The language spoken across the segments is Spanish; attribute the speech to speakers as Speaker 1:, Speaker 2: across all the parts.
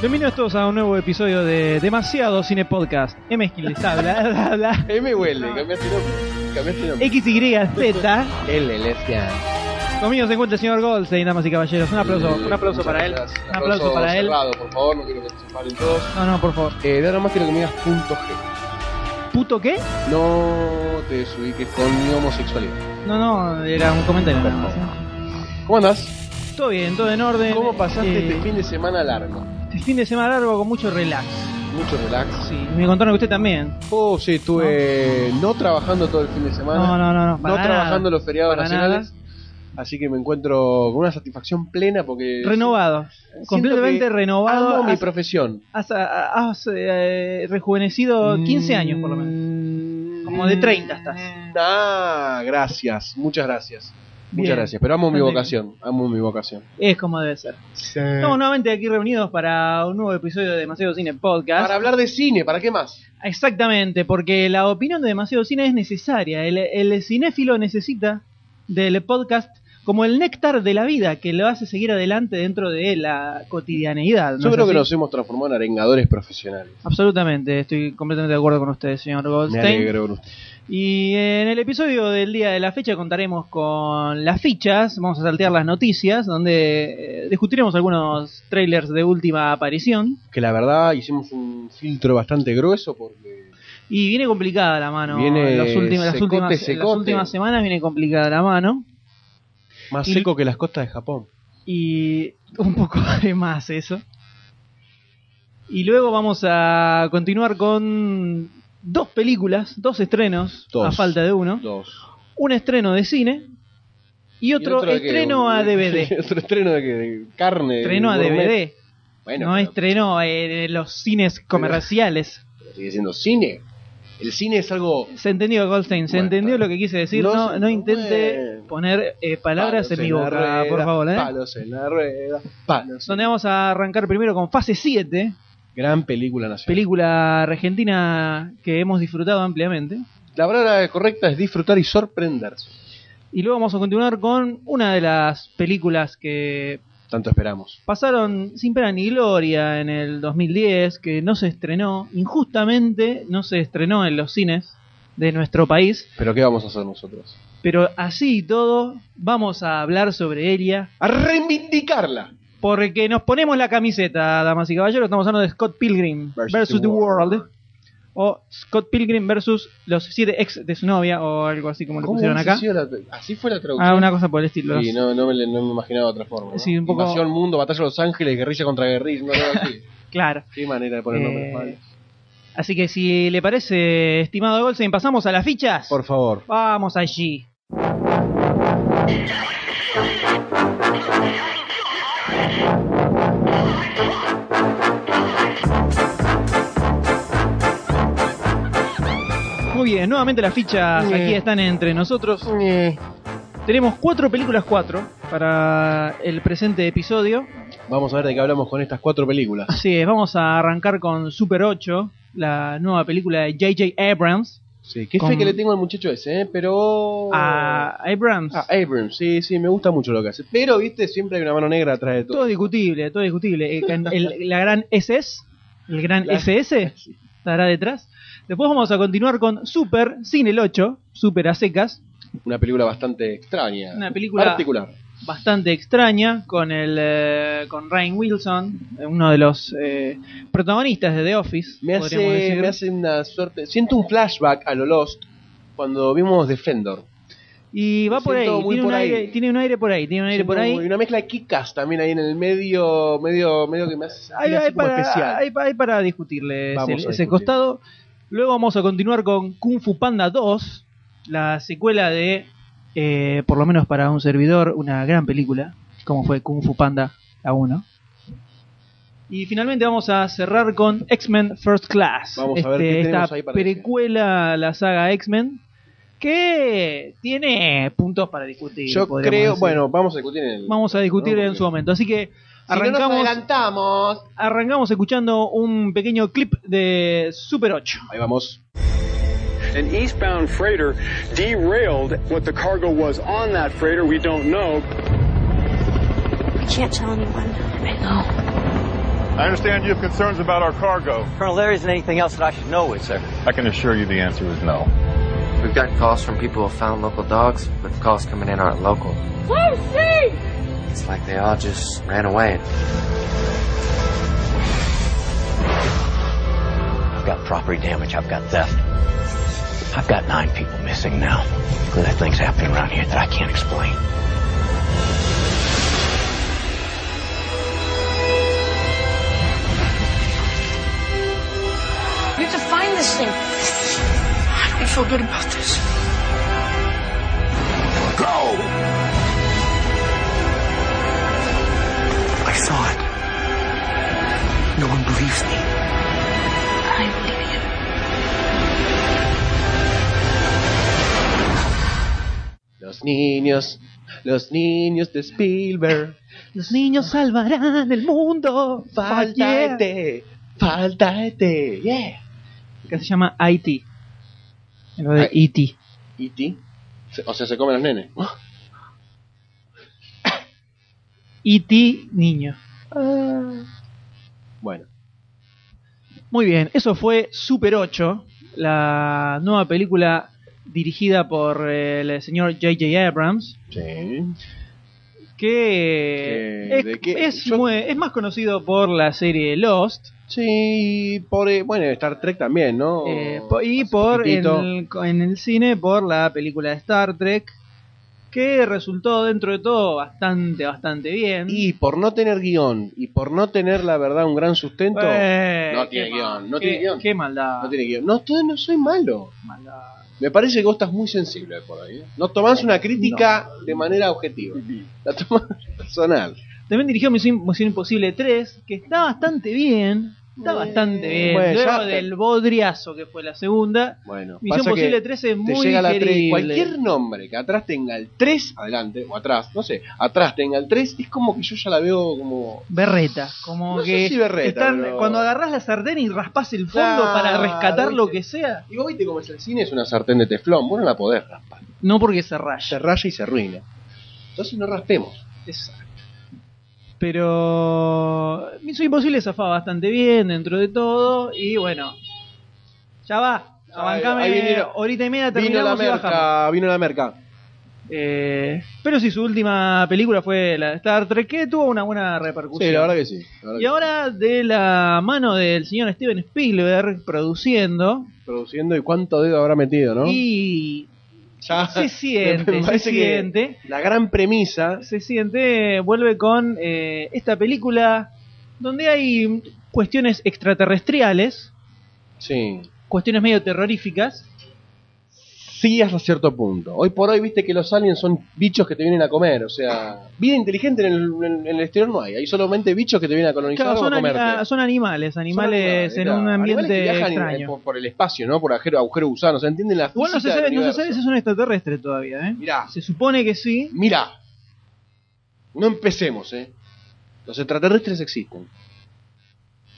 Speaker 1: Bienvenidos todos a un nuevo episodio de Demasiado Cine Podcast. M es quien les habla, bla, bla,
Speaker 2: M huele, cambiaste nombre. Cambiaste nombre.
Speaker 1: XYZ.
Speaker 2: L, lesbian.
Speaker 1: Conmigo se encuentra el señor Goldstein, damas y caballeros. Un aplauso, un aplauso para él.
Speaker 2: Gracias.
Speaker 1: Un aplauso para él.
Speaker 2: cerrado, por favor, no quiero que se separen todos.
Speaker 1: No, no, por favor.
Speaker 2: Eh, nada más quiero que me digas punto G.
Speaker 1: ¿Puto qué?
Speaker 2: No te desubiques con mi homosexualidad.
Speaker 1: No, no, era un comentario. nada más,
Speaker 2: ¿Cómo andás?
Speaker 1: ¿eh? Todo bien, todo en orden.
Speaker 2: ¿Cómo pasaste
Speaker 1: Eh,
Speaker 2: este fin de semana largo?
Speaker 1: este fin de semana largo con mucho relax?
Speaker 2: Mucho relax.
Speaker 1: Sí, me contaron que usted también.
Speaker 2: Oh, sí, estuve no trabajando todo el fin de semana.
Speaker 1: No, no, no, no.
Speaker 2: No
Speaker 1: para nada.
Speaker 2: trabajando los feriados
Speaker 1: Para
Speaker 2: nacionales. Así que me encuentro con una satisfacción plena porque.
Speaker 1: Renovado.
Speaker 2: Siento
Speaker 1: Completamente
Speaker 2: que
Speaker 1: renovado.
Speaker 2: Amo mi
Speaker 1: Has-
Speaker 2: profesión.
Speaker 1: Has, has, eh, rejuvenecido
Speaker 2: Mm,
Speaker 1: 15 años por lo menos. Como de 30 estás.
Speaker 2: Ah, gracias, muchas gracias. Muchas
Speaker 1: Bien.
Speaker 2: gracias, Eh. pero amo mi
Speaker 1: Bastante
Speaker 2: vocación, amo mi vocación.
Speaker 1: Es como debe ser. Estamos nuevamente aquí reunidos para un nuevo episodio de Demasiado Cine Podcast.
Speaker 2: Para hablar de cine, ¿para qué más?
Speaker 1: Exactamente, porque la opinión de Demasiado Cine es necesaria. El, el cinéfilo necesita del podcast como el néctar de la vida que lo hace seguir adelante dentro de la cotidianeidad. ¿no
Speaker 2: Yo
Speaker 1: es
Speaker 2: creo que
Speaker 1: así?
Speaker 2: nos hemos transformado en arengadores profesionales.
Speaker 1: Absolutamente, estoy completamente de acuerdo con usted, señor
Speaker 2: Me
Speaker 1: Goldstein.
Speaker 2: alegro. Bruno.
Speaker 1: Y en el episodio del día de la fecha contaremos con las fichas, vamos a saltear las noticias, donde eh, discutiremos algunos trailers de última aparición.
Speaker 2: Que la verdad hicimos un filtro bastante grueso porque
Speaker 1: Y viene complicada la mano.
Speaker 2: Viene
Speaker 1: las, últimas, las,
Speaker 2: secote,
Speaker 1: últimas, las
Speaker 2: secote.
Speaker 1: últimas semanas viene complicada la mano.
Speaker 2: más
Speaker 1: Y-
Speaker 2: seco que las costas de Japón.
Speaker 1: Y un poco de más eso. Y luego vamos a continuar con dos películas, dos estrenos,
Speaker 2: Dos.
Speaker 1: a falta de uno.
Speaker 2: Dos.
Speaker 1: Un estreno de cine y otro,
Speaker 2: ¿Y de qué?
Speaker 1: estreno a DVD.
Speaker 2: ¿Otro estreno de, qué? ¿De carne?
Speaker 1: estreno a
Speaker 2: gourmet?
Speaker 1: DVD.
Speaker 2: Bueno,
Speaker 1: no
Speaker 2: pero
Speaker 1: estreno en los cines comerciales.
Speaker 2: sigue siendo cine. El cine es algo...
Speaker 1: Se entendió, Goldstein, se
Speaker 2: Bueno,
Speaker 1: entendió
Speaker 2: está.
Speaker 1: lo que quise decir.
Speaker 2: No
Speaker 1: No,
Speaker 2: se-
Speaker 1: no intente
Speaker 2: bueno.
Speaker 1: poner eh, palabras
Speaker 2: Palos
Speaker 1: en mi
Speaker 2: la
Speaker 1: boca,
Speaker 2: rueda,
Speaker 1: por favor. ¿eh?
Speaker 2: Palos en la rueda, palos.
Speaker 1: Donde vamos a arrancar primero con Fase 7,
Speaker 2: Gran película nacional.
Speaker 1: película argentina que hemos disfrutado ampliamente.
Speaker 2: La palabra correcta es disfrutar y sorprenderse.
Speaker 1: Y luego vamos a continuar con una de las películas que
Speaker 2: Tanto esperamos.
Speaker 1: pasaron sin pena ni gloria en el 2010, que no se estrenó, injustamente no se estrenó en los cines de nuestro país,
Speaker 2: Pero ¿qué vamos a hacer nosotros?
Speaker 1: pero así y todo vamos a hablar sobre ella
Speaker 2: A reivindicarla.
Speaker 1: Porque nos ponemos la camiseta, damas y caballeros. Estamos hablando de Scott Pilgrim
Speaker 2: Versus
Speaker 1: versus,
Speaker 2: the
Speaker 1: the
Speaker 2: World.
Speaker 1: World. O Scott Pilgrim versus los siete ex de su novia o algo así como lo pusieron
Speaker 2: hubiese
Speaker 1: acá.
Speaker 2: sido la- así fue la traducción.
Speaker 1: Ah, una cosa por el estilo.
Speaker 2: Sí, no, no me, la- no me imaginaba de otra forma. ¿no?
Speaker 1: Sí, un poco-
Speaker 2: Invasión Mundo, Batalla de Los Ángeles, Guerrilla contra Guerrilla. no, no, sí.
Speaker 1: Claro.
Speaker 2: Qué manera de poner
Speaker 1: Eh,
Speaker 2: nombres mal.
Speaker 1: Así que si le parece, estimado Goldstein, pasamos a las fichas.
Speaker 2: Por favor.
Speaker 1: Vamos allí. Muy bien, nuevamente las fichas
Speaker 2: Bien.
Speaker 1: aquí están entre nosotros. Tenemos cuatro películas cuatro para el presente episodio.
Speaker 2: Vamos a ver de qué hablamos con estas cuatro películas.
Speaker 1: Así es, vamos a arrancar con Super 8, la nueva película de J.J. Abrams.
Speaker 2: Sí, qué fe
Speaker 1: Con-
Speaker 2: que le tengo al muchacho ese, ¿eh? pero...
Speaker 1: A Abrams.
Speaker 2: Ah, Abrams, sí, sí, me gusta mucho lo que hace. Pero, viste, siempre hay una mano negra atrás de todo.
Speaker 1: Todo discutible, todo discutible. Eh, can- el- la gran SS, el gran SS, estará detrás. Después vamos a continuar con Super, sin el 8, Super a secas,
Speaker 2: Una película bastante extraña.
Speaker 1: Una película-
Speaker 2: Particular.
Speaker 1: bastante extraña, con el eh, con Ryan Wilson, eh, uno de los eh, protagonistas de The Office,
Speaker 2: Me
Speaker 1: podríamos
Speaker 2: hace,
Speaker 1: decir.
Speaker 2: me hace una suerte. Siento un flashback a lo Lost cuando vimos Defender.
Speaker 1: Y va
Speaker 2: me
Speaker 1: por ahí,
Speaker 2: siento
Speaker 1: tiene
Speaker 2: muy
Speaker 1: un
Speaker 2: por ahí.
Speaker 1: aire, tiene un aire por ahí, tiene un aire por
Speaker 2: Siento- Y
Speaker 1: ahí.
Speaker 2: una mezcla de kikas también ahí en el medio, medio, medio que me hace sentir
Speaker 1: Hay,
Speaker 2: así
Speaker 1: hay
Speaker 2: como
Speaker 1: para,
Speaker 2: especial.
Speaker 1: hay pa- hay para discutirle
Speaker 2: Vamos
Speaker 1: ese,
Speaker 2: a
Speaker 1: ese
Speaker 2: discutir.
Speaker 1: costado. Luego vamos a continuar con Kung Fu Panda 2, la secuela de, eh, por lo menos para un servidor, una gran película, como fue Kung Fu Panda la 1. Y finalmente vamos a cerrar con X-Men First Class. Este,
Speaker 2: Vamos a ver qué
Speaker 1: esta
Speaker 2: tenemos ahí para este
Speaker 1: precuela a la saga X-Men que tiene puntos para discutir.
Speaker 2: Yo
Speaker 1: podríamos
Speaker 2: creo,
Speaker 1: decir.
Speaker 2: bueno, vamos a discutir en el...
Speaker 1: vamos a discutir
Speaker 2: ¿no?
Speaker 1: en su momento. Así que
Speaker 3: Si no nos
Speaker 1: arrancamos,
Speaker 3: adelantamos.
Speaker 1: arrancamos escuchando un pequeño clip de Super 8.
Speaker 2: Ahí vamos.
Speaker 4: An eastbound freighter derailed. What the cargo was on that freighter, we don't know.
Speaker 5: I can't tell anyone. I know.
Speaker 6: I understand you have concerns about our cargo.
Speaker 7: Colonel, there isn't anything else that I should know, is there?
Speaker 6: I can assure you the answer is no.
Speaker 8: We've got calls from people who found local dogs, but the calls coming in aren't local. It's like they all just ran away.
Speaker 7: I've got property damage. I've got theft. I've got nine people missing now. A lot of things happening around here that I can't explain.
Speaker 5: We have to find this thing. I don't feel good about this.
Speaker 7: I saw it. No one believes me.
Speaker 5: I believe you.
Speaker 2: Los niños, los niños de Spielberg.
Speaker 1: Los niños salvarán el mundo.
Speaker 2: Falta este, falta este. Yeah.
Speaker 1: Que se llama IT. En lo de E
Speaker 2: Ay.
Speaker 1: IT.
Speaker 2: ¿Y ti? E Se- O sea, se comen los nenes.
Speaker 1: IT E niño.
Speaker 2: Bueno,
Speaker 1: Muy bien, eso fue Super 8, la nueva película dirigida por eh, el señor J.J. Abrams,
Speaker 2: sí.
Speaker 1: que
Speaker 2: Eh,
Speaker 1: es,
Speaker 2: ¿de qué?
Speaker 1: es
Speaker 2: Yo-
Speaker 1: mu- es más conocido por la serie Lost
Speaker 2: Sí, por, eh, bueno, Star Trek también, ¿no?
Speaker 1: eh, po- y por en
Speaker 2: poquitito.
Speaker 1: el, en el cine por la película de Star Trek, que resultó dentro de todo bastante, bastante bien. Eh,
Speaker 2: Y por no tener guión y por no tener, la verdad, un gran sustento.
Speaker 1: Eh,
Speaker 2: No
Speaker 1: qué
Speaker 2: tiene
Speaker 1: mal-
Speaker 2: guión, no
Speaker 1: qué-
Speaker 2: tiene guión.
Speaker 1: Qué maldad.
Speaker 2: No tiene guión. No, estoy- no soy malo.
Speaker 1: maldad.
Speaker 2: Me parece que vos estás muy sensible por ahí. ¿eh? No tomás una crítica de manera objetiva. La tomás personal.
Speaker 1: También dirigió Misión, Misión Imposible 3, que está bastante bien. Está
Speaker 2: Eh,
Speaker 1: bastante bien.
Speaker 2: bueno,
Speaker 1: Luego
Speaker 2: ya-
Speaker 1: del bodriazo que fue la segunda.
Speaker 2: Bueno,
Speaker 1: Misión
Speaker 2: pasa
Speaker 1: Imposible
Speaker 2: que
Speaker 1: 3 es
Speaker 2: te
Speaker 1: muy
Speaker 2: llega la 3.
Speaker 1: digerible.
Speaker 2: Cualquier nombre que atrás tenga el 3, adelante, o atrás, no sé, atrás tenga el 3, es como que yo ya la veo como.
Speaker 1: Berreta. Como
Speaker 2: No sé
Speaker 1: que
Speaker 2: si berreta,
Speaker 1: están-
Speaker 2: pero-
Speaker 1: cuando agarrás la sartén y raspás el fondo
Speaker 2: Claro,
Speaker 1: para rescatar lo
Speaker 2: ¿viste?
Speaker 1: que sea.
Speaker 2: Y vos viste como es el cine, es una sartén de teflón, vos no la podés raspar.
Speaker 1: No porque se raya.
Speaker 2: Se raya y se arruina. Entonces no raspemos.
Speaker 1: Exacto. Pero Misión Imposible zafaba bastante bien dentro de todo. Y bueno. Ya va.
Speaker 2: Ahí-
Speaker 1: Abancame
Speaker 2: ahí vinieron.
Speaker 1: horita y media
Speaker 2: Vino la
Speaker 1: terminamos y bajamos.
Speaker 2: merca, vino la merca.
Speaker 1: Eh, pero sí, su última película fue la de Star Trek, que tuvo una buena repercusión.
Speaker 2: Sí, la verdad que sí. la verdad
Speaker 1: Y
Speaker 2: que
Speaker 1: ahora, de la mano del señor Steven Spielberg produciendo,
Speaker 2: sí. Produciendo y cuánto dedo habrá metido, ¿no?
Speaker 1: y
Speaker 2: Ya-
Speaker 1: se siente, se
Speaker 2: parece que
Speaker 1: siente,
Speaker 2: La gran premisa
Speaker 1: se siente, vuelve con eh, esta película donde hay cuestiones extraterrestriales,
Speaker 2: Sí.
Speaker 1: cuestiones medio terroríficas,
Speaker 2: Sí, hasta cierto punto. Hoy por hoy, viste que los aliens son bichos que te vienen a comer. O sea, vida inteligente en el, en- en el exterior no hay. Hay solamente bichos que te vienen a colonizar
Speaker 1: Claro,
Speaker 2: o a
Speaker 1: son, ani-
Speaker 2: comerte.
Speaker 1: ah, son animales, animales
Speaker 2: animales,
Speaker 1: en
Speaker 2: claro.
Speaker 1: un
Speaker 2: Animales que
Speaker 1: ambiente
Speaker 2: viajan en-
Speaker 1: extraño.
Speaker 2: por, por el espacio, ¿no? Por agujero, agujero gusano. ¿Se entiende la
Speaker 1: Igual no se
Speaker 2: física
Speaker 1: sabe,
Speaker 2: del
Speaker 1: no se
Speaker 2: universo.
Speaker 1: sabe si es un extraterrestre todavía, ¿eh?
Speaker 2: Mirá,
Speaker 1: Se supone que sí,
Speaker 2: mirá. No empecemos, ¿eh? Los extraterrestres existen.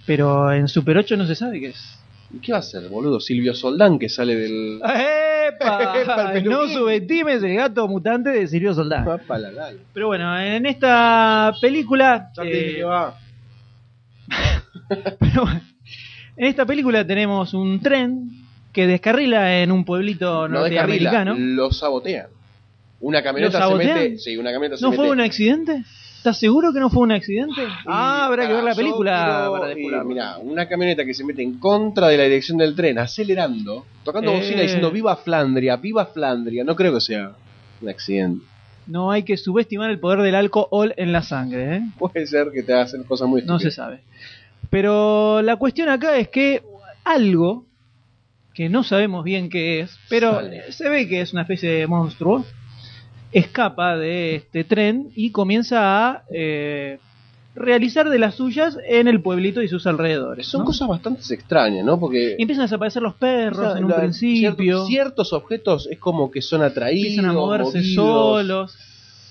Speaker 1: pero en Super 8 no se sabe qué es.
Speaker 2: ¿Y qué va a hacer, boludo? Silvio Soldán que sale del...
Speaker 1: Ah. ¡Epa!
Speaker 2: el
Speaker 1: no
Speaker 2: peluquín.
Speaker 1: subestimes el gato mutante de Sirio Soldado.
Speaker 2: Va pa' la lala.
Speaker 1: Pero bueno, en esta película.
Speaker 2: Ya te dije
Speaker 1: eh,
Speaker 2: que va.
Speaker 1: pero bueno, en esta película tenemos un tren que descarrila en un pueblito
Speaker 2: no descarrila,
Speaker 1: norteamericano.
Speaker 2: lo sabotean. Una camioneta
Speaker 1: ¿Lo
Speaker 2: se
Speaker 1: sabotean?
Speaker 2: mete, sí, una camioneta se
Speaker 1: ¿No
Speaker 2: mete.
Speaker 1: fue un accidente? ¿Estás seguro que no fue un accidente? Ah, habrá que ver la película para descubrirlo.
Speaker 2: Mira, una camioneta que se mete en contra de la dirección del tren, acelerando, tocando
Speaker 1: Eh.
Speaker 2: bocina diciendo viva Flandria, viva Flandria. No creo que sea un accidente.
Speaker 1: No hay que subestimar el poder del alcohol en la sangre, ¿eh?
Speaker 2: Puede ser que te hacen cosas muy
Speaker 1: No se
Speaker 2: estúpidas.
Speaker 1: sabe. Pero la cuestión acá es que algo que no sabemos bien qué es, pero
Speaker 2: Sale.
Speaker 1: se ve que es una especie de monstruo, escapa de este tren y comienza a eh, realizar de las suyas en el pueblito y sus alrededores.
Speaker 2: Son
Speaker 1: ¿no?
Speaker 2: cosas bastante extrañas, ¿no? Porque
Speaker 1: Y empiezan a desaparecer los perros
Speaker 2: o sea,
Speaker 1: en un
Speaker 2: la-
Speaker 1: principio,
Speaker 2: ciertos, ciertos objetos es como que son atraídos,
Speaker 1: empiezan a moverse
Speaker 2: movidos.
Speaker 1: solos.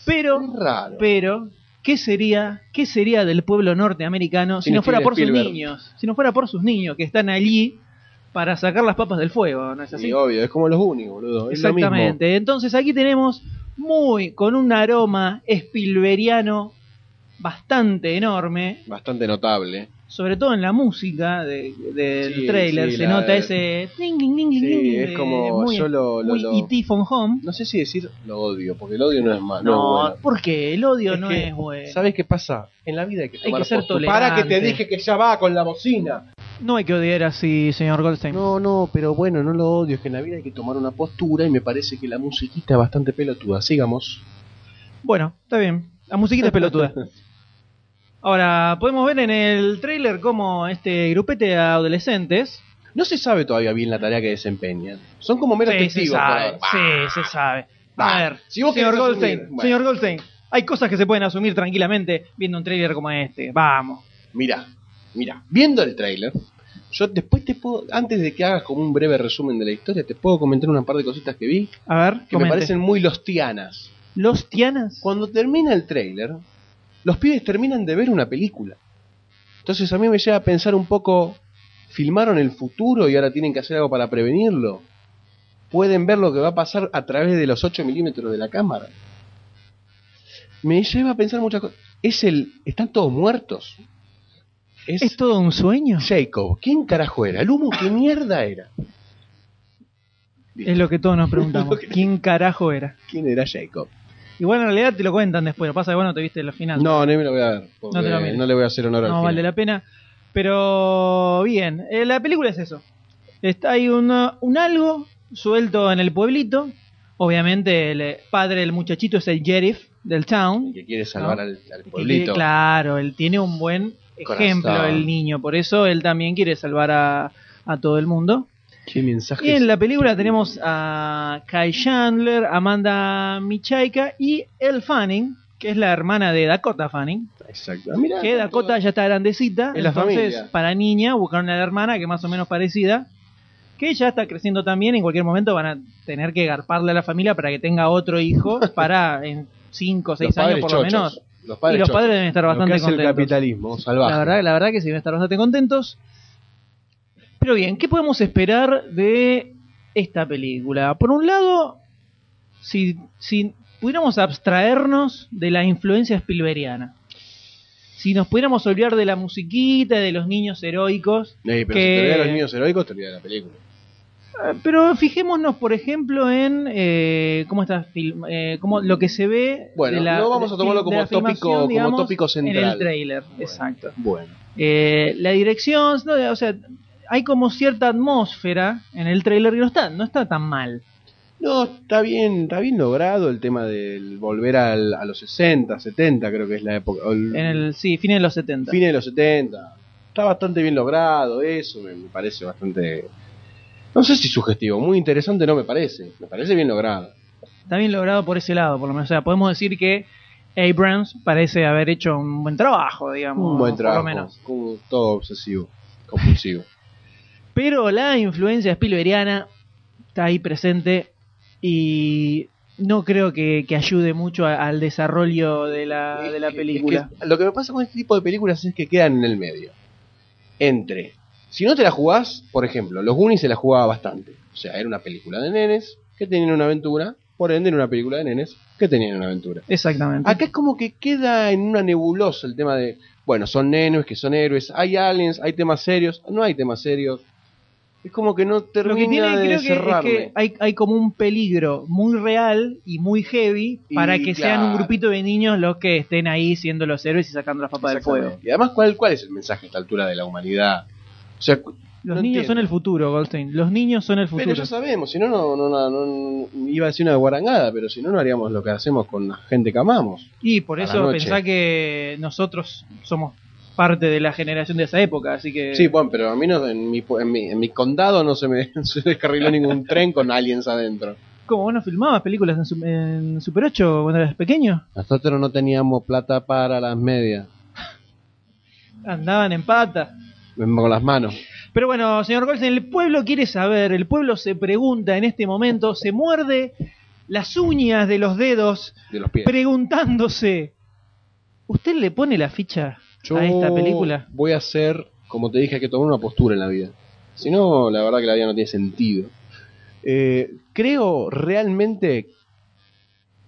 Speaker 1: Pero,
Speaker 2: Es raro.
Speaker 1: pero, ¿qué sería, ¿qué sería del pueblo norteamericano si
Speaker 2: Sin
Speaker 1: no fuera
Speaker 2: Steven
Speaker 1: por
Speaker 2: Spielberg.
Speaker 1: sus niños? Si no fuera por sus niños que están allí para sacar las papas del fuego, ¿no es así?
Speaker 2: Sí, obvio, es como los únicos, boludo. Es lo mismo.
Speaker 1: Exactamente. Entonces aquí tenemos muy con un aroma espilberiano bastante enorme,
Speaker 2: Bastante notable.
Speaker 1: sobre todo en la música de- del
Speaker 2: Sí,
Speaker 1: trailer
Speaker 2: sí,
Speaker 1: se
Speaker 2: la-
Speaker 1: nota ese ting, ting, ting, ting,
Speaker 2: Sí,
Speaker 1: ting,
Speaker 2: es
Speaker 1: de-
Speaker 2: como
Speaker 1: muy,
Speaker 2: yo lo- lo-
Speaker 1: muy
Speaker 2: lo-
Speaker 1: E.T. from Home.
Speaker 2: No sé si decir lo odio, porque el odio no es malo. No, es bueno.
Speaker 1: porque el odio
Speaker 2: Es
Speaker 1: no
Speaker 2: que,
Speaker 1: es bueno.
Speaker 2: ¿Sabes qué pasa? En la vida hay que
Speaker 1: que
Speaker 2: tomar
Speaker 1: ser
Speaker 2: postura.
Speaker 1: tolerante.
Speaker 2: Para que te dije que ya va con la bocina.
Speaker 1: No hay que odiar así, señor Goldstein.
Speaker 2: No, no, pero bueno, no lo odio. Es que en la vida hay que tomar una postura y me parece que la musiquita es bastante pelotuda. Sigamos.
Speaker 1: Bueno, está bien. La musiquita es pelotuda. Ahora, podemos ver en el trailer cómo este grupete de adolescentes
Speaker 2: No se sabe todavía bien la tarea que desempeñan. Son como meros
Speaker 1: se
Speaker 2: testigos. Ah, por
Speaker 1: sabe,
Speaker 2: ahora.
Speaker 1: sí, se sabe.
Speaker 2: Bah.
Speaker 1: A ver,
Speaker 2: Si vos
Speaker 1: señor
Speaker 2: querés
Speaker 1: Goldstein,
Speaker 2: asumir, bueno.
Speaker 1: señor Goldstein, hay cosas que se pueden asumir tranquilamente viendo un trailer como este. Vamos.
Speaker 2: Mira, mira, viendo el tráiler, yo después te puedo, antes de que hagas como un breve resumen de la historia, te puedo comentar una par de cositas que vi que
Speaker 1: A ver,
Speaker 2: me
Speaker 1: comente.
Speaker 2: parecen muy lostianas.
Speaker 1: los tianas.
Speaker 2: Cuando termina el tráiler, los pibes terminan de ver una película. Entonces a mí me llega a pensar un poco, filmaron el futuro y ahora tienen que hacer algo para prevenirlo. Pueden ver lo que va a pasar a través de los 8 milímetros de la cámara. Me lleva a pensar muchas cosas. Es el, están todos muertos. Es,
Speaker 1: ¿Es todo un sueño?
Speaker 2: Jacob, ¿quién carajo era? ¿El humo qué mierda era?
Speaker 1: Es lo que todos nos preguntamos. ¿Quién carajo era?
Speaker 2: ¿Quién era Jacob?
Speaker 1: Igual en realidad te lo cuentan después. Lo pasa que vos no te viste el final.
Speaker 2: No, no me lo voy a ver. porque
Speaker 1: No te lo mires.
Speaker 2: no le voy a hacer honor al
Speaker 1: no
Speaker 2: final.
Speaker 1: vale la pena. Pero bien, eh, la película es eso. Está, hay una- un algo suelto en el pueblito. Obviamente el eh, padre del muchachito es el sheriff del town.
Speaker 2: que quiere salvar
Speaker 1: ¿No?
Speaker 2: al, al
Speaker 1: Que
Speaker 2: pueblito.
Speaker 1: quiere- claro, él tiene un buen ejemplo
Speaker 2: Corazón.
Speaker 1: el niño, por eso él también quiere salvar a, a todo el mundo.
Speaker 2: Qué mensaje.
Speaker 1: Y en la película tenemos a Kai Chandler, Amanda Michaika y Elle Fanning, que es la hermana de Dakota Fanning,
Speaker 2: Exacto. Ah, mirá,
Speaker 1: que Dakota ya está grandecita,
Speaker 2: Es la
Speaker 1: entonces
Speaker 2: familia.
Speaker 1: para niña buscaron a la hermana que más o menos parecida, que ya está creciendo también, en cualquier momento van a tener que garparle a la familia para que tenga otro hijo para en 5 o 6
Speaker 2: Los
Speaker 1: años
Speaker 2: padres
Speaker 1: por lo
Speaker 2: chochos.
Speaker 1: menos.
Speaker 2: Los padres
Speaker 1: Y los
Speaker 2: chochos.
Speaker 1: padres deben estar
Speaker 2: Lo
Speaker 1: bastante
Speaker 2: que hace el
Speaker 1: contentos.
Speaker 2: capitalismo salvaje.
Speaker 1: La verdad, la verdad que sí, deben estar bastante contentos. Pero bien, ¿qué podemos esperar de esta película? Por un lado, si, si pudiéramos abstraernos de la influencia spilberiana, si nos pudiéramos olvidar de la musiquita, de los niños heroicos,
Speaker 2: Ey,
Speaker 1: que-
Speaker 2: pero si te olvidas de los niños heroicos, te olvidas de la película.
Speaker 1: eh, pero fijémonos, por ejemplo, en eh, cómo está film- eh, cómo- lo que se ve.
Speaker 2: Bueno,
Speaker 1: de la-
Speaker 2: no vamos
Speaker 1: de-
Speaker 2: a tomarlo
Speaker 1: de
Speaker 2: como
Speaker 1: la filmación,
Speaker 2: tópico- como
Speaker 1: digamos,
Speaker 2: tópico
Speaker 1: En
Speaker 2: central.
Speaker 1: el trailer, exacto.
Speaker 2: Bueno.
Speaker 1: Eh, la dirección, no, o sea, hay como cierta atmósfera en el trailer que no está, no está tan mal.
Speaker 2: No, está bien, está bien logrado el tema del volver al- a los 60, 70, creo que es la época. o el-
Speaker 1: En el, sí, fines de los 70.
Speaker 2: fines de los 70. Está bastante bien logrado eso, me, me parece bastante... No sé si sugestivo, muy interesante no me parece. Me parece bien logrado.
Speaker 1: Está bien logrado por ese lado, por lo menos. O sea, podemos decir que Abrams parece haber hecho un buen trabajo, digamos.
Speaker 2: Un
Speaker 1: Ah,
Speaker 2: buen
Speaker 1: por
Speaker 2: trabajo.
Speaker 1: lo menos.
Speaker 2: como todo obsesivo, compulsivo.
Speaker 1: Pero la influencia spilberiana está ahí presente y no creo que, que ayude mucho a- al desarrollo de la, de la
Speaker 2: Es que-
Speaker 1: película.
Speaker 2: es que lo que me pasa con este tipo de películas es que quedan en el medio. Entre. Si no te la jugás, por ejemplo, los Goonies se la jugaba bastante. O sea, era una película de nenes que tenían una aventura. Por ende, era una película de nenes que tenían una aventura.
Speaker 1: Exactamente.
Speaker 2: Acá es como que queda en una nebulosa el tema de, bueno, son nenes, que son héroes, hay aliens, hay temas serios, no hay temas serios. Es como que no
Speaker 1: Lo que
Speaker 2: termina
Speaker 1: tiene,
Speaker 2: de
Speaker 1: creo que, es
Speaker 2: cerrarme.
Speaker 1: que hay, hay como un peligro muy real y muy heavy
Speaker 2: Y
Speaker 1: para que sean un
Speaker 2: claro.
Speaker 1: grupito de niños los que estén ahí siendo los héroes y sacando las papas del fuego.
Speaker 2: Y además, ¿cuál, ¿cuál es el mensaje a esta altura de la humanidad? O sea, cu-
Speaker 1: Los
Speaker 2: no
Speaker 1: niños
Speaker 2: entiendo.
Speaker 1: son el futuro, Goldstein. Los niños son el
Speaker 2: Pero
Speaker 1: futuro.
Speaker 2: ya sabemos, si no, no, no, no, no- iba a decir una guarangada, pero si no, no haríamos lo que hacemos con la gente que amamos.
Speaker 1: Y por
Speaker 2: a la
Speaker 1: eso
Speaker 2: noche.
Speaker 1: pensá que nosotros somos parte de la generación de esa época, así que
Speaker 2: Sí, bueno, pero a mí no, en, mi, pu- en, mi, en mi condado no se me se descarriló ningún tren con aliens adentro.
Speaker 1: como vos no filmabas películas en, su- en Super 8 cuando eras pequeño.
Speaker 2: Nosotros no teníamos plata para las medias.
Speaker 1: Andaban en pata.
Speaker 2: Con las manos.
Speaker 1: Pero bueno, señor Golsen, el pueblo quiere saber, el pueblo se pregunta en este momento, se muerde las uñas de los dedos
Speaker 2: De los pies.
Speaker 1: preguntándose, ¿usted le pone la ficha
Speaker 2: Yo
Speaker 1: a esta película?
Speaker 2: Voy a hacer, como te dije, hay que tomar una postura en la vida. Si no, la verdad que la vida no tiene sentido. Eh, creo realmente.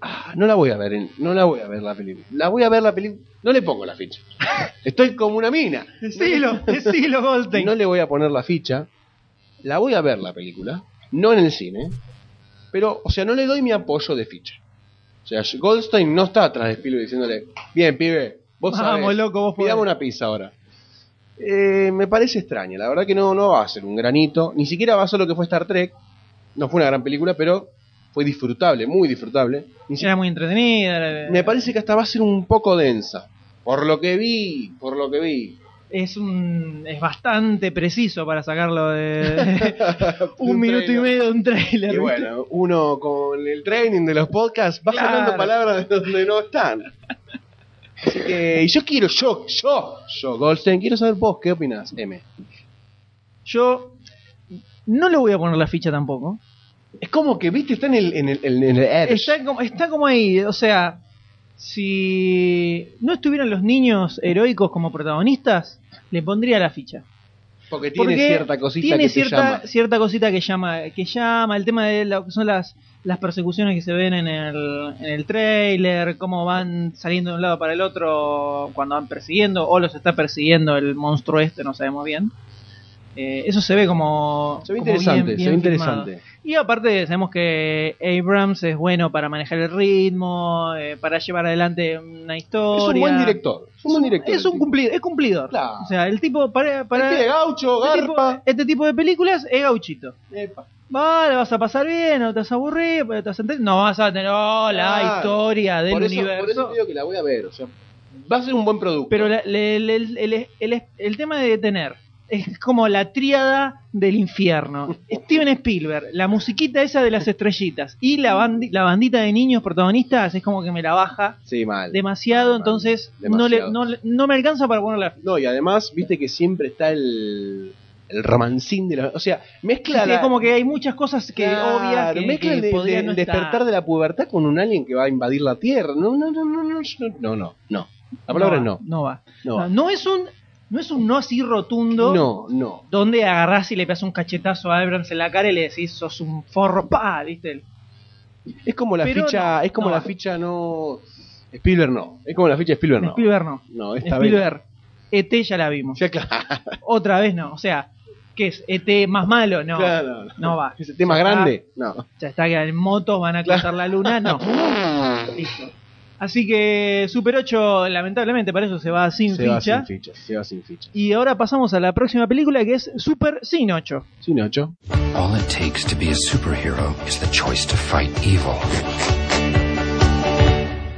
Speaker 2: Ah, no la voy a ver, en- no la voy a ver la película. La voy a ver la película. No le pongo la ficha. Estoy como una mina.
Speaker 1: Decilo, decilo, Goldstein.
Speaker 2: No le voy a poner la ficha. La voy a ver la película. No en el cine. Pero, o sea, no le doy mi apoyo de ficha. O sea, Goldstein no está atrás de Spielberg diciéndole, bien, pibe, vos
Speaker 1: Vamos,
Speaker 2: sabés,
Speaker 1: loco, vos podés".
Speaker 2: pidamos una pizza ahora. Eh, me parece extraña. La verdad que no, no va a ser un granito. Ni siquiera va a ser lo que fue Star Trek. No fue una gran película, pero fue disfrutable, muy disfrutable. Ni siquiera
Speaker 1: Era muy entretenida. la-
Speaker 2: me parece que hasta va a ser un poco densa. Por lo que vi, por lo que vi.
Speaker 1: es un es bastante preciso para sacarlo de un,
Speaker 2: Un
Speaker 1: minuto y
Speaker 2: trailer.
Speaker 1: medio de un trailer.
Speaker 2: Y bueno, uno con el training de los podcasts va
Speaker 1: Claro.
Speaker 2: sacando palabras de donde no están. Así que y yo quiero, yo, yo, yo, Goldstein, quiero saber vos, ¿qué opinas, M?
Speaker 1: Yo no le voy a poner la ficha tampoco.
Speaker 2: Es como que, viste, está en el, en el, en el edge.
Speaker 1: Está como, está como ahí, o sea, si no estuvieran los niños heroicos como protagonistas, le pondría la ficha.
Speaker 2: porque tiene
Speaker 1: Porque
Speaker 2: cierta cosita
Speaker 1: tiene
Speaker 2: que
Speaker 1: cierta,
Speaker 2: te llama.
Speaker 1: cierta cosita que llama, que llama, el tema de lo que son las, las persecuciones que se ven en el, en el trailer, cómo van saliendo de un lado para el otro cuando van persiguiendo, o los está persiguiendo el monstruo este, no sabemos bien. Eh, eso se ve como.
Speaker 2: Se ve
Speaker 1: como bien-
Speaker 2: interesante, se
Speaker 1: bien
Speaker 2: ve
Speaker 1: filmado.
Speaker 2: interesante.
Speaker 1: Y aparte sabemos que Abrams es bueno para manejar el ritmo, eh, para llevar adelante una historia.
Speaker 2: Es un buen director. Es un buen director.
Speaker 1: Es un cumplido, es cumplidor.
Speaker 2: Claro.
Speaker 1: O sea, el tipo para, para
Speaker 2: Para... gaucho,
Speaker 1: este tipo-
Speaker 2: garpa.
Speaker 1: este tipo de películas es gauchito. Vale, vas a pasar bien, no te vas a aburrir, pero te vas a enter- no vas a tener oh, la
Speaker 2: Claro.
Speaker 1: historia del
Speaker 2: Por eso,
Speaker 1: universo.
Speaker 2: por eso te digo que la voy a ver. O sea, va a ser un buen producto.
Speaker 1: Pero la- le- le- el, el- el- el tema de tener es como la tríada del infierno. Steven Spielberg, la musiquita esa de las estrellitas y la, bandi- la bandita de niños protagonistas es como que me la baja
Speaker 2: Sí, mal.
Speaker 1: demasiado,
Speaker 2: Mal, mal.
Speaker 1: entonces
Speaker 2: Ah, Demasiado.
Speaker 1: No, le, no, le- no me alcanza para ponerla.
Speaker 2: No, y además, viste que siempre está el, el romancín de la. O sea, mezcla.
Speaker 1: Es
Speaker 2: la-
Speaker 1: como que hay muchas cosas que
Speaker 2: Claro,
Speaker 1: obvias que,
Speaker 2: mezcla
Speaker 1: que
Speaker 2: el de-
Speaker 1: podrían
Speaker 2: de-
Speaker 1: no
Speaker 2: el
Speaker 1: estar.
Speaker 2: despertar de la pubertad con un alien que va a invadir la Tierra. No, no, no, no, no, no, no, no, no. La palabra
Speaker 1: no.
Speaker 2: no,
Speaker 1: va, No va. No,
Speaker 2: no, no,
Speaker 1: no es un no es un no así rotundo.
Speaker 2: no, no.
Speaker 1: Donde agarrás y le pegas un cachetazo a Abrams en la cara y le decís, sos un forro, pa, ¿viste?
Speaker 2: Es como la
Speaker 1: Pero
Speaker 2: ficha,
Speaker 1: no,
Speaker 2: es como
Speaker 1: no.
Speaker 2: la ficha no. Spielberg no, es como la ficha de Spielberg no.
Speaker 1: Spielberg no.
Speaker 2: No, esta vez.
Speaker 1: Spielberg, ET ya la vimos.
Speaker 2: Ya, claro,
Speaker 1: Otra vez no. O sea, ¿qué es? ¿ET más malo? No.
Speaker 2: claro,
Speaker 1: No va.
Speaker 2: Ese tema
Speaker 1: Ya está.
Speaker 2: grande, no.
Speaker 1: Ya está que en motos van a cruzar la luna, no. Listo. Así que Super 8, lamentablemente, para eso se va sin
Speaker 2: se
Speaker 1: ficha.
Speaker 2: va sin ficha, se va sin ficha.
Speaker 1: Y ahora pasamos a la próxima película que es Super Sin 8.
Speaker 2: Sin ocho.
Speaker 7: All it takes to be a superhero is the choice to fight evil.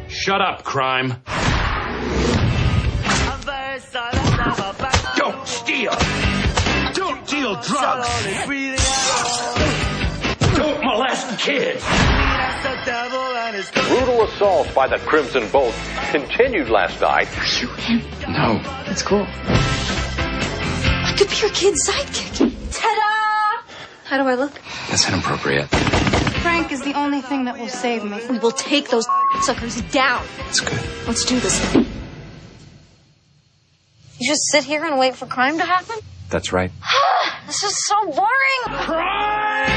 Speaker 3: Shut up, crime. Don't steal. Don't deal drugs. Don't molest kids.
Speaker 9: brutal assault by the Crimson Bolt continued last night
Speaker 7: No.
Speaker 5: That's cool. I could be your kid's sidekick. Ta-da! How do I look?
Speaker 7: That's inappropriate.
Speaker 10: Frank is the only thing that will save me.
Speaker 5: We will take those suckers down.
Speaker 7: That's good.
Speaker 5: Let's do this. You just sit here and wait for crime to happen?
Speaker 7: That's right.
Speaker 5: This is so boring.
Speaker 3: Crime!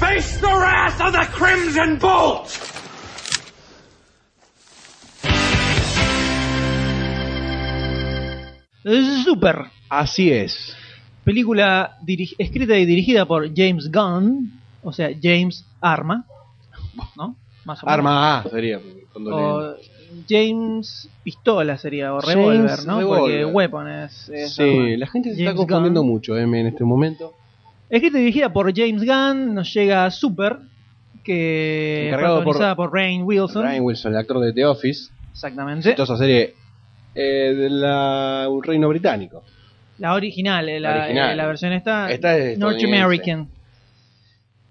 Speaker 3: Face the wrath of the Crimson Bolt!
Speaker 1: Super.
Speaker 2: Así es.
Speaker 1: Película diri- escrita y dirigida por James Gunn, o sea, James Arma, ¿no? Más o menos.
Speaker 2: Arma A sería. cuando le-
Speaker 1: O James Pistola sería, o
Speaker 2: James
Speaker 1: Revolver, ¿no? Porque
Speaker 2: Revolver.
Speaker 1: Weapon es. es
Speaker 2: Sí,
Speaker 1: eh, Arma.
Speaker 2: la gente se
Speaker 1: James
Speaker 2: está confundiendo
Speaker 1: Gunn.
Speaker 2: mucho, M, en este momento.
Speaker 1: Escrita y dirigida por James Gunn, nos llega Super, que es
Speaker 2: Encargado por-
Speaker 1: protagonizada por, Rain Wilson.
Speaker 2: Ryan Wilson, el actor de The Office,
Speaker 1: Exactamente.
Speaker 2: exitosa serie eh, de la un reino británico.
Speaker 1: La original, eh, la,
Speaker 2: La original.
Speaker 1: eh, la versión esta,
Speaker 2: Esta es
Speaker 1: North
Speaker 2: estadounidense.
Speaker 1: American.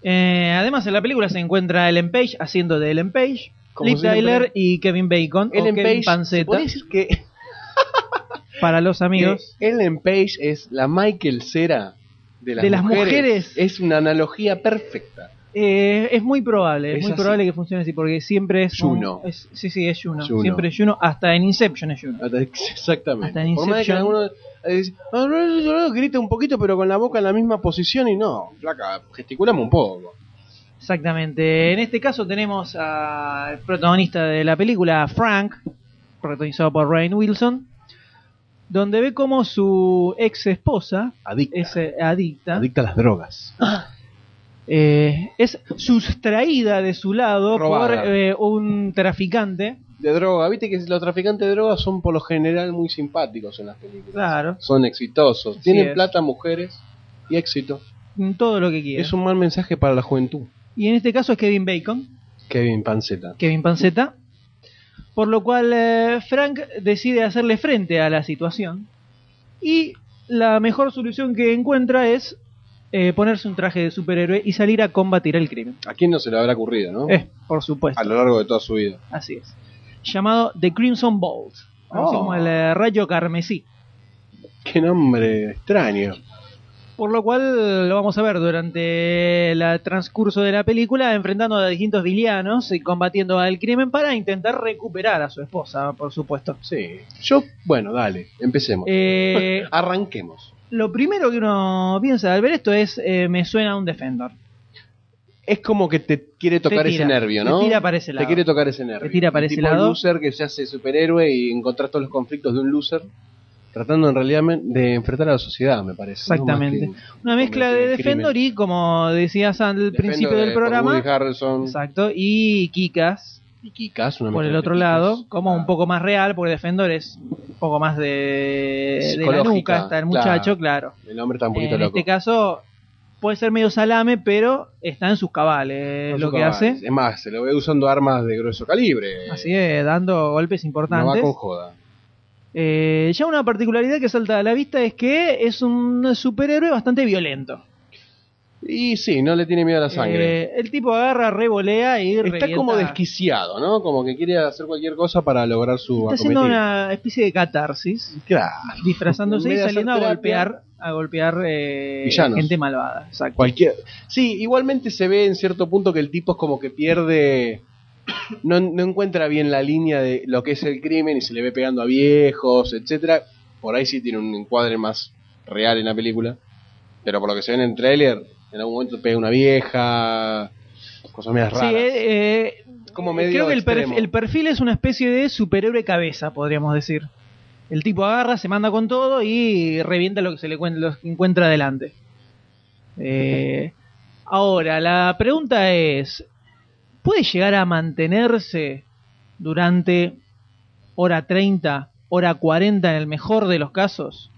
Speaker 1: Eh, además, en la película se encuentra Ellen Page haciendo de Ellen Page.
Speaker 2: Como
Speaker 1: Liv
Speaker 2: si le
Speaker 1: Tyler
Speaker 2: pre-
Speaker 1: y Kevin Bacon. o
Speaker 2: Ellen
Speaker 1: Kevin
Speaker 2: Page, se
Speaker 1: Panceta.
Speaker 2: podría decir que,
Speaker 1: Para los amigos.
Speaker 2: que Eh, Ellen Page es la Michael Cera de las,
Speaker 1: De las mujeres.
Speaker 2: Es una analogía perfecta.
Speaker 1: Eh, es muy probable, es,
Speaker 2: Es
Speaker 1: muy
Speaker 2: así.
Speaker 1: probable que funcione así, porque siempre es. un-
Speaker 2: Juno.
Speaker 1: es- sí, sí, es Juno.
Speaker 2: Juno.
Speaker 1: Siempre es Juno. Hasta en Inception es Juno.
Speaker 2: Ah.
Speaker 1: Hasta
Speaker 2: Exactamente.
Speaker 1: en
Speaker 2: Por más de que
Speaker 1: Inception.
Speaker 2: alguno eh, dice, "Ah, no, no, no, no", grita un poquito, pero con la boca en la misma posición y no. Placa, gesticulamos un poco.
Speaker 1: Exactamente. En este caso tenemos al protagonista de la película, Frank, protagonizado por Rain Wilson, donde ve cómo su ex esposa
Speaker 2: Adicta.
Speaker 1: es eh, adicta,
Speaker 2: Adicta a las drogas.
Speaker 1: eh, es sustraída de su lado
Speaker 2: Robada.
Speaker 1: por eh, un traficante.
Speaker 2: De droga. Viste que los traficantes de drogas son por lo general muy simpáticos en las películas.
Speaker 1: Claro,
Speaker 2: Son exitosos.
Speaker 1: Así
Speaker 2: Tienen
Speaker 1: es.
Speaker 2: plata, mujeres y éxito.
Speaker 1: todo lo que quiere.
Speaker 2: Es un mal mensaje para la juventud.
Speaker 1: Y en este caso es Kevin Bacon,
Speaker 2: Kevin Panceta.
Speaker 1: Kevin Panceta. Por lo cual eh, Frank decide hacerle frente a la situación. Y la mejor solución que encuentra es eh, ponerse un traje de superhéroe y salir a combatir el crimen.
Speaker 2: ¿A quién no se le habrá ocurrido, no?
Speaker 1: Eh, por supuesto,
Speaker 2: A lo largo de toda su vida.
Speaker 1: así es. Llamado The Crimson Bolt,
Speaker 2: Oh.
Speaker 1: como el eh, rayo carmesí.
Speaker 2: Qué nombre extraño.
Speaker 1: Por lo cual lo vamos a ver durante el transcurso de la película, enfrentando a distintos villanos y combatiendo al crimen para intentar recuperar a su esposa, por supuesto.
Speaker 2: Sí. Yo, bueno, dale, empecemos.
Speaker 1: Eh,
Speaker 2: Arranquemos.
Speaker 1: lo primero que uno piensa al ver esto es eh, me suena a un Defender.
Speaker 2: Es como que te quiere tocar
Speaker 1: tira,
Speaker 2: ese nervio, ¿no?
Speaker 1: te tira para ese lado.
Speaker 2: Te quiere tocar ese nervio.
Speaker 1: Te tira para ese
Speaker 2: tipo
Speaker 1: lado.
Speaker 2: Un loser que se hace superhéroe y encontrar todos los conflictos de un loser, tratando en realidad men- de enfrentar a la sociedad, me parece. ¿no?
Speaker 1: Exactamente.
Speaker 2: Más que-
Speaker 1: Una mezcla de
Speaker 2: comete crimen.
Speaker 1: Defender y como decías al
Speaker 2: Defender
Speaker 1: principio del
Speaker 2: de- por
Speaker 1: programa,
Speaker 2: Woody Harrelson
Speaker 1: exacto, y Kikas
Speaker 2: y Kikas, una
Speaker 1: por
Speaker 2: mezcla
Speaker 1: el
Speaker 2: de
Speaker 1: otro
Speaker 2: Kikas.
Speaker 1: lado, como un
Speaker 2: Ah,
Speaker 1: poco más real, porque Defender es un poco más de, de la
Speaker 2: Psicológica,
Speaker 1: nuca, está el muchacho, claro.
Speaker 2: Ah, El hombre está un poquito
Speaker 1: En
Speaker 2: loco.
Speaker 1: este caso puede ser medio salame, pero está en sus
Speaker 2: No
Speaker 1: cabales
Speaker 2: sé
Speaker 1: lo que
Speaker 2: cómo
Speaker 1: hace.
Speaker 2: Es más, se lo ve usando armas de grueso calibre.
Speaker 1: Así es, dando golpes
Speaker 2: No va
Speaker 1: importantes.
Speaker 2: con joda.
Speaker 1: Eh, ya una particularidad que salta a la vista es que es un superhéroe bastante violento.
Speaker 2: Y sí, no le tiene miedo a la sangre.
Speaker 1: Eh, el tipo agarra, revolea y
Speaker 2: Está
Speaker 1: revienta.
Speaker 2: como desquiciado, ¿no? Como que quiere hacer cualquier cosa para lograr su
Speaker 1: Está haciendo
Speaker 2: acometido.
Speaker 1: una especie de catarsis,
Speaker 2: Claro.
Speaker 1: disfrazándose
Speaker 2: En
Speaker 1: y
Speaker 2: vez de
Speaker 1: saliendo a
Speaker 2: hacer terapia,
Speaker 1: golpear a golpear eh,
Speaker 2: Villanos.
Speaker 1: gente malvada. Exacto.
Speaker 2: Cualquier. Sí, igualmente se ve en cierto punto que el tipo es como que pierde. No, no encuentra bien la línea de lo que es el crimen y se le ve pegando a viejos, etcétera. Por ahí sí tiene un encuadre más real en la película. Pero por lo que se ve en el trailer, en algún momento pega una vieja. Cosas medias
Speaker 1: Sí,
Speaker 2: raras.
Speaker 1: eh, eh,
Speaker 2: Como medio
Speaker 1: creo que el,
Speaker 2: extremo.
Speaker 1: perfil, el perfil es una especie de superhéroe cabeza, podríamos decir. El tipo agarra, se manda con todo y revienta lo que se le cuen- lo que encuentra adelante. Eh, ahora, la pregunta es, ¿puede llegar a mantenerse durante hora 30, hora 40 en el mejor de los casos?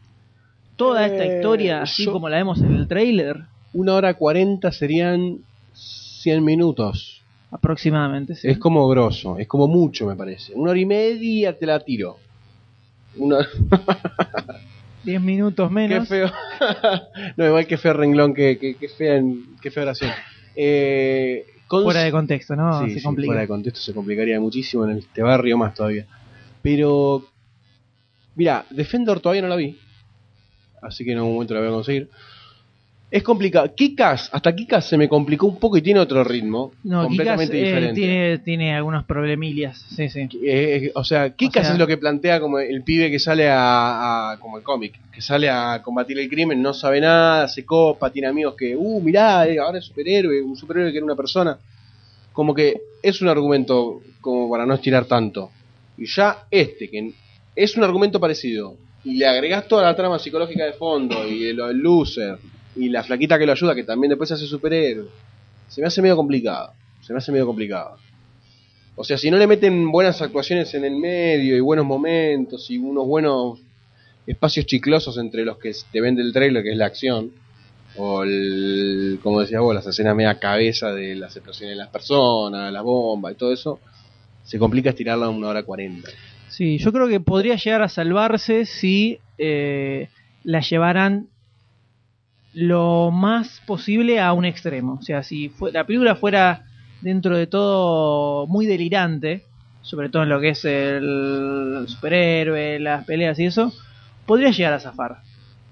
Speaker 1: Toda esta
Speaker 2: Eh,
Speaker 1: historia, así
Speaker 2: yo-
Speaker 1: como la vemos en el trailer,
Speaker 2: Una hora cuarenta serían 100 minutos.
Speaker 1: aproximadamente. ¿sí?
Speaker 2: Es como grosso, es como mucho, me parece. Una hora y media te la tiro. Una...
Speaker 1: 10 minutos menos.
Speaker 2: qué feo. no, igual que feo renglón, que, que, que fea, en- que fea oración. Eh, con-
Speaker 1: fuera de contexto, ¿no?
Speaker 2: Sí,
Speaker 1: Se
Speaker 2: sí,
Speaker 1: complica.
Speaker 2: fuera de contexto se complicaría muchísimo en este barrio más todavía. Pero, mira, Defender todavía no la vi. Así que en algún momento la voy a conseguir. Es complicado. Kikas, hasta Kikas se me complicó un poco y tiene otro ritmo.
Speaker 1: No, Kikas
Speaker 2: completamente
Speaker 1: eh,
Speaker 2: diferente.
Speaker 1: tiene, tiene algunos problemillas. Sí, sí.
Speaker 2: Eh, eh, o sea, Kikas
Speaker 1: O sea-
Speaker 2: es lo que plantea como el pibe que sale a, a- como el cómic, que sale a combatir el crimen, no sabe nada, se copa, tiene amigos que, uh, mirá, eh, ahora es superhéroe, un superhéroe que era una persona. Como que es un argumento como para no estirar tanto. Y ya este, que es un argumento parecido, y le agregás toda la trama psicológica de fondo, y el, el loser, y la flaquita que lo ayuda, que también después se hace superhéroe, se me hace medio complicado. Se me hace medio complicado. O sea, si no le meten buenas actuaciones en el medio y buenos momentos y unos buenos espacios chiclosos entre los que te vende el trailer, que es la acción, o el, como decías vos, las escenas media cabeza de las explosiones de las personas, las bombas y todo eso, se complica estirarla a una hora cuarenta.
Speaker 1: Sí, yo creo que podría llegar a salvarse si eh, la llevaran lo más posible a un extremo. O sea, si fue- la película fuera dentro de todo muy delirante, sobre todo en lo que es el superhéroe, las peleas y eso, podría llegar a zafar.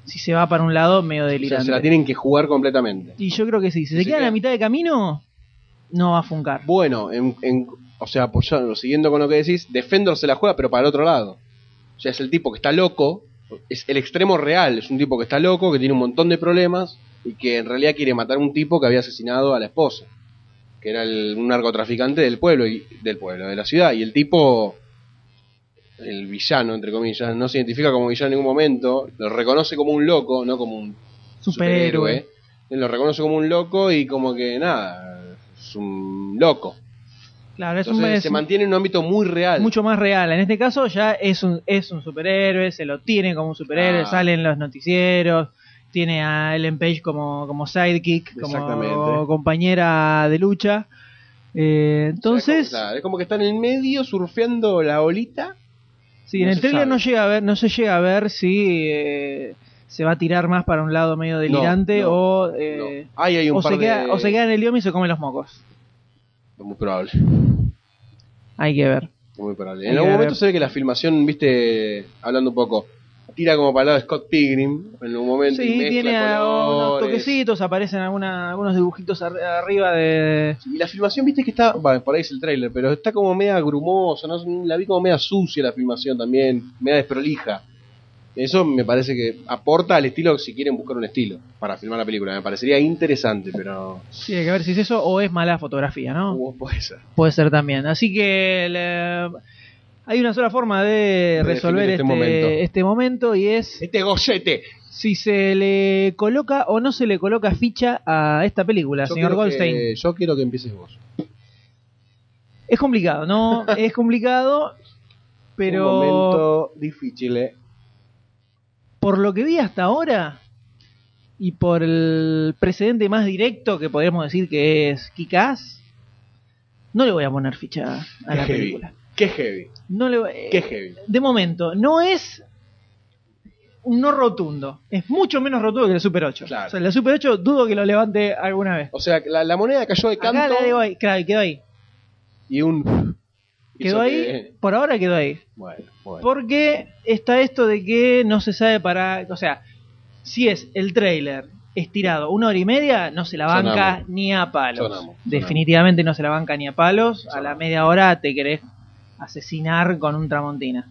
Speaker 1: Si se va para un lado medio
Speaker 2: O sea,
Speaker 1: delirante.
Speaker 2: se la tienen que jugar completamente.
Speaker 1: Y yo creo que sí. Si se
Speaker 2: se
Speaker 1: queda en la
Speaker 2: queda-
Speaker 1: mitad de camino, no va a funcar.
Speaker 2: Bueno, en- en- o sea, apoyando, siguiendo con lo que decís, Defender se la juega, pero para el otro lado. O sea, es el tipo que está loco, es el extremo real, es un tipo que está loco, que tiene un montón de problemas y que en realidad quiere matar a un tipo que había asesinado a la esposa, que era el- un narcotraficante del pueblo, y, del pueblo, de la ciudad. Y el tipo, el villano, entre comillas, no se identifica como villano en ningún momento, lo reconoce como un loco, no como un
Speaker 1: Superhéroe.
Speaker 2: superhéroe. ¿eh? Él lo reconoce como un loco y como que nada, es un loco.
Speaker 1: Claro, es
Speaker 2: Entonces
Speaker 1: un es
Speaker 2: se mantiene en un ámbito muy real.
Speaker 1: mucho más real. En este caso ya es un, es un superhéroe, se lo tiene como un superhéroe,
Speaker 2: Ah.
Speaker 1: sale en los noticieros, tiene a Ellen Page como, como sidekick, como
Speaker 2: Exactamente.
Speaker 1: compañera de lucha. Eh, entonces,
Speaker 2: Claro, es como que está en el medio surfeando la olita.
Speaker 1: sí, en
Speaker 2: no
Speaker 1: el
Speaker 2: se
Speaker 1: trailer no
Speaker 2: sabe.
Speaker 1: llega a ver, no se llega a ver si eh, se va a tirar más para un lado medio delirante
Speaker 2: no,
Speaker 1: o, eh,
Speaker 2: no. Ahí hay un
Speaker 1: o
Speaker 2: par
Speaker 1: se
Speaker 2: de-
Speaker 1: queda, o se queda en el idioma y se come los mocos.
Speaker 2: Muy probable.
Speaker 1: Hay que ver.
Speaker 2: Muy probable.
Speaker 1: Hay
Speaker 2: En algún
Speaker 1: que
Speaker 2: momento
Speaker 1: ver.
Speaker 2: se ve que la filmación, viste, hablando un poco, tira como para el lado de Scott Pilgrim en un momento. y
Speaker 1: Sí,
Speaker 2: mezcla
Speaker 1: tiene a- unos
Speaker 2: colores.
Speaker 1: toquecitos, aparecen alguna- algunos dibujitos ar- arriba de...
Speaker 2: Y la filmación, viste que está, bueno, por ahí es el trailer, pero está como media grumosa, ¿no? la vi como media sucia la filmación también, media desprolija. Eso me parece que aporta al estilo, si quieren buscar un estilo para filmar la película. Me parecería interesante, pero...
Speaker 1: Sí, hay que ver si es eso o es mala fotografía, ¿no?
Speaker 2: Uh, puede ser.
Speaker 1: Puede ser también. Así que le- hay una sola forma de
Speaker 2: De
Speaker 1: resolver
Speaker 2: definir
Speaker 1: este,
Speaker 2: este momento.
Speaker 1: este momento y es
Speaker 2: Este gollete.
Speaker 1: si se le coloca o no se le coloca ficha a esta película,
Speaker 2: Yo
Speaker 1: señor
Speaker 2: quiero
Speaker 1: Goldstein.
Speaker 2: que- yo quiero que empieces vos.
Speaker 1: Es complicado, ¿no? es complicado, pero...
Speaker 2: Un momento difícil, eh.
Speaker 1: por lo que vi hasta ahora y por el precedente más directo que podríamos decir que es Kikaz, no le voy a poner ficha a
Speaker 2: Qué
Speaker 1: la
Speaker 2: heavy.
Speaker 1: película.
Speaker 2: Qué heavy,
Speaker 1: No le voy- eh,
Speaker 2: qué heavy.
Speaker 1: De momento, no es un no rotundo. Es mucho menos rotundo que la Super 8.
Speaker 2: Claro.
Speaker 1: O sea, la Super 8 dudo que lo levante alguna vez.
Speaker 2: O sea, la, la moneda cayó de
Speaker 1: Acá
Speaker 2: canto
Speaker 1: la dejo ahí, claro, quedó ahí.
Speaker 2: y un...
Speaker 1: Quedó
Speaker 2: Hizo
Speaker 1: ahí,
Speaker 2: que-
Speaker 1: por ahora quedó ahí.
Speaker 2: Bueno, bueno.
Speaker 1: Porque está esto de que no se sabe para. O sea, si es el trailer estirado una hora y media, no se la banca
Speaker 2: Sonamos.
Speaker 1: ni a palos.
Speaker 2: Sonamos, sonamos.
Speaker 1: Definitivamente no se la banca ni a palos. A la
Speaker 2: Sonamos.
Speaker 1: media hora te querés asesinar con un Tramontina.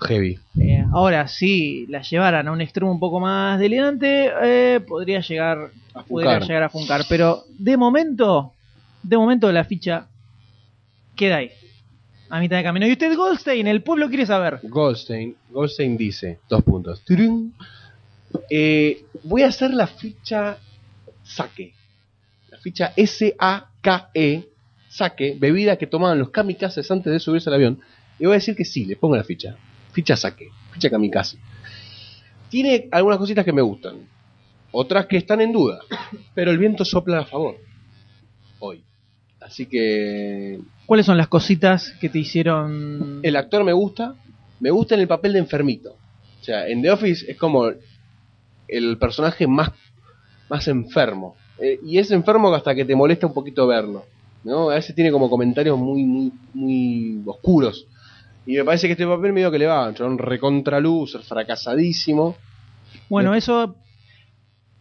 Speaker 2: Heavy.
Speaker 1: Eh, ahora, si la llevaran a un extremo un poco más delirante, eh, podría llegar
Speaker 2: A
Speaker 1: podría
Speaker 2: funcar.
Speaker 1: llegar a funcar. Pero de momento, de momento la ficha queda ahí. A mitad de camino. Y usted, Goldstein, el pueblo quiere saber.
Speaker 2: Goldstein, Goldstein dice, dos puntos. Turun. Eh, voy a hacer la ficha saque. La ficha S-A-K-E, E, saque, bebida que tomaban los kamikazes antes de subirse al avión. Y voy a decir que sí, le pongo la ficha. Ficha saque, ficha kamikaze. Tiene algunas cositas que me gustan, otras que están en duda, pero el viento sopla a favor. Hoy. Así que
Speaker 1: ¿Cuáles son las cositas que te hicieron?
Speaker 2: el actor me gusta, me gusta en el papel de enfermito. O sea, en The Office es como el personaje más, más enfermo. Eh, y es enfermo hasta que te molesta un poquito verlo. ¿no? A veces tiene como comentarios muy, muy, muy oscuros. Y me parece que este papel medio que le va, un recontraluz, fracasadísimo.
Speaker 1: Bueno, eso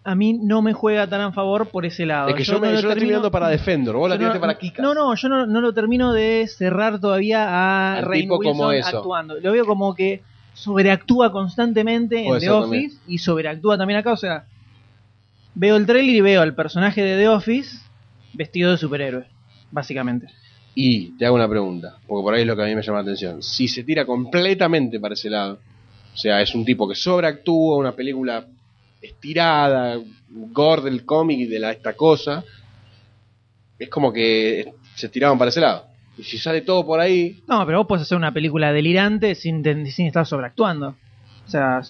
Speaker 1: a mí no me juega tan a favor por ese lado.
Speaker 2: es que yo,
Speaker 1: no
Speaker 2: me,
Speaker 1: lo
Speaker 2: yo la estoy
Speaker 1: Ah, termino-
Speaker 2: mirando para Defender, vos la
Speaker 1: yo no-
Speaker 2: tiraste para Kika.
Speaker 1: No, no, yo no, no lo termino de cerrar todavía a
Speaker 2: Al
Speaker 1: Rainn
Speaker 2: tipo
Speaker 1: Wilson
Speaker 2: como eso.
Speaker 1: actuando. Lo veo como que sobreactúa constantemente en
Speaker 2: Puede
Speaker 1: The
Speaker 2: ser
Speaker 1: Office
Speaker 2: también.
Speaker 1: y sobreactúa también acá. O sea, veo el trailer y veo al personaje de The Office vestido de superhéroe, básicamente.
Speaker 2: Y te hago una pregunta, porque por ahí es lo que a mí me llama la atención. Si se tira completamente para ese lado, o sea, es un tipo que sobreactúa, una película estirada, gore del cómic y de la, esta cosa, es como que se tiraban para ese lado. Y si sale todo por ahí,
Speaker 1: No, pero vos podés hacer una película delirante sin, ten- sin estar sobreactuando. O sea,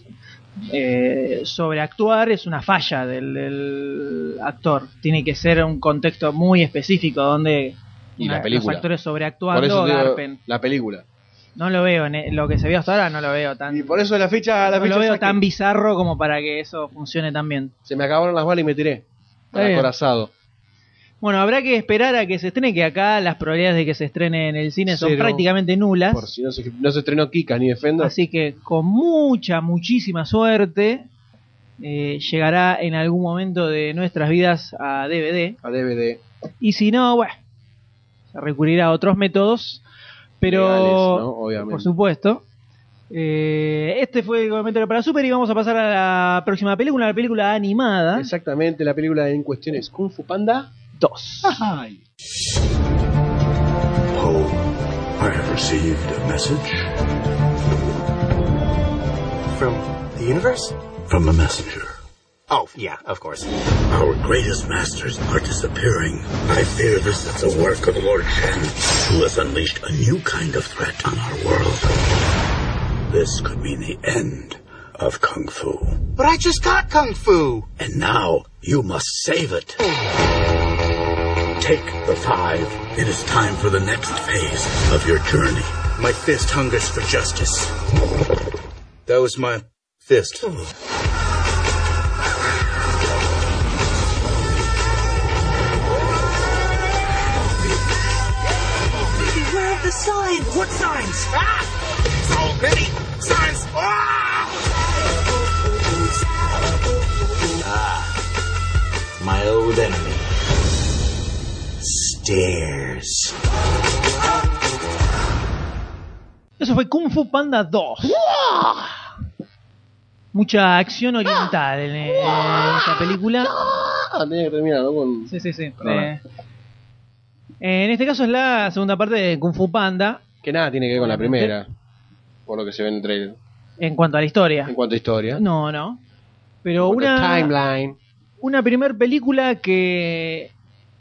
Speaker 1: eh, sobreactuar es una falla del, del actor. Tiene que ser un contexto muy específico donde
Speaker 2: Y
Speaker 1: una-
Speaker 2: la
Speaker 1: los
Speaker 2: película.
Speaker 1: actores
Speaker 2: por
Speaker 1: sobreactuando
Speaker 2: eso te digo,
Speaker 1: garpen.
Speaker 2: la película.
Speaker 1: No lo veo, en e- lo que se vio hasta ahora no lo veo tan,
Speaker 2: Y por eso la ficha, la
Speaker 1: no
Speaker 2: ficha
Speaker 1: lo veo
Speaker 2: saque.
Speaker 1: tan bizarro como para que eso funcione tan bien.
Speaker 2: se me acabaron las balas y me tiré.
Speaker 1: Está bien.
Speaker 2: Acorazado.
Speaker 1: Bueno, habrá que esperar a que se estrene, que acá las probabilidades de que se estrene en el cine son
Speaker 2: Cero.
Speaker 1: prácticamente nulas.
Speaker 2: Por si no se, no se estrenó Kikas ni Defender.
Speaker 1: Así que con mucha, muchísima suerte eh, llegará en algún momento de nuestras vidas a DVD.
Speaker 2: A DVD.
Speaker 1: Y si no, bueno, se recurrirá a otros métodos. Pero,
Speaker 2: Legales, ¿no? Obviamente.
Speaker 1: por supuesto. eh, este fue el comentario para Super y vamos a pasar a la próxima película, la película animada.
Speaker 2: Exactamente, la película en cuestión es Kung Fu Panda Ah, 2. Ay.
Speaker 11: I have received a message
Speaker 12: From the universe?
Speaker 11: from the messenger.
Speaker 12: Oh, yeah, of course.
Speaker 11: Our greatest masters are disappearing. I fear this is the work of Lord Chen, who has unleashed a new kind of threat on our world. This could mean the end of Kung Fu.
Speaker 12: But I just got Kung Fu!
Speaker 11: And now you must save it. Take the five. It is time for the next phase of your journey.
Speaker 12: My fist hungers for justice. That was my fist.
Speaker 11: Beware of the sign. What signs? Ah! So many signs.
Speaker 12: Ah, my old enemy. Stairs.
Speaker 1: Eso fue Kung Fu Panda 2. Mucha acción oriental en, eh, esta película.
Speaker 2: Ah, tenía que terminar, ¿no? Con...
Speaker 1: Sí, sí, sí.
Speaker 2: Perdón.
Speaker 1: Eh, en este caso es la segunda parte de Kung Fu Panda
Speaker 2: Que nada tiene que ver con la
Speaker 1: Obviamente.
Speaker 2: primera. Por lo que se ve en el trailer.
Speaker 1: en cuanto a la historia.
Speaker 2: En cuanto a historia.
Speaker 1: No, no. Pero
Speaker 2: Por la
Speaker 1: una,
Speaker 2: timeline.
Speaker 1: una primer película que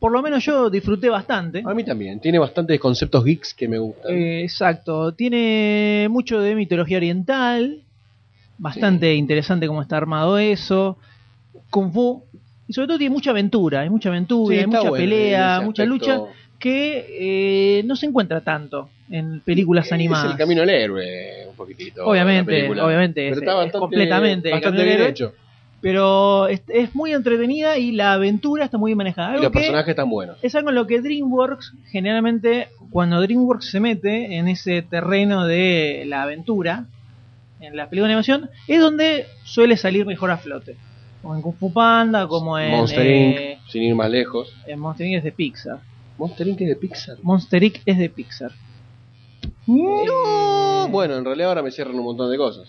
Speaker 1: por lo menos yo disfruté bastante.
Speaker 2: A mí también. Tiene bastantes conceptos geeks que me gustan.
Speaker 1: Eh, exacto. Tiene mucho de mitología oriental. Bastante interesante cómo está armado eso. Kung Fu. Y sobre todo tiene mucha aventura. Hay mucha aventura,
Speaker 2: Sí,
Speaker 1: hay
Speaker 2: está
Speaker 1: mucha
Speaker 2: bueno en
Speaker 1: pelea,
Speaker 2: ese
Speaker 1: mucha
Speaker 2: aspecto.
Speaker 1: lucha. Que eh, no se encuentra tanto en películas animadas.
Speaker 2: Es el camino del héroe, un poquitito.
Speaker 1: Obviamente,
Speaker 2: la película.
Speaker 1: obviamente,
Speaker 2: Pero
Speaker 1: es-
Speaker 2: está
Speaker 1: es
Speaker 2: bastante,
Speaker 1: completamente el
Speaker 2: bastante
Speaker 1: camino del
Speaker 2: bien
Speaker 1: héroe.
Speaker 2: hecho.
Speaker 1: Pero es, es muy entretenida y la aventura está muy bien manejada.
Speaker 2: Y
Speaker 1: Algo
Speaker 2: los
Speaker 1: que
Speaker 2: personajes están buenos.
Speaker 1: es algo en lo que DreamWorks generalmente, cuando DreamWorks se mete en ese terreno de la aventura, en las películas de animación, es donde suele salir mejor a flote. Como en Kung Fu Panda, como en
Speaker 2: Monster
Speaker 1: eh,
Speaker 2: Inc., sin ir más lejos.
Speaker 1: en Eh, Monster Inc. es de Pixar.
Speaker 2: Monster Inc. es de Pixar.
Speaker 1: Monster Inc. es de Pixar. Eh,
Speaker 2: No, bueno, en realidad ahora me cierran un montón de cosas.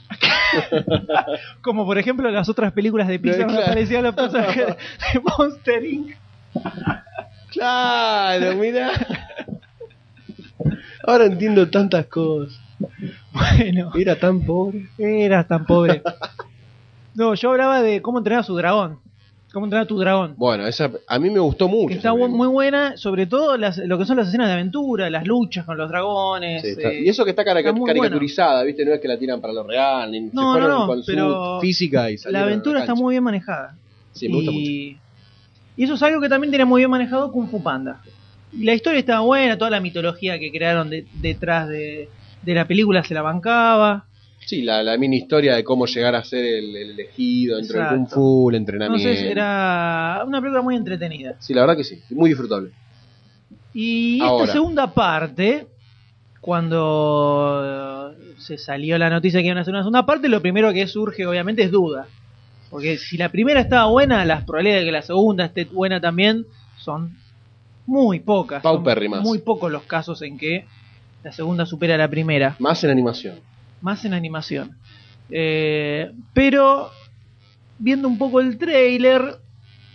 Speaker 1: Como por ejemplo las otras películas de Pixar
Speaker 2: Claro.
Speaker 1: donde aparecían los personajes de Monster Inc.
Speaker 2: Claro, mira. Ahora entiendo tantas cosas.
Speaker 1: Bueno,
Speaker 2: Era tan pobre.
Speaker 1: eras tan pobre. No, yo hablaba de cómo entrenar a su dragón. Cómo entrenar a tu dragón.
Speaker 2: Bueno, esa a mí me gustó mucho.
Speaker 1: que está
Speaker 2: esa
Speaker 1: bu-
Speaker 2: película.
Speaker 1: muy buena, sobre todo las, lo que son las escenas de aventura, las luchas con los dragones.
Speaker 2: Sí, está-
Speaker 1: eh,
Speaker 2: y eso que está, carica-
Speaker 1: está muy buena.
Speaker 2: caricaturizada, ¿viste? No es que la tiran para lo real, ni
Speaker 1: No,
Speaker 2: se fueron
Speaker 1: no, no,
Speaker 2: con su
Speaker 1: pero
Speaker 2: física y
Speaker 1: la
Speaker 2: salieron a
Speaker 1: aventura está
Speaker 2: cancha.
Speaker 1: muy bien manejada.
Speaker 2: Sí, me gusta mucho.
Speaker 1: y, y eso es algo que también tiene muy bien manejado Kung Fu Panda. Y la historia estaba buena, toda la mitología que crearon de- detrás de, de la película se la bancaba.
Speaker 2: Sí, la, la mini historia de cómo llegar a ser el, el elegido dentro del Kung
Speaker 1: Exacto.
Speaker 2: Fu, el entrenamiento.
Speaker 1: Entonces era una película muy entretenida.
Speaker 2: Sí, la verdad que sí, muy disfrutable.
Speaker 1: Y
Speaker 2: Ahora.
Speaker 1: esta segunda parte, cuando eh, se salió la noticia que iban a hacer una segunda parte, lo primero que surge obviamente es duda. Porque si la primera estaba buena, las probabilidades de que la segunda esté buena también son muy pocas. Son
Speaker 2: Paupérrimas.
Speaker 1: Muy pocos los casos en que la segunda supera a la primera,
Speaker 2: Más en animación.
Speaker 1: más en animación. Eh, pero viendo un poco el trailer,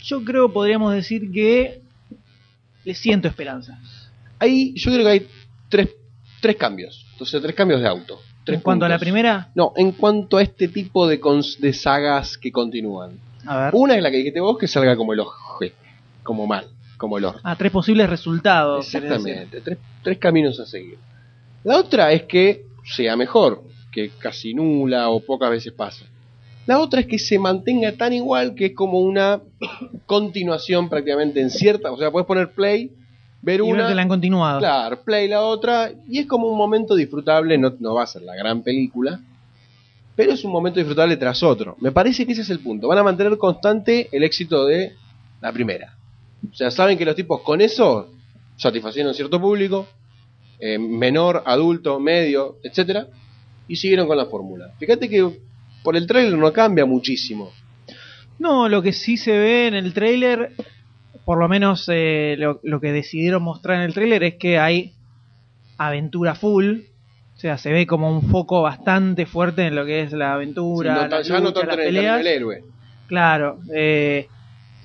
Speaker 1: yo creo que podríamos decir que le siento esperanza.
Speaker 2: Ahí yo creo que hay tres, tres cambios. Entonces, tres cambios de auto. Tres
Speaker 1: en cuanto a la
Speaker 2: puntos.
Speaker 1: primera,
Speaker 2: No, en cuanto a este tipo de, cons- de sagas que continúan.
Speaker 1: a ver.
Speaker 2: Una es la que dijiste vos, que salga como el ojo, como mal, como el orto.
Speaker 1: A tres posibles resultados. querés decir.
Speaker 2: Exactamente, tres, tres caminos a seguir. La otra es que sea mejor, que casi nula o pocas veces pasa. La otra es que se mantenga tan igual que es como una continuación prácticamente en cierta, o sea, puedes poner play, ver
Speaker 1: Y ver
Speaker 2: una,
Speaker 1: que la han continuado.
Speaker 2: claro, play la otra y es como un momento disfrutable, no, no va a ser la gran película, pero es un momento disfrutable tras otro. Me parece que ese es el punto, van a mantener constante el éxito de la primera. O sea, saben que los tipos con eso satisfacieron cierto público, eh, menor, adulto, medio, etcétera, y siguieron con la fórmula. Fíjate que por el trailer no cambia muchísimo.
Speaker 1: No, lo que sí se ve en el tráiler, por lo menos eh, lo, lo que decidieron mostrar en el tráiler es que hay aventura full. O sea, se ve como un foco bastante fuerte en lo que es la aventura.
Speaker 2: Sí, no
Speaker 1: la
Speaker 2: tan- ya no
Speaker 1: lucha,
Speaker 2: tanto
Speaker 1: las
Speaker 2: en el
Speaker 1: peleas.
Speaker 2: camino del héroe.
Speaker 1: Claro. eh,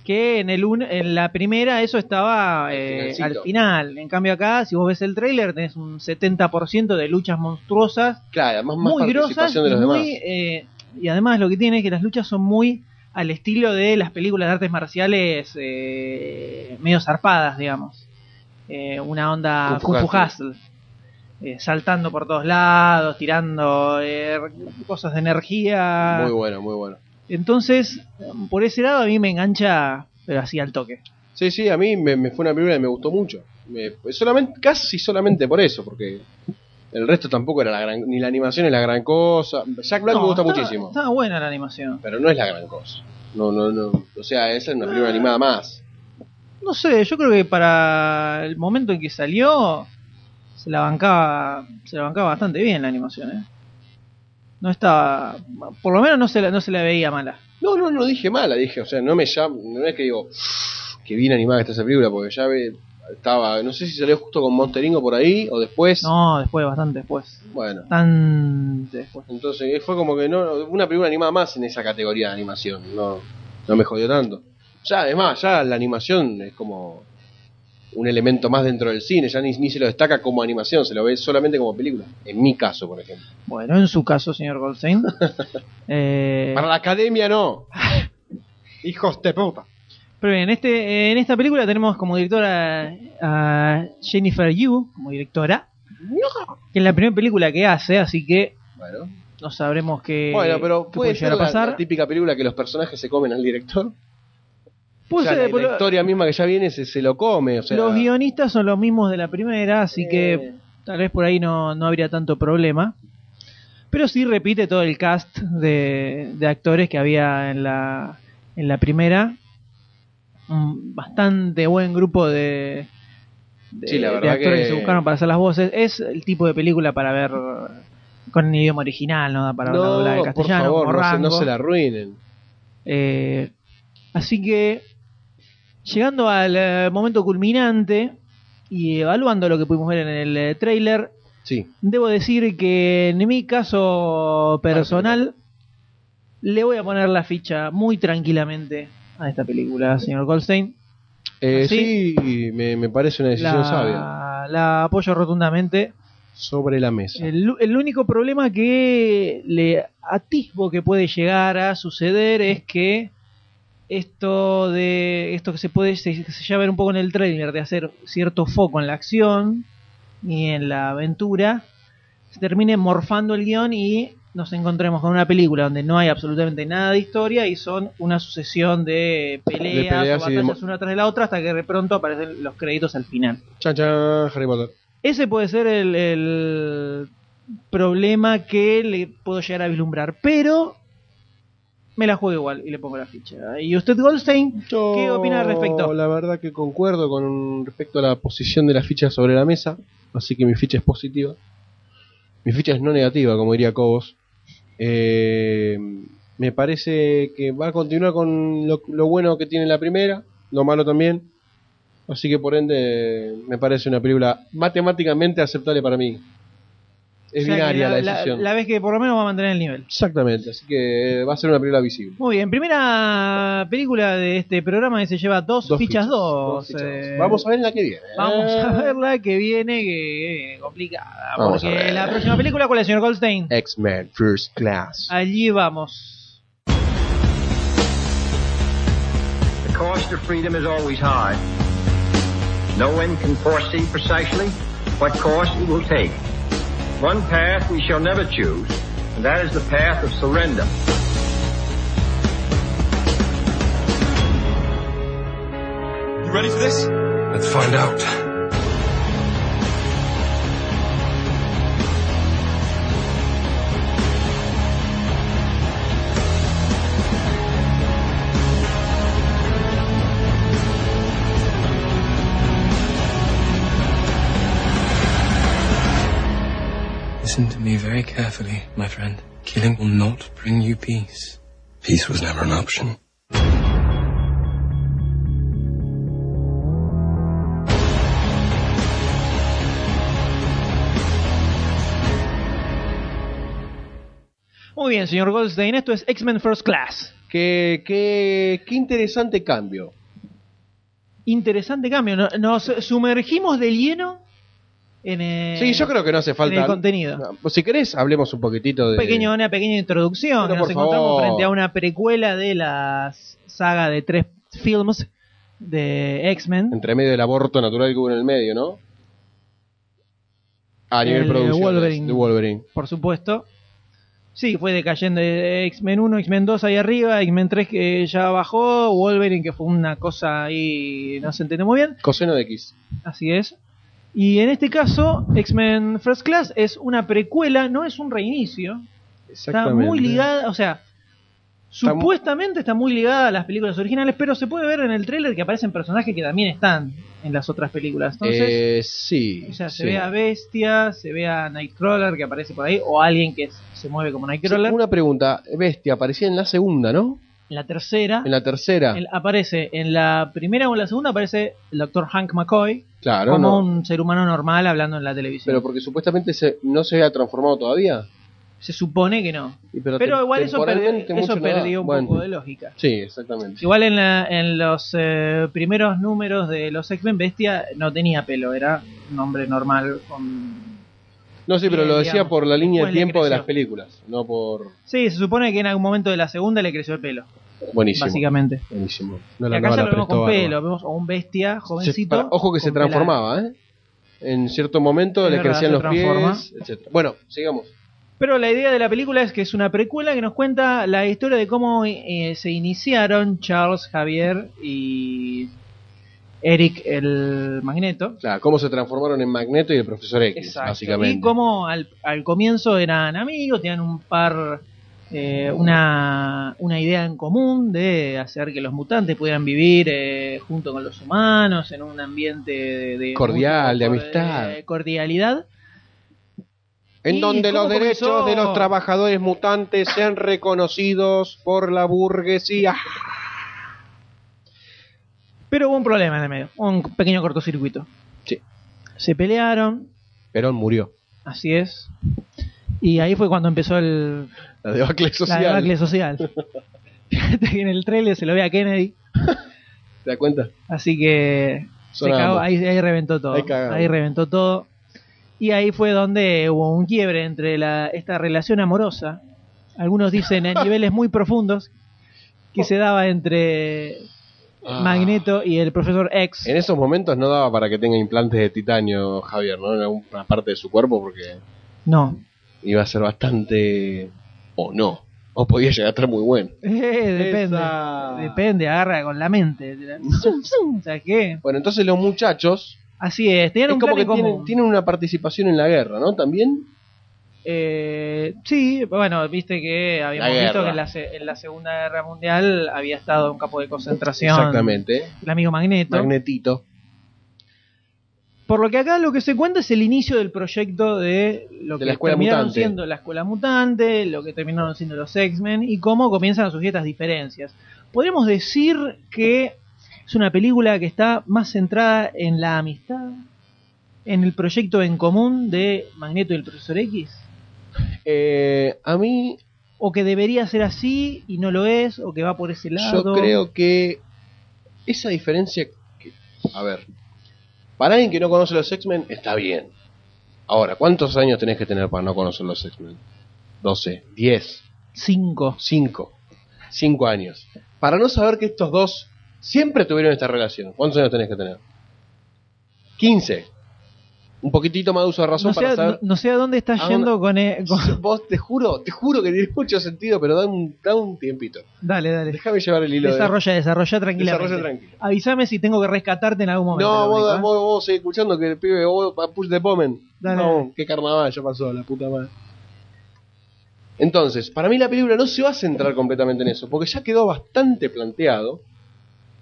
Speaker 1: que en, el un- en la primera eso estaba eh,
Speaker 2: finalcito.
Speaker 1: al final. En cambio acá, si vos ves el tráiler, tenés un 70% de luchas monstruosas
Speaker 2: Claro, además más
Speaker 1: muy grosas
Speaker 2: participación de los
Speaker 1: y muy,
Speaker 2: demás.
Speaker 1: eh, y además lo que tiene es que las luchas son muy al estilo de las películas de artes marciales eh, medio zarpadas, digamos. Eh, una onda
Speaker 13: Kung
Speaker 1: Kung
Speaker 13: Fu
Speaker 1: Fu Hustle. Eh, saltando por todos lados, tirando eh, cosas de energía.
Speaker 2: Muy bueno, muy bueno.
Speaker 1: Entonces, por ese lado a mí me engancha, pero así al toque.
Speaker 2: Sí, sí, a mí me, me fue una película que me gustó mucho. Me- pues solamente, casi solamente por eso, porque el resto tampoco era la gran, ni la animación es la gran cosa. Jack Black
Speaker 1: No,
Speaker 2: me gusta
Speaker 1: estaba-
Speaker 2: muchísimo,
Speaker 1: Estaba buena la animación.
Speaker 2: pero no es la gran cosa. No, no, no. O sea, esa es una película animada más.
Speaker 1: No sé, yo creo que para el momento en que salió se la bancaba, se la bancaba bastante bien la animación, ¿eh? No estaba, por lo menos no se la, no se la veía mala.
Speaker 2: No, no, no dije mala, dije, o sea, no me llama, no es que digo que bien animada que está esa película, porque ya ve- estaba, no sé si salió justo con Monteringo por ahí o después.
Speaker 1: No, después, bastante después.
Speaker 2: Bueno.
Speaker 1: Bastante después.
Speaker 2: Entonces eh, fue como que no una película animada más en esa categoría de animación, no, no me jodió tanto. Ya, además, ya la animación es como un elemento más dentro del cine, ya ni, ni se lo destaca como animación, se lo ve solamente como película, en mi caso, por ejemplo.
Speaker 1: Bueno, en su caso, señor Goldstein. eh,
Speaker 2: Para la academia no. Hijos de puta.
Speaker 1: pero bien, en este, en esta película tenemos como directora a Jennifer Yu, como directora, que es la primera película que hace, así que
Speaker 2: Bueno,
Speaker 1: no sabremos qué,
Speaker 2: bueno pero
Speaker 1: Eh, qué
Speaker 2: puede ser
Speaker 1: llegar
Speaker 2: la,
Speaker 1: a pasar.
Speaker 2: la típica película que los personajes se comen al director.
Speaker 1: Puede
Speaker 2: O sea,
Speaker 1: ser,
Speaker 2: la,
Speaker 1: pero-
Speaker 2: la historia misma que ya viene se, se lo come, o sea,
Speaker 1: Los guionistas son los mismos de la primera, así que
Speaker 2: Eh.
Speaker 1: tal vez por ahí no, no habría tanto problema. Pero sí repite todo el cast de, de actores que había en la, en la primera. Un bastante buen grupo de, de-
Speaker 2: Sí, la
Speaker 1: de
Speaker 2: verdad
Speaker 1: actores que...
Speaker 2: que-
Speaker 1: se buscaron para hacer las voces. Es el tipo de película para ver con el idioma original, no da para verla doblada
Speaker 2: no,
Speaker 1: al
Speaker 2: por
Speaker 1: castellano.
Speaker 2: favor,
Speaker 1: como
Speaker 2: no se, no
Speaker 1: Rango.
Speaker 2: se la arruinen.
Speaker 1: Eh, así que, llegando al eh, momento culminante y evaluando lo que pudimos ver en el eh, trailer,
Speaker 2: Sí.
Speaker 1: debo decir que en mi caso personal, le voy a poner la ficha muy tranquilamente a esta película, señor Goldstein.
Speaker 2: Eh,
Speaker 1: ¿Ah, ¿Sí?
Speaker 2: sí, me, me parece una decisión sabia.
Speaker 1: La, la apoyo rotundamente.
Speaker 2: Sobre la mesa.
Speaker 1: El, el único problema que le atisbo que puede llegar a suceder es que esto de esto que se puede se, que se lleva a ver un poco en el trailer de hacer cierto foco en la acción y en la aventura se termine morfando el guión y nos encontremos con una película donde no hay absolutamente nada de historia y son una sucesión de peleas,
Speaker 2: De peleas
Speaker 1: o
Speaker 2: y de
Speaker 1: batallas una tras de la otra hasta que de pronto aparecen los créditos al final.
Speaker 2: Chan, chan, Harry Potter.
Speaker 1: Ese puede ser el, el problema que le puedo llegar a vislumbrar, pero me la juego igual y le pongo la ficha. ¿Y usted, Goldstein, qué opina al respecto?
Speaker 2: La verdad que concuerdo con respecto a la posición de la ficha sobre la mesa, así que mi ficha es positiva. Mi ficha es no negativa, como diría Cobos. Eh, me parece que va a continuar con lo, lo bueno que tiene la primera, lo malo también. Así que por ende me parece una película matemáticamente aceptable para mí. Es
Speaker 1: O sea, que
Speaker 2: binaria la,
Speaker 1: la,
Speaker 2: decisión.
Speaker 1: la vez que por lo menos va a mantener el nivel.
Speaker 2: Exactamente, así que eh, va a ser una película visible.
Speaker 1: Muy bien, primera película de este programa que se lleva dos,
Speaker 2: Dos
Speaker 1: fichas,
Speaker 2: fichas,
Speaker 1: dos.
Speaker 2: dos fichas,
Speaker 1: eh,
Speaker 2: Vamos a ver la que viene.
Speaker 1: vamos a verla que viene, que viene complicada.
Speaker 2: Vamos a
Speaker 1: porque
Speaker 2: ver. Eh.
Speaker 1: la próxima película, ¿cuál es, señor Goldstein?
Speaker 2: X-Men First Class.
Speaker 1: Allí vamos.
Speaker 14: The cost of freedom is always high. No one can foresee precisely what course it will take. One path we shall never choose, and that is the path of surrender.
Speaker 15: You ready for this? Let's find out.
Speaker 13: me very carefully, my friend. Killing will not bring you peace. Peace was never an option.
Speaker 1: Muy bien, señor Goldstein, esto es X-Men First Class.
Speaker 2: Qué, qué, qué interesante cambio.
Speaker 1: Interesante cambio. no- Nos sumergimos del lleno en el,
Speaker 2: Sí, yo creo que no hace falta.
Speaker 1: en el Eh, contenido.
Speaker 2: No, pues Si querés, hablemos un poquitito de.
Speaker 1: Pequeño, una pequeña introducción.
Speaker 2: Pero
Speaker 1: Nos
Speaker 2: por
Speaker 1: encontramos
Speaker 2: favor.
Speaker 1: frente a una precuela de la saga de tres films de X-Men.
Speaker 2: Entre medio del aborto natural que hubo en el medio, ¿no? A nivel
Speaker 1: El de
Speaker 2: producción.
Speaker 1: Eh, Wolverine.
Speaker 2: De Wolverine.
Speaker 1: por supuesto. Sí, fue decayendo eh, X-Men 1, X-Men 2 ahí arriba, X-Men 3 que ya bajó, Wolverine que fue una cosa ahí, no se entiende muy bien,
Speaker 2: Coseno de X.
Speaker 1: así es. Y en este caso, X-Men First Class es una precuela, no es un reinicio. Está
Speaker 2: Exactamente.
Speaker 1: muy ligada, o sea,
Speaker 2: Está mu-
Speaker 1: supuestamente está muy ligada a las películas originales, pero se puede ver en el tráiler que aparecen personajes que también están en las otras películas. Entonces,
Speaker 2: Eh, sí.
Speaker 1: o sea, se
Speaker 2: sí.
Speaker 1: ve a Bestia, se ve a Nightcrawler que aparece por ahí, o alguien que s- se mueve como
Speaker 2: Sí,
Speaker 1: Nightcrawler.
Speaker 2: Una pregunta. Bestia, aparecía en la segunda, ¿no?
Speaker 1: En la tercera,
Speaker 2: En la tercera.
Speaker 1: él aparece en la primera o en la segunda aparece el doctor Hank McCoy
Speaker 2: Claro,
Speaker 1: como
Speaker 2: no.
Speaker 1: un ser humano normal hablando en la televisión.
Speaker 2: Pero porque supuestamente se- no se había transformado todavía.
Speaker 1: Se supone que no.
Speaker 2: Y
Speaker 1: Pero
Speaker 2: te-
Speaker 1: igual eso
Speaker 2: temporalmente
Speaker 1: perdió-
Speaker 2: mucho
Speaker 1: eso
Speaker 2: no da.
Speaker 1: perdió un
Speaker 2: Bueno.
Speaker 1: poco de lógica.
Speaker 2: Sí, exactamente.
Speaker 1: Igual en, la- en los eh, primeros números de los X-Men, Bestia no tenía pelo, era un hombre normal con
Speaker 2: No, sí, pero
Speaker 1: Bien,
Speaker 2: lo decía
Speaker 1: eh, digamos.
Speaker 2: por la línea de
Speaker 1: Después le
Speaker 2: tiempo de
Speaker 1: creció.
Speaker 2: las películas, no por...
Speaker 1: Sí, se supone que en algún momento de la segunda le creció el pelo.
Speaker 2: Buenísimo.
Speaker 1: Básicamente.
Speaker 2: Buenísimo.
Speaker 1: Y acá ya lo vemos con pelo, vemos a un bestia jovencito.
Speaker 2: Se- para- ojo que
Speaker 1: con
Speaker 2: se transformaba, ¿eh? En cierto momento
Speaker 1: Es
Speaker 2: le
Speaker 1: verdad,
Speaker 2: crecían
Speaker 1: se
Speaker 2: los
Speaker 1: transforma.
Speaker 2: pies, etcétera. Bueno, sigamos.
Speaker 1: Pero la idea de la película es que es una precuela que nos cuenta la historia de cómo eh, se iniciaron Charles, Javier y Eric el Magneto.
Speaker 2: Claro, cómo se transformaron en Magneto y el Profesor X,
Speaker 1: Y
Speaker 2: básicamente.
Speaker 1: cómo al, al comienzo eran amigos, tenían un par, eh, una, una idea en común de hacer que los mutantes pudieran vivir eh, junto con los humanos en un ambiente de, de-
Speaker 2: Cordial, de
Speaker 1: cor-
Speaker 2: amistad.
Speaker 1: de cordialidad.
Speaker 2: En
Speaker 1: ¿Y
Speaker 2: donde
Speaker 1: cómo
Speaker 2: los derechos
Speaker 1: comenzó?
Speaker 2: de los trabajadores mutantes sean reconocidos por la burguesía.
Speaker 1: Pero hubo un problema en el medio, un pequeño cortocircuito.
Speaker 2: Sí.
Speaker 1: Se pelearon,
Speaker 2: Perón murió.
Speaker 1: así es. Y ahí fue cuando empezó el,
Speaker 2: La debacle social.
Speaker 1: la debacle social. Fíjate que en el trailer se lo ve a Kennedy,
Speaker 2: ¿Te das cuenta?
Speaker 1: así que se
Speaker 2: Sonamos.
Speaker 1: cagó, ahí, ahí reventó todo.
Speaker 2: Ahí cagamos.
Speaker 1: Ahí reventó todo. Y ahí fue donde hubo un quiebre entre la, esta relación amorosa. Algunos dicen en niveles muy profundos que se daba entre
Speaker 2: Ah.
Speaker 1: Magneto y el profesor X.
Speaker 2: En esos momentos no daba para que tenga implantes de titanio, Javier, ¿no? En alguna parte de su cuerpo, porque
Speaker 1: No,
Speaker 2: iba a ser bastante. O no. O podía llegar a estar muy bueno.
Speaker 1: Eh, depende.
Speaker 2: Esa.
Speaker 1: Depende, agarra con la mente. Zum, zum, ¿Sabes qué?
Speaker 2: Bueno, entonces los muchachos.
Speaker 1: Así es, tenían
Speaker 2: Es
Speaker 1: un
Speaker 2: como
Speaker 1: plan
Speaker 2: que
Speaker 1: en común.
Speaker 2: tienen, tienen una participación en la guerra, ¿no? También.
Speaker 1: Eh, sí, bueno, viste que habíamos
Speaker 2: La
Speaker 1: visto
Speaker 2: guerra.
Speaker 1: que en la, se- en la Segunda Guerra Mundial había estado un campo de concentración.
Speaker 2: Exactamente.
Speaker 1: El amigo Magneto.
Speaker 2: Magnetito.
Speaker 1: Por lo que acá lo que se cuenta es el inicio del proyecto de lo
Speaker 2: De
Speaker 1: que
Speaker 2: la escuela
Speaker 1: terminaron
Speaker 2: mutante.
Speaker 1: siendo la escuela mutante, lo que terminaron siendo los X-Men y cómo comienzan a surgir estas diferencias. Podríamos decir que es una película que está más centrada en la amistad, en el proyecto en común de Magneto y el Profesor X,
Speaker 2: Eh, a mí,
Speaker 1: o que debería ser así y no lo es, o que va por ese lado.
Speaker 2: yo creo que esa diferencia. que- a ver. Para alguien que no conoce los X-Men, está bien. Ahora, ¿cuántos años tenés que tener para no conocer los X-Men? 12, 10,
Speaker 1: Cinco.
Speaker 2: 5. 5 años. Para no saber que estos dos siempre tuvieron esta relación, ¿cuántos años tenés que tener? 15. Un poquitito más de uso de razón
Speaker 1: No sé,
Speaker 2: para
Speaker 1: a-
Speaker 2: saber. Ah,
Speaker 1: no- no sé a dónde está
Speaker 2: a
Speaker 1: yendo con, eh, con-
Speaker 2: Vos te juro, te juro que tiene mucho sentido, pero da un, da un tiempito.
Speaker 1: Dale, dale.
Speaker 2: Déjame llevar el hilo. de-
Speaker 1: Desarrolla, desarrolla tranquilamente.
Speaker 2: Desarrolla tranquilo.
Speaker 1: Avísame si tengo que rescatarte en algún momento.
Speaker 2: No, vos,
Speaker 1: Domenico,
Speaker 2: vos,
Speaker 1: ¿eh?
Speaker 2: vos seguís escuchando que el pibe, vos pa- push de pomen.
Speaker 1: Dale,
Speaker 2: No, qué carnaval ya pasó, la puta madre. Entonces, para mí la película no se va a centrar completamente en eso, porque ya quedó bastante planteado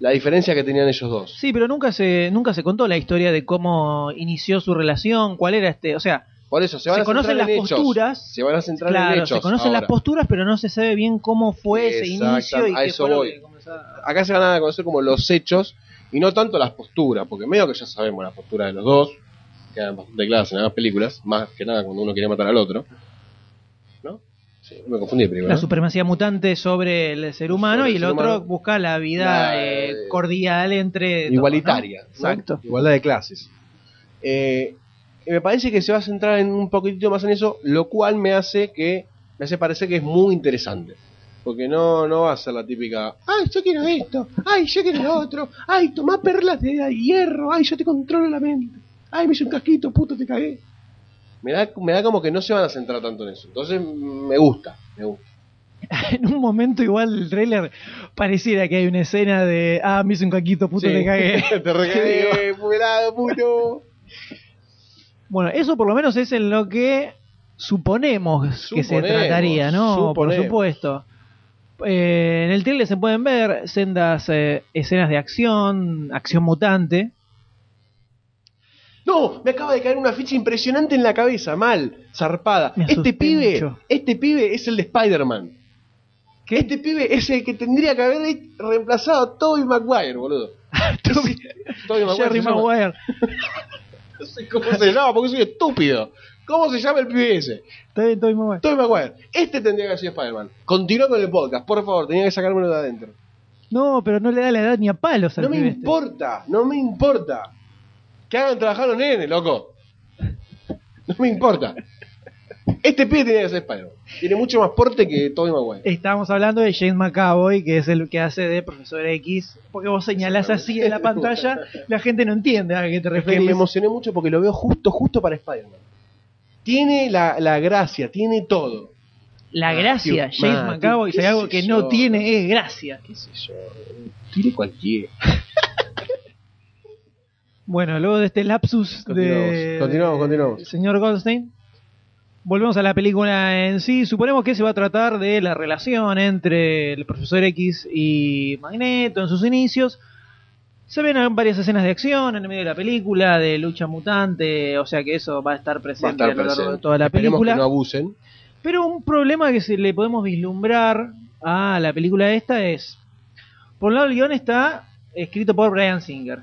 Speaker 2: la diferencia que tenían ellos dos.
Speaker 1: Sí, pero nunca se, nunca se contó la historia de cómo inició su relación, cuál era este. O sea,
Speaker 2: Por eso, se van
Speaker 1: Se
Speaker 2: a centrar
Speaker 1: conocen
Speaker 2: en
Speaker 1: las
Speaker 2: hechos.
Speaker 1: posturas.
Speaker 2: Se van a centrar en
Speaker 1: Claro,
Speaker 2: hechos.
Speaker 1: se conocen
Speaker 2: ahora.
Speaker 1: las posturas, pero no se sabe bien cómo fue ese
Speaker 2: Exacto,
Speaker 1: inicio y
Speaker 2: a
Speaker 1: qué
Speaker 2: eso
Speaker 1: fue lo
Speaker 2: voy.
Speaker 1: que
Speaker 2: Acá se van a conocer como los hechos y no tanto las posturas, porque medio que ya sabemos las posturas de los dos, quedan bastante claras en las películas, más que nada cuando uno quiere matar al otro. ¿No? Sí, me confundí primero.
Speaker 1: La supremacía mutante sobre el ser humano
Speaker 2: Sobre
Speaker 1: y
Speaker 2: el
Speaker 1: el
Speaker 2: ser
Speaker 1: otro
Speaker 2: humano.
Speaker 1: busca la vida
Speaker 2: La,
Speaker 1: eh,
Speaker 2: eh,
Speaker 1: cordial entre... todos, ¿no?
Speaker 2: Igualitaria. ¿no?
Speaker 1: Exacto.
Speaker 2: Igualdad de clases. Eh, y me parece que se va a centrar en un poquitito más en eso, lo cual me hace que me hace parecer que es muy interesante. Porque no, no va a ser la típica
Speaker 16: Ay, yo quiero esto. Ay, yo quiero lo otro. Ay, tomá perlas de hierro. Ay, yo te controlo la mente. Ay, me hice un casquito, puto, te cagué.
Speaker 2: me da, me da como que no se van a centrar tanto en eso. Entonces mm, me gusta, me gusta.
Speaker 1: En un momento igual el trailer pareciera que hay una escena de... Ah, me hice un caquito, puto,
Speaker 2: Sí.
Speaker 1: te cagué.
Speaker 2: Te recagué, puberado, puto.
Speaker 1: Bueno, eso por lo menos es en lo que suponemos, que se
Speaker 2: Suponemos,
Speaker 1: trataría, ¿no?
Speaker 2: suponemos.
Speaker 1: Por supuesto. Eh, en el trailer se pueden ver sendas eh, escenas de acción, acción mutante.
Speaker 2: No, me acaba de caer una ficha impresionante en la cabeza, mal, zarpada.
Speaker 1: Me asusté
Speaker 2: Este pibe,
Speaker 1: mucho.
Speaker 2: este pibe es el de Spider-Man. Este pibe es el que tendría que haber reemplazado a Tobey Maguire, boludo. Toby, Maguire.
Speaker 1: Jerry
Speaker 2: se llama.
Speaker 1: Maguire.
Speaker 2: No sé cómo se llama, porque soy estúpido. ¿Cómo se llama el pibe ese?
Speaker 1: Está bien, Tobey Maguire.
Speaker 2: Tobey Maguire. Este tendría que haber sido Spider-Man. Continúa con el podcast, por favor, tenía que sacármelo de adentro.
Speaker 1: No, pero no le da la edad ni a palos al
Speaker 2: No me
Speaker 1: pibe este.
Speaker 2: importa, no me importa. Que hagan trabajar a los nenes, loco. No me importa. Este pibe tiene que ser Spider-Man. Tiene mucho más porte que Tobey Maguire.
Speaker 1: Estábamos hablando de James McAvoy, que es el que hace de Profesor X. Porque vos señalás así en la pantalla, la gente no entiende a qué te
Speaker 2: Es que
Speaker 1: refieres.
Speaker 2: me emocioné mucho porque lo veo justo, justo para Spider-Man. Tiene la, la gracia, tiene todo.
Speaker 1: La gracia,
Speaker 2: Matthew,
Speaker 1: James
Speaker 2: Matthew,
Speaker 1: McAvoy, si
Speaker 2: Ah, qué
Speaker 1: hay algo
Speaker 2: sé
Speaker 1: que
Speaker 2: yo.
Speaker 1: no tiene es gracia.
Speaker 2: ¿Qué sé yo? Tiene cualquiera.
Speaker 1: Bueno, luego de este lapsus de
Speaker 2: Continuamos, continuamos.
Speaker 1: señor Goldstein, volvemos a la película en sí. Suponemos que se va a tratar de la relación entre el profesor X y Magneto en sus inicios. Se ven varias escenas de acción en el medio de la película, de lucha mutante, o sea que eso va a estar
Speaker 2: Va a
Speaker 1: presente
Speaker 2: estar
Speaker 1: a, lo largo de
Speaker 2: presente.
Speaker 1: toda la
Speaker 2: Esperemos
Speaker 1: película.
Speaker 2: que no abusen.
Speaker 1: Pero un problema que se le podemos vislumbrar a la película esta es, por un lado el guión está escrito por Brian Singer,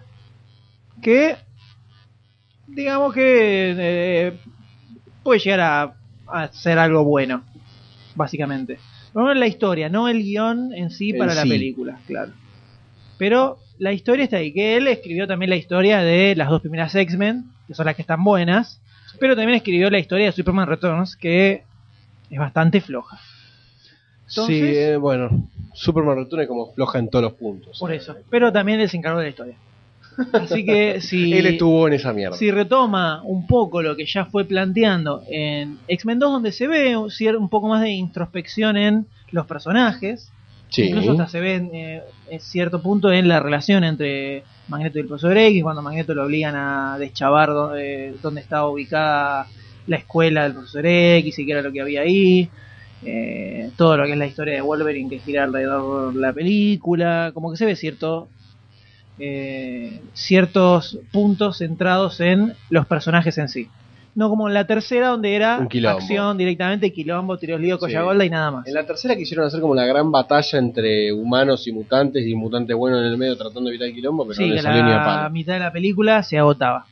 Speaker 1: que digamos que eh, puede llegar a, a ser algo bueno, básicamente. No la historia, no el guión en sí
Speaker 2: En
Speaker 1: para la
Speaker 2: sí.
Speaker 1: película, claro. Pero la historia está ahí, que él escribió también la historia de las dos primeras X-Men, que son las que están buenas, pero también escribió la historia de Superman Returns, que es bastante floja. Entonces-
Speaker 2: sí, eh, bueno. Superman Returns es como floja en todos los puntos.
Speaker 1: Por eso. Pero también él se encargó de la historia. Así que si,
Speaker 2: Él estuvo en esa mierda.
Speaker 1: si retoma un poco lo que ya fue planteando en X-Men 2, donde se ve un cier- un poco más de introspección en los personajes,
Speaker 2: Sí.
Speaker 1: incluso hasta se ve en, eh, en cierto punto en la relación entre Magneto y el profesor X, cuando Magneto lo obligan a deschavar donde, donde estaba ubicada la escuela del profesor X y qué era lo que había ahí. eh, todo lo que es la historia de Wolverine que gira alrededor de la película, como que se ve cierto eh, ciertos puntos centrados en los personajes en sí. No como en la tercera, donde era
Speaker 2: Un quilombo.
Speaker 1: acción directamente, quilombo, tiros lío, collabola y nada más.
Speaker 2: En la tercera quisieron hacer como la gran batalla entre humanos y mutantes y un mutante bueno en el medio tratando de evitar el quilombo, pero
Speaker 1: sí,
Speaker 2: Pues no
Speaker 1: que
Speaker 2: le salió ni a
Speaker 1: la
Speaker 2: palo.
Speaker 1: mitad de la película se agotaba.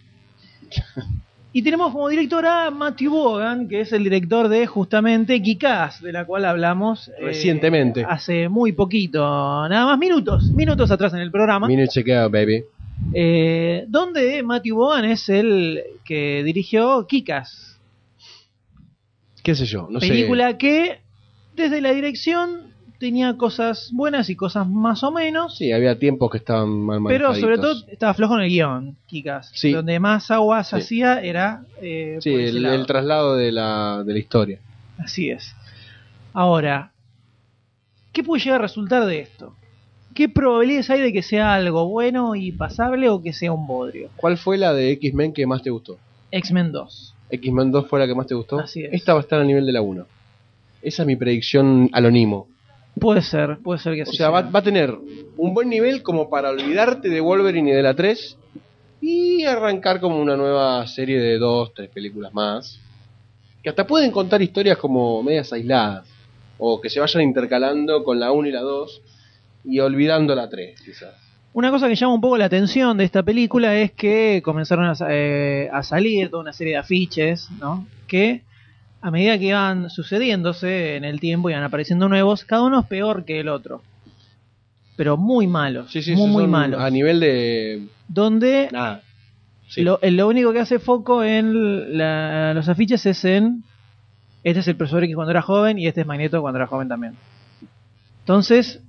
Speaker 1: Y tenemos como director a Matthew Bogan, que es el director de justamente Kikaz, de la cual hablamos eh,
Speaker 2: Recientemente.
Speaker 1: hace muy poquito, nada más minutos, minutos atrás en el programa.
Speaker 2: Mini chequeo, baby.
Speaker 1: Eh, donde Matthew Bogan es el que dirigió Kikas,
Speaker 2: ¿Qué sé yo? No
Speaker 1: película que desde la dirección tenía cosas buenas y cosas más o menos,
Speaker 2: sé. Sí, había tiempos que estaban mal
Speaker 1: pero
Speaker 2: manejaditos.
Speaker 1: sobre todo estaba flojo en el guión, Kikas,
Speaker 2: Sí.
Speaker 1: donde más agua se
Speaker 2: Sí.
Speaker 1: hacía era eh,
Speaker 2: Sí,
Speaker 1: por ese
Speaker 2: el,
Speaker 1: lado.
Speaker 2: el traslado de la, de la historia.
Speaker 1: Así es. Ahora, ¿qué puede llegar a resultar de esto? ¿Qué probabilidades hay de que sea algo bueno y pasable o que sea un bodrio?
Speaker 2: ¿Cuál fue la de X-Men que más te gustó?
Speaker 1: X-Men 2.
Speaker 2: ¿X-Men 2 fue la que más te gustó?
Speaker 1: Así es.
Speaker 2: Esta va a estar al nivel de la 1. Esa es mi predicción al animo.
Speaker 1: Puede ser, puede ser que
Speaker 2: O
Speaker 1: así
Speaker 2: sea, va,
Speaker 1: sea.
Speaker 2: va a tener un buen nivel como para olvidarte de Wolverine y de la 3 y arrancar como una nueva serie de dos, tres películas más. que hasta pueden contar historias como medias aisladas, o que se vayan intercalando con la 1 y la 2, y olvidando la 3, quizás.
Speaker 1: Una cosa que llama un poco la atención de esta película es que comenzaron a, sa- eh, a salir toda una serie de afiches, ¿no? Que a medida que iban sucediéndose en el tiempo, iban apareciendo nuevos, cada uno es peor que el otro. Pero muy malos.
Speaker 2: Sí, sí,
Speaker 1: muy,
Speaker 2: esos
Speaker 1: muy
Speaker 2: son
Speaker 1: malos.
Speaker 2: A nivel de.
Speaker 1: Donde
Speaker 2: Nada.
Speaker 1: lo, eh, lo único que hace foco en la- los afiches es en. Este es el profesor X cuando era joven y este es Magneto cuando era joven también. Entonces,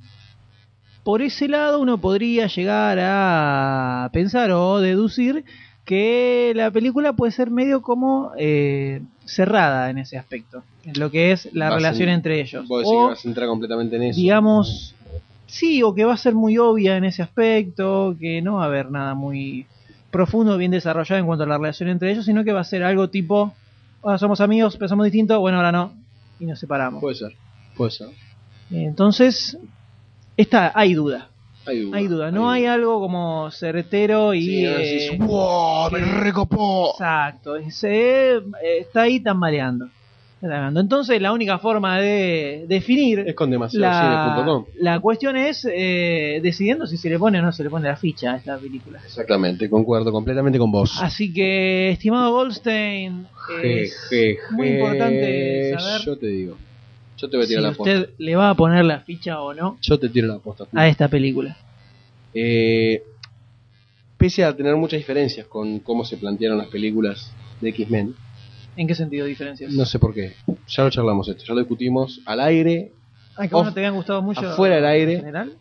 Speaker 1: por ese lado uno podría llegar a pensar o deducir que la película puede ser medio como eh, cerrada en ese aspecto, en lo que es la
Speaker 2: Vas
Speaker 1: relación
Speaker 2: en-
Speaker 1: entre ellos.
Speaker 2: Vos decís
Speaker 1: O-
Speaker 2: que vas a entrar completamente en eso.
Speaker 1: digamos, sí, o que va a ser muy obvia en ese aspecto, que no va a haber nada muy profundo, bien desarrollado en cuanto a la relación entre ellos, sino que va a ser algo tipo, ahora somos amigos, pensamos distinto, bueno, ahora no, y nos separamos.
Speaker 2: Puede ser, puede ser.
Speaker 1: Entonces, está, hay duda.
Speaker 2: Hay duda.
Speaker 1: Hay duda, no hay, algo como certero y...
Speaker 2: Sí, ahora
Speaker 1: eh,
Speaker 2: decís, "Wow, me
Speaker 1: que-
Speaker 2: recopó".
Speaker 1: Exacto, y se, eh, está ahí tambaleando. tambaleando. Entonces la única forma de definir
Speaker 2: Es con
Speaker 1: la,
Speaker 2: demasiadocine.com.
Speaker 1: la cuestión es eh, decidiendo si se le pone o no se le pone la ficha a esta película.
Speaker 2: Exactamente, concuerdo completamente con vos.
Speaker 1: Así que, estimado Goldstein, es muy importante saber
Speaker 2: Yo te digo. Yo te voy a
Speaker 1: si
Speaker 2: tirar la
Speaker 1: usted
Speaker 2: posta.
Speaker 1: le va a poner la ficha o no
Speaker 2: Yo te tiro la posta.
Speaker 1: a esta película.
Speaker 2: Eh, pese a tener muchas diferencias con cómo se plantearon las películas de X-Men,
Speaker 1: ¿En qué sentido diferencias?
Speaker 2: no sé por qué. Ya lo charlamos esto, ya lo discutimos al aire.
Speaker 1: Ay, Ah, que vos
Speaker 2: off-
Speaker 1: no te habían gustado mucho.
Speaker 2: afuera del aire.
Speaker 1: en general.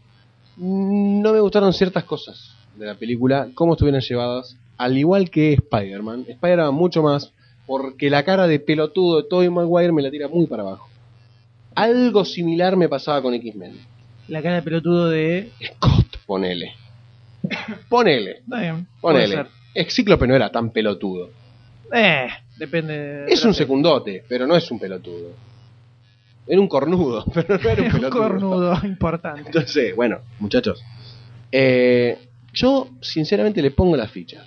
Speaker 2: No me gustaron ciertas cosas de la película, cómo estuvieron llevadas, al igual que Spider-Man. Spider-Man mucho más, porque la cara de pelotudo de Tobey Maguire me la tira muy para abajo. Algo similar me pasaba con X-Men.
Speaker 1: La cara de pelotudo de.
Speaker 2: Ponele. Ponele.
Speaker 1: Está bien. puede
Speaker 2: Ponele.
Speaker 1: ser.
Speaker 2: Cíclope no era tan pelotudo.
Speaker 1: Eh, depende. de
Speaker 2: Es
Speaker 1: la
Speaker 2: un secundote, pero no es un pelotudo. Era un cornudo, pero no era un
Speaker 1: Un
Speaker 2: pelotudo.
Speaker 1: cornudo importante.
Speaker 2: Entonces, bueno, muchachos. eh, yo, sinceramente, le pongo la ficha.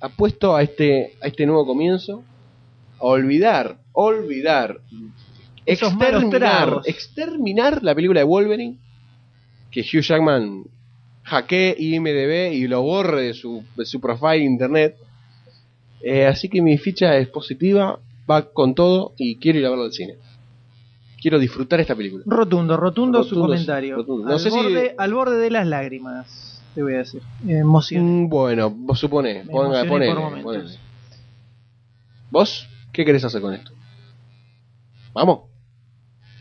Speaker 2: Apuesto a este, a este nuevo comienzo. A olvidar, olvidar.
Speaker 1: Esos malos
Speaker 2: Exterminar,
Speaker 1: tragos.
Speaker 2: exterminar la película de Wolverine. Que Hugh Jackman hackee IMDB y lo borre de su, de su profile de internet. Eh, así que mi ficha es positiva, va con todo y quiero ir a verla al cine. Quiero disfrutar esta película.
Speaker 1: Rotundo, rotundo, su
Speaker 2: Rotundo,
Speaker 1: comentario.
Speaker 2: rotundo.
Speaker 1: Al,
Speaker 2: No sé si-
Speaker 1: borde, al borde de las lágrimas, te voy a decir. Eh, Emoción.
Speaker 2: Mm, Bueno, vos suponés,
Speaker 1: Me
Speaker 2: ponga,
Speaker 1: emocioné
Speaker 2: ponele,
Speaker 1: por momentos.
Speaker 2: ponele. ¿Vos qué querés hacer con esto? Vamos.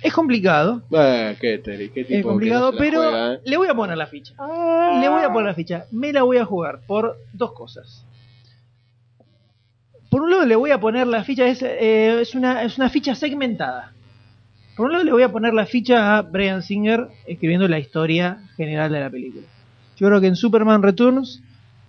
Speaker 1: Es complicado,
Speaker 2: Eh, qué teri, qué
Speaker 1: es
Speaker 2: tipo que
Speaker 1: complicado,
Speaker 2: no se la
Speaker 1: pero
Speaker 2: juega, eh.
Speaker 1: le voy a poner la ficha. Le voy a poner la ficha. Me la voy a jugar por dos cosas. Por un lado le voy a poner la ficha, es, eh, es, una, es una ficha segmentada. Por un lado le voy a poner la ficha a Brian Singer escribiendo la historia general de la película. Yo creo que en Superman Returns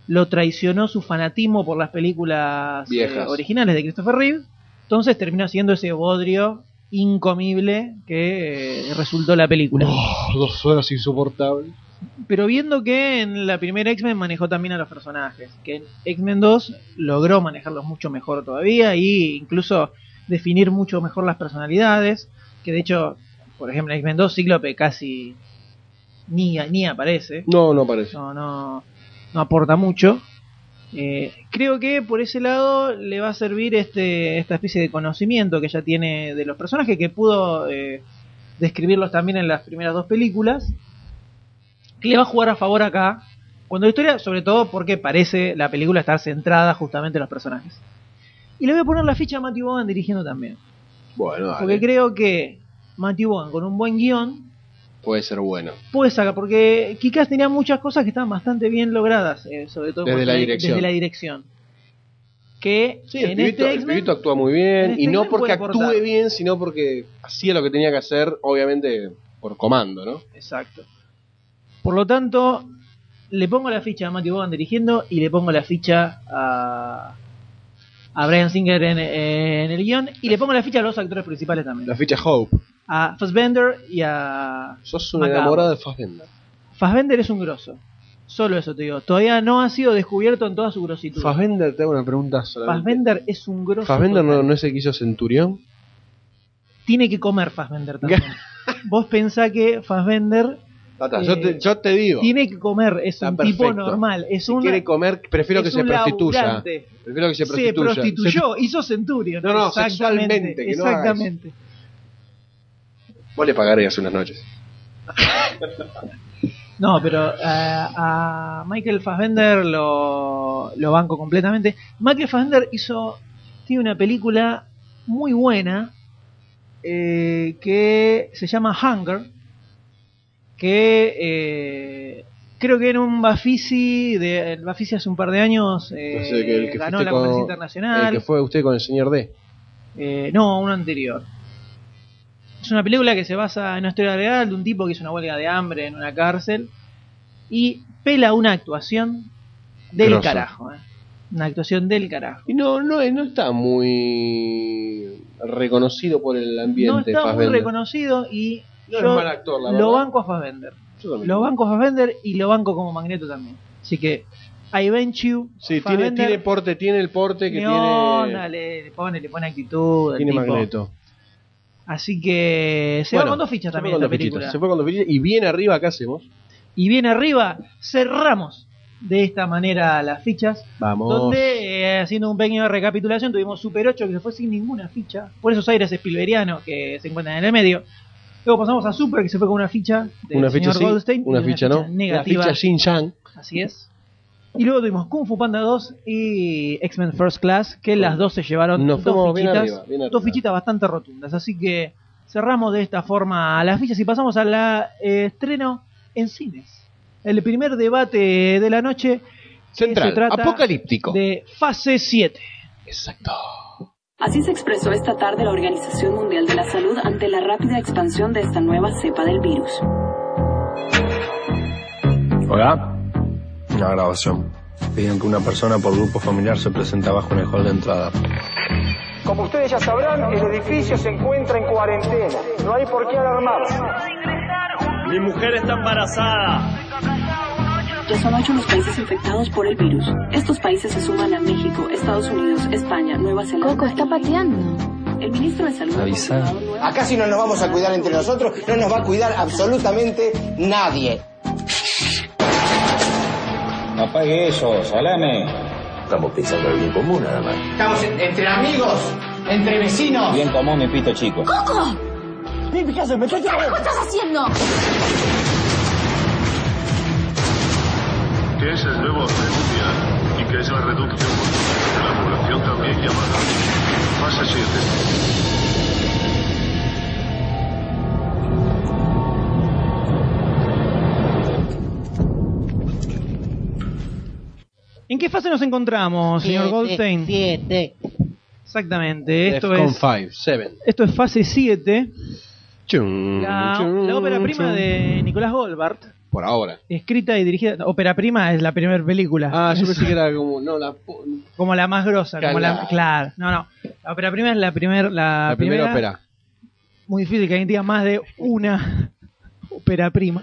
Speaker 1: lo traicionó su fanatismo por las películas eh,
Speaker 2: Viejas.
Speaker 1: originales de Christopher Reeve. Entonces terminó siendo ese bodrio incomible que eh, resultó la película.
Speaker 2: Oh, dos horas insoportables.
Speaker 1: Pero viendo que en la primera X-Men manejó también a los personajes, que en X-Men 2 logró manejarlos mucho mejor todavía y incluso definir mucho mejor las personalidades, que de hecho, por ejemplo, en X-Men 2 Cíclope casi ni, ni aparece,
Speaker 2: No, no parece.
Speaker 1: no, no, no aporta mucho. Eh, creo que por ese lado le va a servir este, esta especie de conocimiento que ya tiene de los personajes, que pudo eh, describirlos también en las primeras dos películas, que le va a jugar a favor acá. Cuando la historia, sobre todo porque parece la película estar centrada justamente en los personajes. Y le voy a poner la ficha a Matthew Bogan dirigiendo también.
Speaker 2: Bueno, dale.
Speaker 1: Porque creo que Matthew Bogan con un buen guión
Speaker 2: Puede ser bueno.
Speaker 1: puede sacar, porque Kikas tenía muchas cosas que estaban bastante bien logradas, eh, sobre todo
Speaker 2: Desde
Speaker 1: por-
Speaker 2: la dirección.
Speaker 1: desde la dirección. Que
Speaker 2: Sí, el
Speaker 1: en
Speaker 2: pibito,
Speaker 1: este
Speaker 2: el
Speaker 1: X-Men
Speaker 2: pibito actúa muy
Speaker 1: en
Speaker 2: bien.
Speaker 1: este
Speaker 2: Y no
Speaker 1: X-Men
Speaker 2: porque
Speaker 1: puede
Speaker 2: actúe
Speaker 1: aportar.
Speaker 2: bien, sino porque hacía lo que tenía que hacer, obviamente por comando, ¿no?
Speaker 1: Exacto. Por lo tanto, le pongo la ficha a Matthew Bogan dirigiendo y le pongo la ficha a, a Brian Singer en, en el guión y le pongo la ficha a los actores principales también.
Speaker 2: La ficha Hope.
Speaker 1: A Fassbender y a...
Speaker 2: Sos una
Speaker 1: Macabro.
Speaker 2: enamorada de Fassbender.
Speaker 1: Fassbender es un grosso. Solo eso te digo. Todavía no ha sido descubierto en toda su grositud.
Speaker 2: Fassbender, te hago una pregunta solamente.
Speaker 1: Fassbender es un grosso.
Speaker 2: Fassbender no, no es el que hizo Centurión.
Speaker 1: Tiene que comer Fassbender también. Vos pensá que Fassbender
Speaker 2: Tata,
Speaker 1: Eh,
Speaker 2: yo, te, yo te digo.
Speaker 1: tiene que comer, es
Speaker 2: Está
Speaker 1: un tipo
Speaker 2: perfecto.
Speaker 1: normal. Es
Speaker 2: Si
Speaker 1: un
Speaker 2: quiere comer, prefiero que
Speaker 1: es
Speaker 2: se
Speaker 1: un
Speaker 2: prostituya.
Speaker 1: laburante.
Speaker 2: Prefiero que se
Speaker 1: se
Speaker 2: prostituya.
Speaker 1: prostituyó, hizo Centurion.
Speaker 2: No, no,
Speaker 1: exactamente.
Speaker 2: sexualmente, que no haga eso.
Speaker 1: exactamente.
Speaker 2: Se- Vos le pagarías unas noches. Eh,
Speaker 1: No, pero eh, a Michael Fassbender lo, lo banco completamente. Michael Fassbender hizo. Tiene una película muy buena eh, que se llama Hunger. Que eh, creo que en un Bafisi. De, el Bafisi hace un par de años eh,
Speaker 2: No sé, que el que
Speaker 1: ganó
Speaker 2: fuiste
Speaker 1: la
Speaker 2: con-
Speaker 1: conferencia
Speaker 2: El
Speaker 1: internacional.
Speaker 2: que fue usted con el señor D.
Speaker 1: Eh, no, uno anterior. Es una película que se basa en una historia real de un tipo que hizo una huelga de hambre en una cárcel y pela una actuación del
Speaker 2: Grosso.
Speaker 1: carajo. eh. Una actuación del carajo.
Speaker 2: Y no, no, no está muy reconocido por el
Speaker 1: No
Speaker 2: ambiente.
Speaker 1: está muy
Speaker 2: Fassbender.
Speaker 1: reconocido y
Speaker 2: No es
Speaker 1: yo
Speaker 2: mal actor, la
Speaker 1: lo
Speaker 2: verdad.
Speaker 1: banco a Fassbender.
Speaker 2: Yo también.
Speaker 1: Lo banco a Fassbender y lo banco como Magneto también. Así que, I bench you.
Speaker 2: Sí, tiene,
Speaker 1: Fassbender,
Speaker 2: tiene porte, tiene el porte que
Speaker 1: tiene onda, le, le pone, le pone actitud.
Speaker 2: tiene.
Speaker 1: al
Speaker 2: Tiene
Speaker 1: tipo.
Speaker 2: magneto.
Speaker 1: Así que se
Speaker 2: Bueno,
Speaker 1: va con dos fichas
Speaker 2: se fue
Speaker 1: también
Speaker 2: con
Speaker 1: esta
Speaker 2: dos fichitas,
Speaker 1: película.
Speaker 2: Se fue con dos fichitas y bien arriba acá hacemos.
Speaker 1: y bien arriba cerramos de esta manera las fichas.
Speaker 2: Vamos.
Speaker 1: Donde, eh, haciendo un pequeño recapitulación, tuvimos Super 8 que se fue sin ninguna ficha. Por esos aires espilberianos que se encuentran en el medio. Luego pasamos a Super que se fue con una ficha del
Speaker 2: una ficha
Speaker 1: señor
Speaker 2: sí,
Speaker 1: Goldstein. y
Speaker 2: una ficha no.
Speaker 1: Negativa.
Speaker 2: Una ficha Xinjiang.
Speaker 1: Así es. Y luego tuvimos Kung Fu Panda 2 y X-Men First Class, que las dos se llevaron
Speaker 2: Nos
Speaker 1: dos
Speaker 2: fuimos bien
Speaker 1: fichitas,
Speaker 2: arriba, bien
Speaker 1: dos
Speaker 2: arriba.
Speaker 1: fichitas bastante rotundas. Así que cerramos de esta forma las fichas y pasamos al estreno en cines. El primer debate de la noche que
Speaker 2: Central,
Speaker 1: se trata
Speaker 2: apocalíptico.
Speaker 1: de fase 7.
Speaker 2: Exacto.
Speaker 17: Así se expresó esta tarde la Organización Mundial de la Salud ante la rápida expansión de esta nueva cepa del virus.
Speaker 18: Hola. Una grabación. Pidieron que una persona por grupo familiar se presenta bajo en el hall de entrada.
Speaker 19: Como ustedes ya sabrán, el edificio se encuentra en cuarentena. No hay por qué alarmarse.
Speaker 3: Mi mujer está embarazada.
Speaker 17: Ya son ocho los países infectados por el virus. Estos países se suman a México, Estados Unidos, España, Nueva Zelanda. Coco está pateando. El ministro de Salud.
Speaker 8: Avisa.
Speaker 20: Acá si no nos vamos a cuidar entre nosotros, no nos va a cuidar absolutamente nadie.
Speaker 21: Apague eso, salame. Estamos pensando en el bien común nada más.
Speaker 20: Estamos en- entre amigos, entre vecinos.
Speaker 21: Bien común, mi pito chico.
Speaker 5: ¡Coco!
Speaker 20: me
Speaker 5: ¿Qué carajo estás haciendo?
Speaker 6: Que ese es nuevo mundial y que es la reducción de la población también llamada fase 7.
Speaker 1: ¿En qué fase nos encontramos, señor
Speaker 22: Siete,
Speaker 1: Goldstein? 7. Exactamente, esto
Speaker 2: Defcon
Speaker 1: es,
Speaker 2: 5, 7.
Speaker 1: esto es fase 7.
Speaker 2: Chum,
Speaker 1: La,
Speaker 2: chum,
Speaker 1: la ópera prima
Speaker 2: chum.
Speaker 1: de Nicolás Goldbart.
Speaker 2: Por ahora.
Speaker 1: Escrita y dirigida. Ópera prima es la primera película.
Speaker 2: Ah, yo
Speaker 1: Es
Speaker 2: pensé que era como. No, la. pu-
Speaker 1: Como la más grosa. Como la,
Speaker 2: Claro.
Speaker 1: claro. No, no. La ópera prima es la, primer, la,
Speaker 2: La primera ópera.
Speaker 1: Muy difícil que alguien diga más de una ópera prima.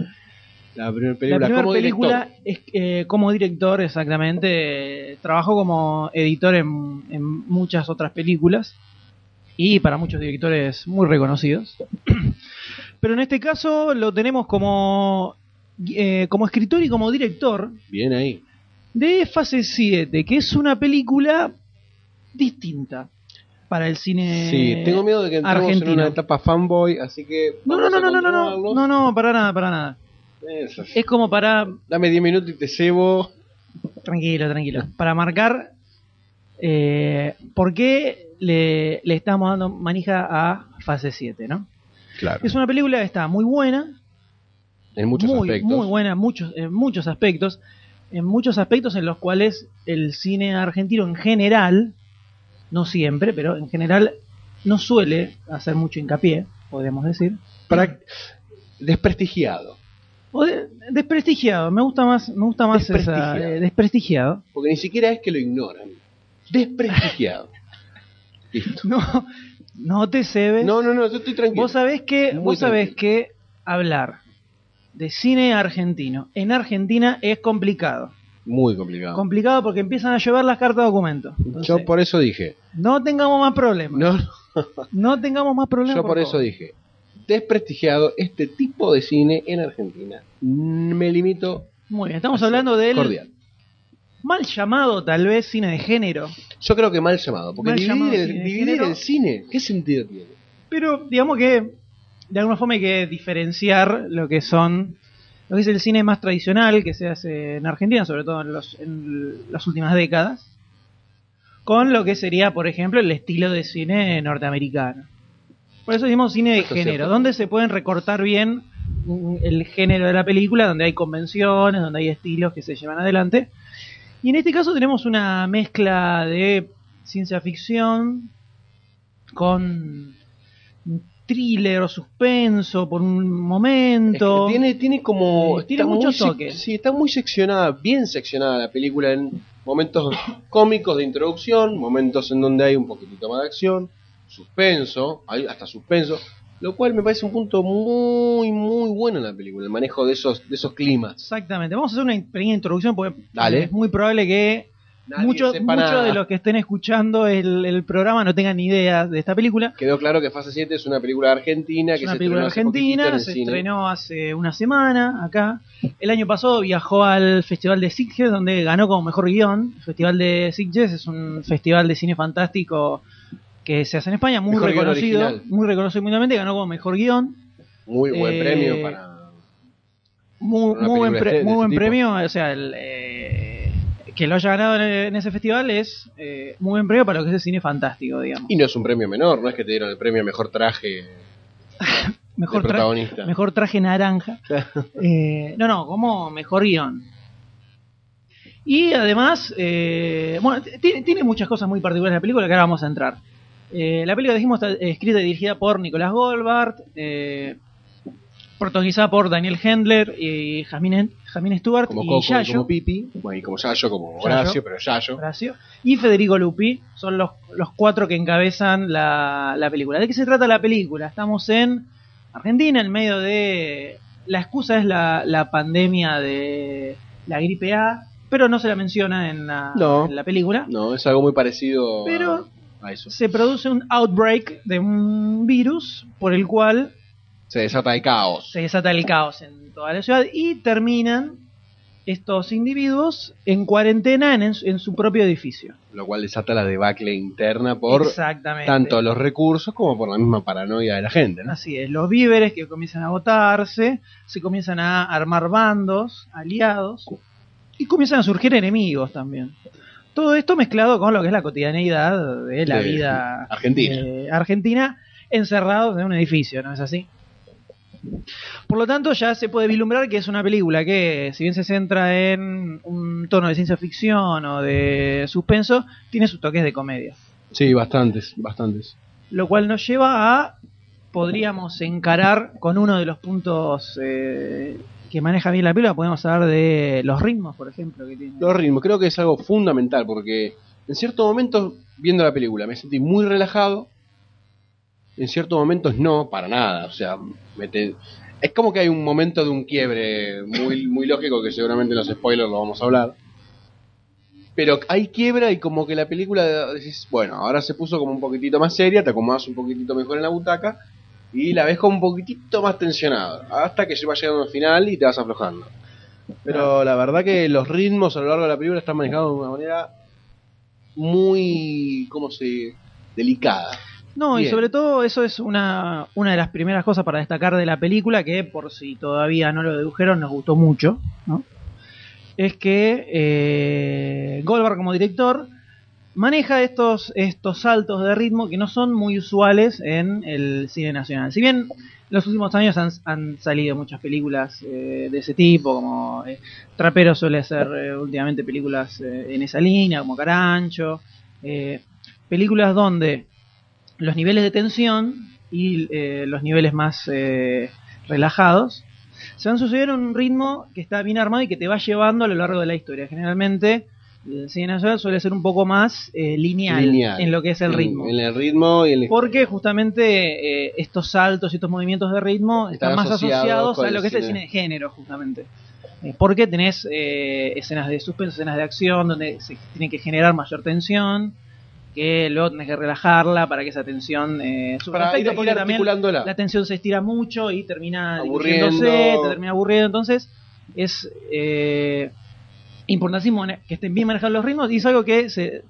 Speaker 2: La primera
Speaker 1: La
Speaker 2: película.
Speaker 1: primera
Speaker 2: como
Speaker 1: película
Speaker 2: director.
Speaker 1: es eh, como director, exactamente. eh, Trabajó como editor en, en muchas otras películas y para muchos directores muy reconocidos. Pero en este caso lo tenemos como, eh, como escritor y como director
Speaker 2: Bien ahí.
Speaker 1: de Fase 7, que es una película distinta para el cine
Speaker 2: Sí, tengo miedo de que entremos
Speaker 1: argentino.
Speaker 2: en una etapa fanboy, así que.
Speaker 1: No, no,
Speaker 2: vamos
Speaker 1: no, no,
Speaker 2: a
Speaker 1: no, no, no,
Speaker 2: controlarnos.
Speaker 1: no, no, para nada, para nada.
Speaker 2: Eso.
Speaker 1: Es como para
Speaker 2: Dame 10 minutos y te cebo.
Speaker 1: Tranquilo, tranquilo. Para marcar eh, por qué le, le estamos dando manija a fase 7, ¿no?
Speaker 2: Claro.
Speaker 1: Es una película que está muy buena,
Speaker 2: En muchos
Speaker 1: muy,
Speaker 2: aspectos.
Speaker 1: muy buena en muchos, en muchos aspectos, en muchos aspectos en los cuales el cine argentino en general, no siempre, pero en general no suele hacer mucho hincapié, podríamos decir.
Speaker 2: Para- Desprestigiado.
Speaker 1: O de- desprestigiado, me gusta más, me gusta más esa,
Speaker 2: Desprestigiado.
Speaker 1: eh, desprestigiado.
Speaker 2: Porque ni siquiera es que lo ignoran. Desprestigiado.
Speaker 1: No, no te cebes.
Speaker 2: No, no, no, yo estoy tranquilo.
Speaker 1: Vos sabés que,
Speaker 2: Muy
Speaker 1: vos sabés que hablar de cine argentino en Argentina es complicado.
Speaker 2: Muy complicado.
Speaker 1: Complicado porque empiezan a llover las cartas de documento. Entonces,
Speaker 2: Yo por eso dije.
Speaker 1: No tengamos más problemas.
Speaker 2: No,
Speaker 1: No tengamos más problemas.
Speaker 2: Yo por eso
Speaker 1: favor.
Speaker 2: dije. Desprestigiado este tipo de cine en Argentina. N- Me limito.
Speaker 1: Muy bien, estamos hablando del
Speaker 2: Cordial.
Speaker 1: mal llamado tal vez cine de género.
Speaker 2: Yo creo que mal llamado. Porque
Speaker 1: Mal
Speaker 2: dividir,
Speaker 1: llamado
Speaker 2: el,
Speaker 1: cine de
Speaker 2: dividir
Speaker 1: género.
Speaker 2: el cine, ¿qué sentido tiene?
Speaker 1: Pero digamos que de alguna forma hay que diferenciar lo que son lo que es el cine más tradicional que se hace en Argentina, sobre todo en, los- en las últimas décadas, con lo que sería, por ejemplo, el estilo de cine norteamericano. Por eso decimos cine de
Speaker 2: Esto es
Speaker 1: género,
Speaker 2: cierto.
Speaker 1: donde se pueden recortar bien mm, el género de la película, donde hay convenciones, donde hay estilos que se llevan adelante. Y en este caso tenemos una mezcla de ciencia ficción con thriller o suspenso por un momento.
Speaker 2: Es que tiene, tiene como.
Speaker 1: Tiene
Speaker 2: está
Speaker 1: muchos
Speaker 2: muy sec-
Speaker 1: toques.
Speaker 2: Sí, está muy seccionada, bien seccionada la película en momentos cómicos de introducción, momentos en donde hay un poquitito más de acción, suspenso, hay hasta suspenso, lo cual me parece un punto muy, muy bueno en la película, el manejo de esos, de esos climas.
Speaker 1: Exactamente. Vamos a hacer una pequeña introducción porque
Speaker 2: Dale.
Speaker 1: es muy probable que
Speaker 2: Nadie
Speaker 1: muchos
Speaker 2: sepa
Speaker 1: muchos
Speaker 2: nada.
Speaker 1: de los que estén escuchando el, el programa no tengan ni idea de esta película.
Speaker 2: Quedó claro que Fase 7 es una película argentina
Speaker 1: Es
Speaker 2: que
Speaker 1: una
Speaker 2: se
Speaker 1: película
Speaker 2: estrenó hace poquitito en
Speaker 1: argentina,
Speaker 2: el
Speaker 1: se
Speaker 2: cine.
Speaker 1: estrenó hace una semana acá. El año pasado viajó al Festival de Sitges, donde ganó como mejor guión. El Festival de Sitges es un festival de cine fantástico que se hace en España, muy
Speaker 2: Mejor guión
Speaker 1: reconocido,
Speaker 2: original.
Speaker 1: muy reconocido mundialmente, ganó como mejor guión.
Speaker 2: Muy buen
Speaker 1: Eh,
Speaker 2: premio para.
Speaker 1: Muy,
Speaker 2: una
Speaker 1: muy buen,
Speaker 2: película
Speaker 1: pre-
Speaker 2: de este-
Speaker 1: muy
Speaker 2: de
Speaker 1: buen
Speaker 2: este
Speaker 1: premio, o sea, el, eh, que lo haya ganado en, en ese festival es eh, muy buen premio para lo que es el cine fantástico, digamos.
Speaker 2: Y no es un premio menor, no es que te dieron el premio a mejor traje
Speaker 1: Mejor,
Speaker 2: de
Speaker 1: tra-
Speaker 2: protagonista.
Speaker 1: mejor traje naranja. Eh, no, no, como mejor guión. Y además, eh, bueno, t- tiene, tiene muchas cosas muy particulares la película que ahora vamos a entrar. Eh, la película, dijimos, está escrita y dirigida por Nicolás Goldbart, eh, protagonizada por Daniel Hendler y Jasmine, Jasmine Stewart
Speaker 2: como
Speaker 1: y
Speaker 2: Coco, y
Speaker 1: Yayo.
Speaker 2: como Pipi, bueno, y como Yayo, como
Speaker 1: Yayo.
Speaker 2: Horacio, pero Yayo.
Speaker 1: Horacio, y Federico Lupi son los, los cuatro que encabezan la, la película. ¿De qué se trata la película? Estamos en Argentina, en medio de... La excusa es la, la pandemia de la gripe A, pero no se la menciona en la,
Speaker 2: No.
Speaker 1: en la película.
Speaker 2: No, es algo muy parecido a-
Speaker 1: Pero
Speaker 2: a, eso.
Speaker 1: se produce un outbreak de un virus por el cual
Speaker 2: Se desata el caos.
Speaker 1: se desata el caos en toda la ciudad y terminan estos individuos en cuarentena en, en su propio edificio.
Speaker 2: Lo cual desata la debacle interna por
Speaker 1: Exactamente.
Speaker 2: tanto los recursos como por la misma paranoia de la gente. ¿no?
Speaker 1: Así es, los víveres que comienzan a agotarse, se comienzan a armar bandos, aliados, y comienzan a surgir enemigos también. Todo esto mezclado con lo que es la cotidianeidad de la
Speaker 2: De
Speaker 1: vida
Speaker 2: Argentina.
Speaker 1: eh, argentina, encerrados en un edificio, ¿no es así? Por lo tanto, ya se puede vislumbrar que es una película que, si bien se centra en un tono de ciencia ficción o de suspenso, tiene sus toques de comedia
Speaker 2: Sí, bastantes, bastantes.
Speaker 1: lo cual nos lleva a podríamos encarar con uno de los puntos eh, que maneja bien la película, podemos hablar de los ritmos, por ejemplo, que tiene.
Speaker 2: Los ritmos, creo que es algo fundamental porque en ciertos momentos, viendo la película, me sentí muy relajado. En ciertos momentos no, para nada. O sea, me te- es como que hay un momento de un quiebre muy, muy lógico que seguramente en los spoilers lo vamos a hablar. Pero hay quiebra y como que la película decís, bueno, ahora se puso como un poquitito más seria, te acomodas un poquitito mejor en la butaca y la ves como un poquitito más tensionada. Hasta que va llegando al final y te vas aflojando. Pero la verdad que los ritmos a lo largo de la película están manejados de una manera muy, ¿cómo se? delicada.
Speaker 1: No, y
Speaker 2: Bien.
Speaker 1: sobre todo eso es una, una de las primeras cosas para destacar de la película, que por si todavía no lo dedujeron, nos gustó mucho, ¿no? Es que eh, Goldberg como director maneja estos, estos saltos de ritmo que no son muy usuales en el cine nacional. Si bien en los últimos años han, han salido muchas películas eh, de ese tipo, como eh, Trapero suele hacer eh, últimamente películas eh, en esa línea, como Carancho, eh, películas donde los niveles de tensión y eh, los niveles más eh, relajados se van sucediendo en un ritmo que está bien armado y que te va llevando a lo largo de la historia. Generalmente el cine nacional suele ser un poco más eh, lineal,
Speaker 2: Lineal.
Speaker 1: en lo que es el
Speaker 2: En-
Speaker 1: ritmo.
Speaker 2: En, el ritmo y el
Speaker 1: Porque justamente eh, estos saltos y estos movimientos de ritmo están
Speaker 2: Están
Speaker 1: más
Speaker 2: asociados
Speaker 1: asociados
Speaker 2: con
Speaker 1: a lo
Speaker 2: el
Speaker 1: que es el
Speaker 2: cine.
Speaker 1: cine de género, justamente. Eh, Porque tenés eh, escenas de suspenso, escenas de acción, donde se tiene que generar mayor tensión, que luego tenés que relajarla para que esa tensión eh, surja
Speaker 2: Para
Speaker 1: efecto,
Speaker 2: ir-
Speaker 1: porque
Speaker 2: ir
Speaker 1: también
Speaker 2: articulándola.
Speaker 1: La tensión se estira mucho y termina
Speaker 2: Aburriendo.
Speaker 1: diluyéndose, te termina aburriendo. Entonces, es eh, importantísimo que estén bien manejados los ritmos y es algo que se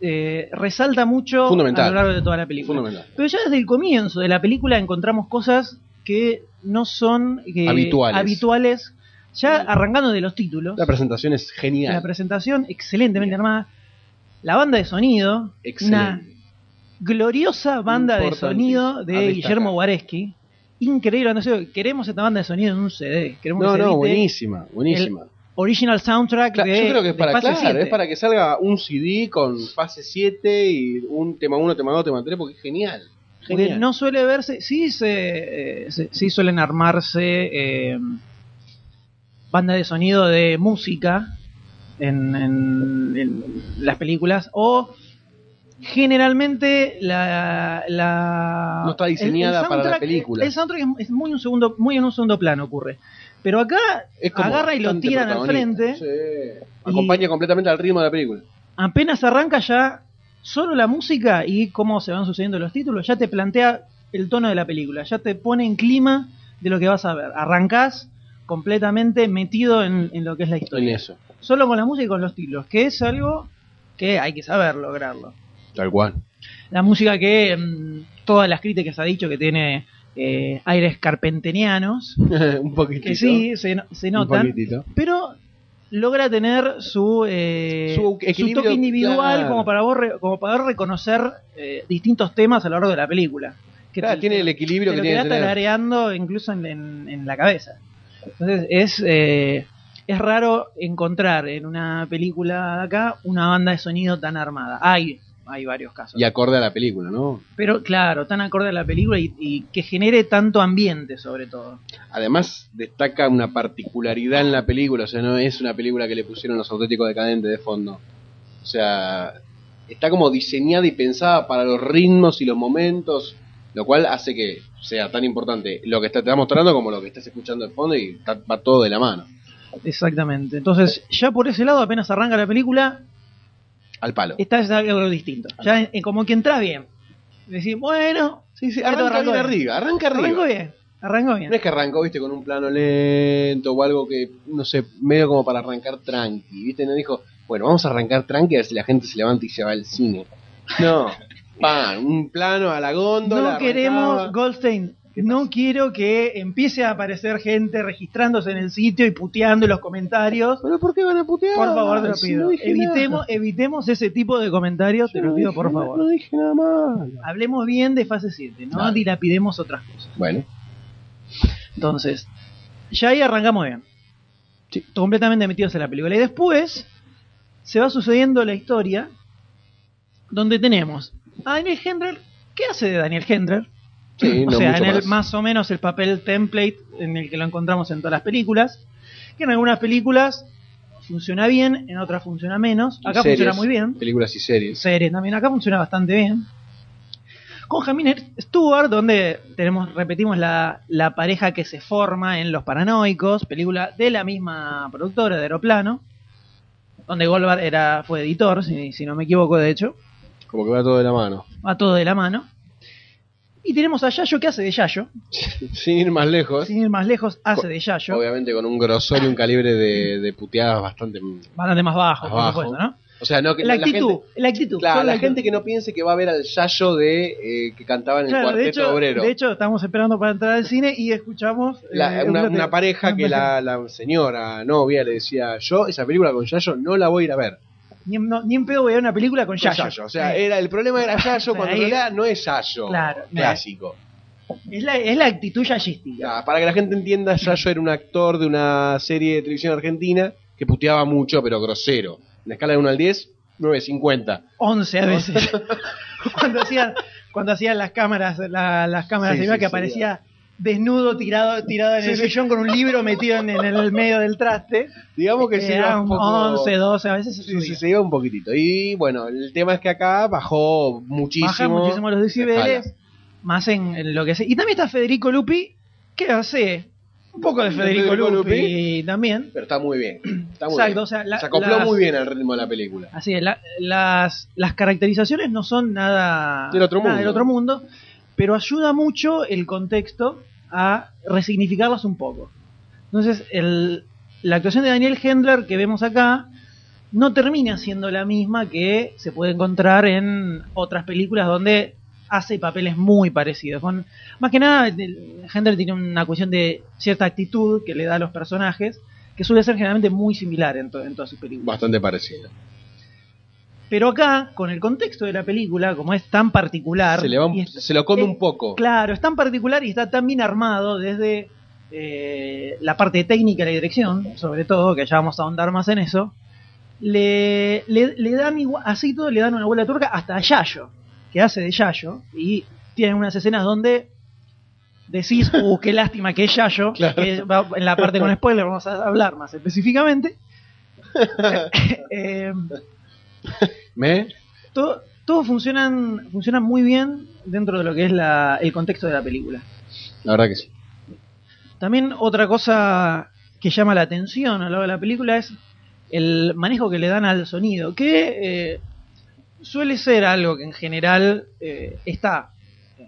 Speaker 1: eh, resalta mucho
Speaker 2: Fundamental.
Speaker 1: a lo largo de toda la película.
Speaker 2: Fundamental.
Speaker 1: Pero ya desde el comienzo de la película encontramos cosas que no son eh,
Speaker 2: Habituales.
Speaker 1: habituales. Ya arrancando de los títulos,
Speaker 2: La presentación es genial.
Speaker 1: la presentación excelentemente armada, la banda de sonido,
Speaker 2: Excelente.
Speaker 1: una gloriosa banda de
Speaker 2: Importante.
Speaker 1: sonido
Speaker 2: A
Speaker 1: de
Speaker 2: destacar.
Speaker 1: Guillermo Guareschi. Increíble, no sé, queremos esta banda de sonido en un CD. Queremos
Speaker 2: No,
Speaker 1: que se
Speaker 2: no,
Speaker 1: edite
Speaker 2: buenísima, buenísima.
Speaker 1: el Original soundtrack
Speaker 2: Cla-
Speaker 1: de-
Speaker 2: yo creo que es
Speaker 1: de
Speaker 2: para,
Speaker 1: Fase
Speaker 2: claro,
Speaker 1: 7.
Speaker 2: es para que salga un CD con fase 7 y un tema 1, tema 2, tema 3, porque es genial.
Speaker 1: Porque
Speaker 2: Genial.
Speaker 1: no suele verse, sí, se, eh, se- sí suelen armarse eh, bandas de sonido de música en, en- en las películas o generalmente la, la-
Speaker 2: No está diseñada para la
Speaker 1: soundtrack-
Speaker 2: película.
Speaker 1: el soundtrack es, es muy un segundo muy en un segundo plano ocurre pero acá
Speaker 2: Es como
Speaker 1: agarra y lo
Speaker 2: bastante
Speaker 1: tiran al
Speaker 2: protagonista.
Speaker 1: frente
Speaker 2: Sí. Acompaña completamente al ritmo de la película.
Speaker 1: apenas arranca ya solo la música y cómo se van sucediendo los títulos, ya te plantea el tono de la película, ya te pone en clima de lo que vas a ver. Arrancás completamente metido en, en lo que es la
Speaker 2: En
Speaker 1: historia.
Speaker 2: eso,
Speaker 1: Solo con la música y con los títulos, que es algo que hay que saber lograrlo.
Speaker 2: tal cual.
Speaker 1: La música que mm, todas las críticas ha dicho que tiene eh, aires carpentenianos,
Speaker 2: un poquitito.
Speaker 1: que sí, se, no- se notan,
Speaker 2: Un poquitito.
Speaker 1: pero logra tener su, eh,
Speaker 2: Su
Speaker 1: su,
Speaker 2: equilibrio,
Speaker 1: toque individual
Speaker 2: claro.
Speaker 1: como para vos re- como para reconocer eh, distintos temas a lo largo de la película que
Speaker 2: Claro,
Speaker 1: te-
Speaker 2: tiene el
Speaker 1: te
Speaker 2: equilibrio
Speaker 1: lo
Speaker 2: que tiene
Speaker 1: quedás
Speaker 2: que tener.
Speaker 1: tarareando incluso en, en- en la cabeza entonces es eh, es raro encontrar en una película acá una banda de sonido tan armada hay hay varios casos
Speaker 2: Y acorde a la película, ¿no?
Speaker 1: pero claro tan acorde a la película y- y que genere tanto ambiente sobre todo
Speaker 2: Además, destaca una particularidad en la película, o sea, no es una película que le pusieron los auténticos decadentes de fondo. O sea, está como diseñada y pensada para los ritmos y los momentos, lo cual hace que sea tan importante lo que está- te está mostrando como lo que estás escuchando de fondo y está- va todo de la mano,
Speaker 1: Exactamente. Entonces, ya por ese lado, apenas arranca la película,
Speaker 2: al palo.
Speaker 1: está ya algo distinto. Ya en- en- como que entra bien. Decís, bueno,
Speaker 2: sí, sí,
Speaker 1: esto
Speaker 2: arranca
Speaker 1: arrancó
Speaker 2: bien
Speaker 1: bien.
Speaker 2: arriba, arranca arriba.
Speaker 1: Arrancó bien, arrancó bien.
Speaker 2: No es que arrancó, viste, con un plano lento o algo que, no sé, medio como para arrancar tranqui, viste, no dijo, bueno, vamos a arrancar tranqui a ver si la gente se levanta y se va al cine. No, pan, un plano a la
Speaker 1: No
Speaker 2: góndola.
Speaker 1: queremos,
Speaker 2: arrancaba.
Speaker 1: Goldstein, no quiero que empiece a aparecer gente registrándose en el sitio y puteando en los comentarios.
Speaker 2: ¿Pero por qué van a putear?
Speaker 1: Por favor, te lo
Speaker 2: Si
Speaker 1: pido.
Speaker 2: no dije nada.
Speaker 1: evitemos, evitemos ese tipo de comentarios, te lo pido, por
Speaker 2: No,
Speaker 1: favor.
Speaker 2: No dije nada más.
Speaker 1: Hablemos bien de fase 7, no
Speaker 2: Dale.
Speaker 1: dilapidemos otras cosas.
Speaker 2: Bueno,
Speaker 1: Entonces, ya ahí arrancamos bien. Completamente metidos en la película. Y después se va sucediendo la historia donde tenemos a Daniel Hendler. ¿Qué hace de Daniel Hendler?
Speaker 2: sí,
Speaker 1: o
Speaker 2: no
Speaker 1: sea,
Speaker 2: mucho
Speaker 1: en el,
Speaker 2: más.
Speaker 1: más o menos el papel template en el que lo encontramos en todas las películas. Que en algunas películas funciona bien, en otras funciona menos. Acá
Speaker 2: Series,
Speaker 1: funciona muy bien
Speaker 2: Películas y series.
Speaker 1: series también. Acá funciona bastante bien. Con Jamie Stewart, donde tenemos, repetimos, la, la pareja que se forma en Los Paranoicos, película de la misma productora de Aeroplano, donde Goldberg era, fue editor, si, si no me equivoco, de hecho.
Speaker 2: Como que va todo de la mano.
Speaker 1: Va todo de la mano. Y tenemos a Yayo, que hace de Yayo.
Speaker 2: Sin ir más lejos.
Speaker 1: Sin ir más lejos, hace de Yayo.
Speaker 2: Obviamente con un grosor y un calibre de, de puteadas bastante...
Speaker 1: Bastante más bajo,
Speaker 2: Más
Speaker 1: por
Speaker 2: bajo.
Speaker 1: supuesto, ¿no?
Speaker 2: O sea, no que
Speaker 1: La
Speaker 2: gente-
Speaker 1: actitud, la actitud.
Speaker 2: Claro,
Speaker 1: solo
Speaker 2: la
Speaker 1: actitud.
Speaker 2: gente que no piense que va a ver al Yayo de eh, que cantaba en el
Speaker 1: Claro, de
Speaker 2: cuarteto
Speaker 1: hecho,
Speaker 2: obrero.
Speaker 1: de hecho, estamos esperando para entrar al cine y escuchamos
Speaker 2: La-
Speaker 1: eh,
Speaker 2: una,
Speaker 1: plate-
Speaker 2: una pareja
Speaker 1: una
Speaker 2: que la, la señora novia le decía, yo esa película con Yayo no la voy a ir a ver.
Speaker 1: Ni en, no- ni en pedo voy a ver una película con
Speaker 2: Con
Speaker 1: Yayo. Eh,
Speaker 2: Yayo, O sea,
Speaker 1: Sí.
Speaker 2: era, el problema era Yayo
Speaker 1: sea,
Speaker 2: cuando
Speaker 1: ahí-
Speaker 2: en realidad no es Yayo.
Speaker 1: Claro,
Speaker 2: clásico.
Speaker 1: es, la, es la actitud yayística.
Speaker 2: Ah, para que la gente entienda, Yayo era un actor de una serie de televisión argentina que puteaba mucho, pero grosero. En la escala de 1 al 10, 9.50.
Speaker 1: 11 a veces. cuando hacían cuando hacían las cámaras la- las cámaras
Speaker 2: Sí,
Speaker 1: de imagen
Speaker 2: sí,
Speaker 1: que
Speaker 2: sí,
Speaker 1: aparecía desnudo tirado, tirado en el
Speaker 2: Sí, sí.
Speaker 1: sillón con un libro metido en, en el medio del traste.
Speaker 2: Digamos que sí,
Speaker 1: Era
Speaker 2: era un
Speaker 1: un
Speaker 2: poco-
Speaker 1: 11, 12, a veces se
Speaker 2: Sí,
Speaker 1: subía.
Speaker 2: sí, se iba un poquitito. Y bueno, el tema es que acá bajó muchísimo.
Speaker 1: Baja muchísimo los decibeles, más en, en lo que hace. Y también está Federico Lupi, que hace un poco de Federico, Lupi, también.
Speaker 2: Pero está muy bien. Está muy
Speaker 1: Exacto,
Speaker 2: bien.
Speaker 1: o sea, la-
Speaker 2: se acopló
Speaker 1: las-
Speaker 2: muy bien al ritmo de la película.
Speaker 1: Así es, la- las, las caracterizaciones no son nada,
Speaker 2: Del otro
Speaker 1: nada
Speaker 2: mundo.
Speaker 1: otro mundo, pero ayuda mucho el contexto a resignificarlas un poco. Entonces, el- la actuación de Daniel Hendler que vemos acá no termina siendo la misma que se puede encontrar en otras películas donde hace papeles muy parecidos. Con, más que nada, el- Hendler tiene una cuestión de cierta actitud que le da a los personajes, que suele ser generalmente muy similar en, to- en todas sus películas.
Speaker 2: Bastante parecido.
Speaker 1: Pero acá, con el contexto de la película, como es tan particular.
Speaker 2: Se, le va un-
Speaker 1: y es-
Speaker 2: se lo come
Speaker 1: eh,
Speaker 2: un poco.
Speaker 1: Claro, es tan particular y está tan bien armado desde eh, la parte técnica y la dirección, sobre todo, que ya vamos a ahondar más en eso. Le, le- le dan igua- así todo, le dan una vuelta turca hasta a Yayo, que hace de Yayo, y tienen unas escenas donde decís, uh, qué lástima que es Yayo, que va- en la parte con spoiler vamos a hablar más específicamente. Eh,
Speaker 2: ¿Me?
Speaker 1: todo, todos funcionan, funcionan muy bien dentro de lo que es la- el contexto de la película.
Speaker 2: La verdad que sí.
Speaker 1: También otra cosa que llama la atención a lo largo de la película es el manejo que le dan al sonido, que eh, suele ser algo que en general eh, está eh,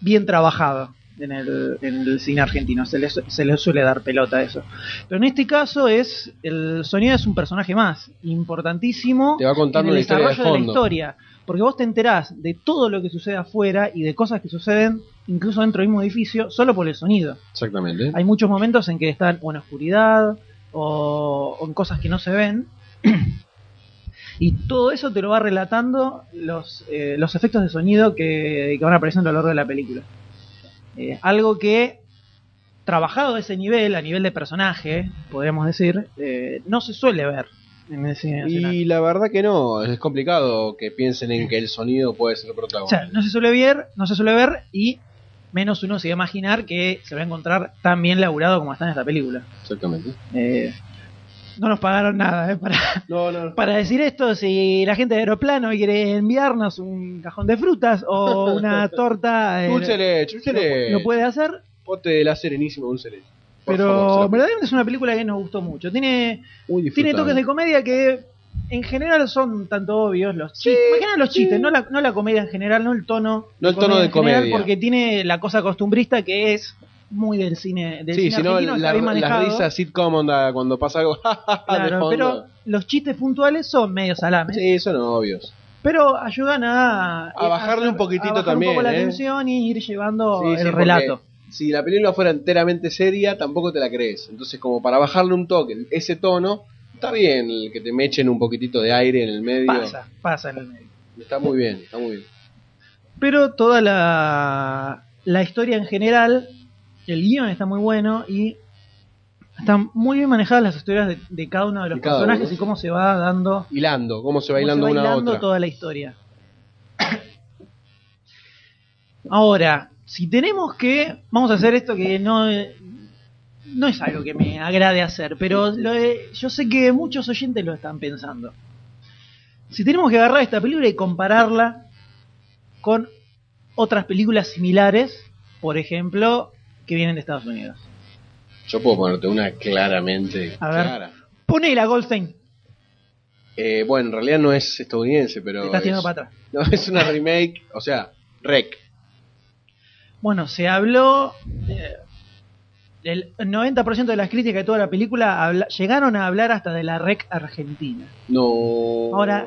Speaker 1: bien trabajado en el, en el cine argentino, se le, su- se le suele dar pelota a eso. Pero en este caso es el sonido es un personaje más, importantísimo
Speaker 2: Te va contando
Speaker 1: en el
Speaker 2: la historia de
Speaker 1: desarrollo de la
Speaker 2: fondo.
Speaker 1: historia, porque vos te enterás de todo lo que sucede afuera y de cosas que suceden incluso dentro del mismo edificio solo por el sonido.
Speaker 2: Exactamente.
Speaker 1: Hay muchos momentos en que están o en oscuridad o, o en cosas que no se ven. Y todo eso te lo va relatando los, eh, los efectos de sonido que, que van apareciendo a lo largo de la película. Eh, algo que, trabajado a ese nivel, a nivel de personaje, podríamos decir, eh, no se suele ver en el cine nacional.
Speaker 2: Y la verdad que no, es complicado que piensen en que el sonido puede ser
Speaker 1: O
Speaker 2: protagonista.
Speaker 1: sea, no se suele ver, no se suele ver y menos uno se va a imaginar que se va a encontrar tan bien laburado como está en esta película.
Speaker 2: Exactamente.
Speaker 1: Eh, no nos pagaron nada eh, para,
Speaker 2: No, no.
Speaker 1: para decir esto. Si la gente de Aeroplano quiere enviarnos un cajón de frutas o una torta, eh,
Speaker 2: Dulce
Speaker 1: lo- lo puede hacer.
Speaker 2: Pote de la serenísima, dulce leche. Por
Speaker 1: Pero
Speaker 2: favor, se la-
Speaker 1: verdaderamente es una película que nos gustó mucho. Tiene, tiene toques de comedia que en general son tanto obvios. Los chistes, Imagina los chistes, no, la, no la comedia en general, no el tono.
Speaker 2: No el tono de
Speaker 1: en general,
Speaker 2: comedia.
Speaker 1: Porque tiene la cosa costumbrista que es muy del cine. Del
Speaker 2: Sí,
Speaker 1: cine
Speaker 2: si no,
Speaker 1: argentino, está
Speaker 2: la-
Speaker 1: bien
Speaker 2: las
Speaker 1: manejado.
Speaker 2: risas sitcom onda cuando pasa algo. de
Speaker 1: Claro,
Speaker 2: fondo.
Speaker 1: pero los chistes puntuales son medio salames.
Speaker 2: Sí, son obvios.
Speaker 1: Pero ayudan a. eh,
Speaker 2: A bajarle un
Speaker 1: a
Speaker 2: poquitito
Speaker 1: bajar
Speaker 2: también,
Speaker 1: Un poco la
Speaker 2: ¿eh?
Speaker 1: tensión y ir llevando
Speaker 2: Sí, sí,
Speaker 1: el
Speaker 2: porque
Speaker 1: relato.
Speaker 2: Si la película fuera enteramente seria, tampoco te la crees. Entonces, como para bajarle un toque, ese tono, está bien el que te me echen un poquitito de aire en el medio.
Speaker 1: Pasa, pasa en el medio.
Speaker 2: Está muy bien, está muy bien.
Speaker 1: Pero toda la, la historia en general, el guión está muy bueno y están muy bien manejadas las historias de, de cada uno de los
Speaker 2: De cada
Speaker 1: personajes
Speaker 2: uno.
Speaker 1: y cómo se va dando,
Speaker 2: Hilando, cómo se
Speaker 1: cómo
Speaker 2: va
Speaker 1: se
Speaker 2: hilando
Speaker 1: va
Speaker 2: una a
Speaker 1: hilando
Speaker 2: otra.
Speaker 1: toda la historia. Ahora, si tenemos que, vamos a hacer esto que no, no es algo que me agrade hacer, pero lo de- yo sé que muchos oyentes lo están pensando. Si tenemos que agarrar esta película y compararla con otras películas similares, por ejemplo, que vienen de Estados Unidos.
Speaker 2: Yo puedo ponerte una claramente
Speaker 1: A ver.
Speaker 2: clara.
Speaker 1: Ponela, Goldstein.
Speaker 2: Eh, bueno, en realidad no es estadounidense, pero.
Speaker 1: Te estás tirando
Speaker 2: es-
Speaker 1: para atrás.
Speaker 2: No, es una remake, o sea, rec.
Speaker 1: Bueno, se habló. eh, el 90% de las críticas de toda la película habla- llegaron a hablar hasta de la rec argentina.
Speaker 2: No.
Speaker 1: Ahora,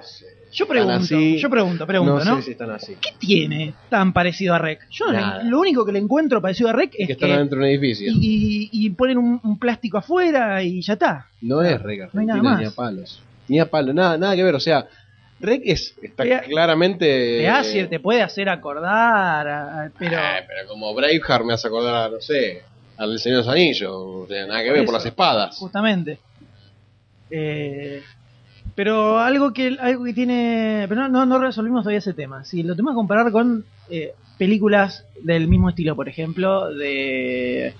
Speaker 1: yo pregunto,
Speaker 2: Están así.
Speaker 1: yo pregunto, pregunto, ¿no?
Speaker 2: sé si están así.
Speaker 1: ¿Qué tiene tan parecido a rec? Yo no le-
Speaker 2: Nada.
Speaker 1: lo único que le encuentro parecido a rec es
Speaker 2: que
Speaker 1: que.
Speaker 2: están adentro de un edificio.
Speaker 1: y, y- y ponen un, un plástico afuera y ya está.
Speaker 2: No es rec
Speaker 1: No hay nada
Speaker 2: Argentina,
Speaker 1: más.
Speaker 2: ni a palos. Ni a palos, nada, nada que ver. O sea, rec es, está
Speaker 1: Te-
Speaker 2: claramente.
Speaker 1: Te hace, te puede hacer acordar, a- a- pero.
Speaker 2: Eh, pero como Braveheart me hace acordar, no sé, al Señor de los Anillos. O sea, nada que ver por
Speaker 1: Eso.
Speaker 2: las espadas.
Speaker 1: Justamente. Eh, pero algo que algo que tiene. Pero no, no, no resolvimos todavía ese tema. Si lo tenemos que comparar con eh, películas del mismo estilo, por ejemplo, de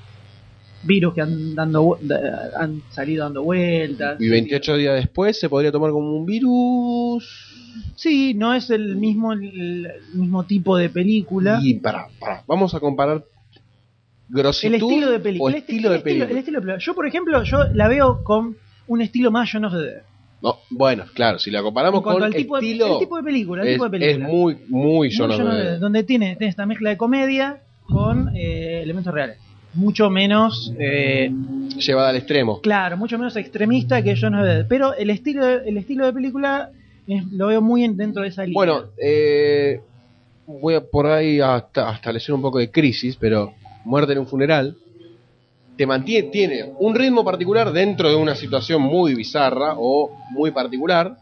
Speaker 1: virus que han, dando, vu- da- han salido dando vueltas.
Speaker 2: Y 28 días después se podría tomar como un virus.
Speaker 1: Sí, no es el mismo, el mismo tipo de película.
Speaker 2: Y para, para, vamos a comparar grositud
Speaker 1: el estilo de película.
Speaker 2: o estilo de película.
Speaker 1: El estilo de película. Yo, por ejemplo, yo la veo con un estilo más Shaun of the Dead.
Speaker 2: No, bueno, claro, si la comparamos
Speaker 1: En cuanto
Speaker 2: con
Speaker 1: al tipo, de-
Speaker 2: estilo,
Speaker 1: el tipo de película, el
Speaker 2: es,
Speaker 1: tipo de película.
Speaker 2: es muy, muy Shaun
Speaker 1: Muy Shaun
Speaker 2: of
Speaker 1: of
Speaker 2: the
Speaker 1: the
Speaker 2: Dead.
Speaker 1: Dead, donde tiene, tiene esta mezcla de comedia con eh, elementos reales. Mucho menos, eh,
Speaker 2: llevada al extremo.
Speaker 1: claro, mucho menos extremista que Shaun of the Dead. Pero el estilo, de- el estilo de película es- lo veo muy en- dentro de esa línea.
Speaker 2: Bueno, eh, voy a por ahí hasta, hasta leer un poco de crisis, pero muerte en un funeral te mantiene tiene un ritmo particular dentro de una situación muy bizarra o muy particular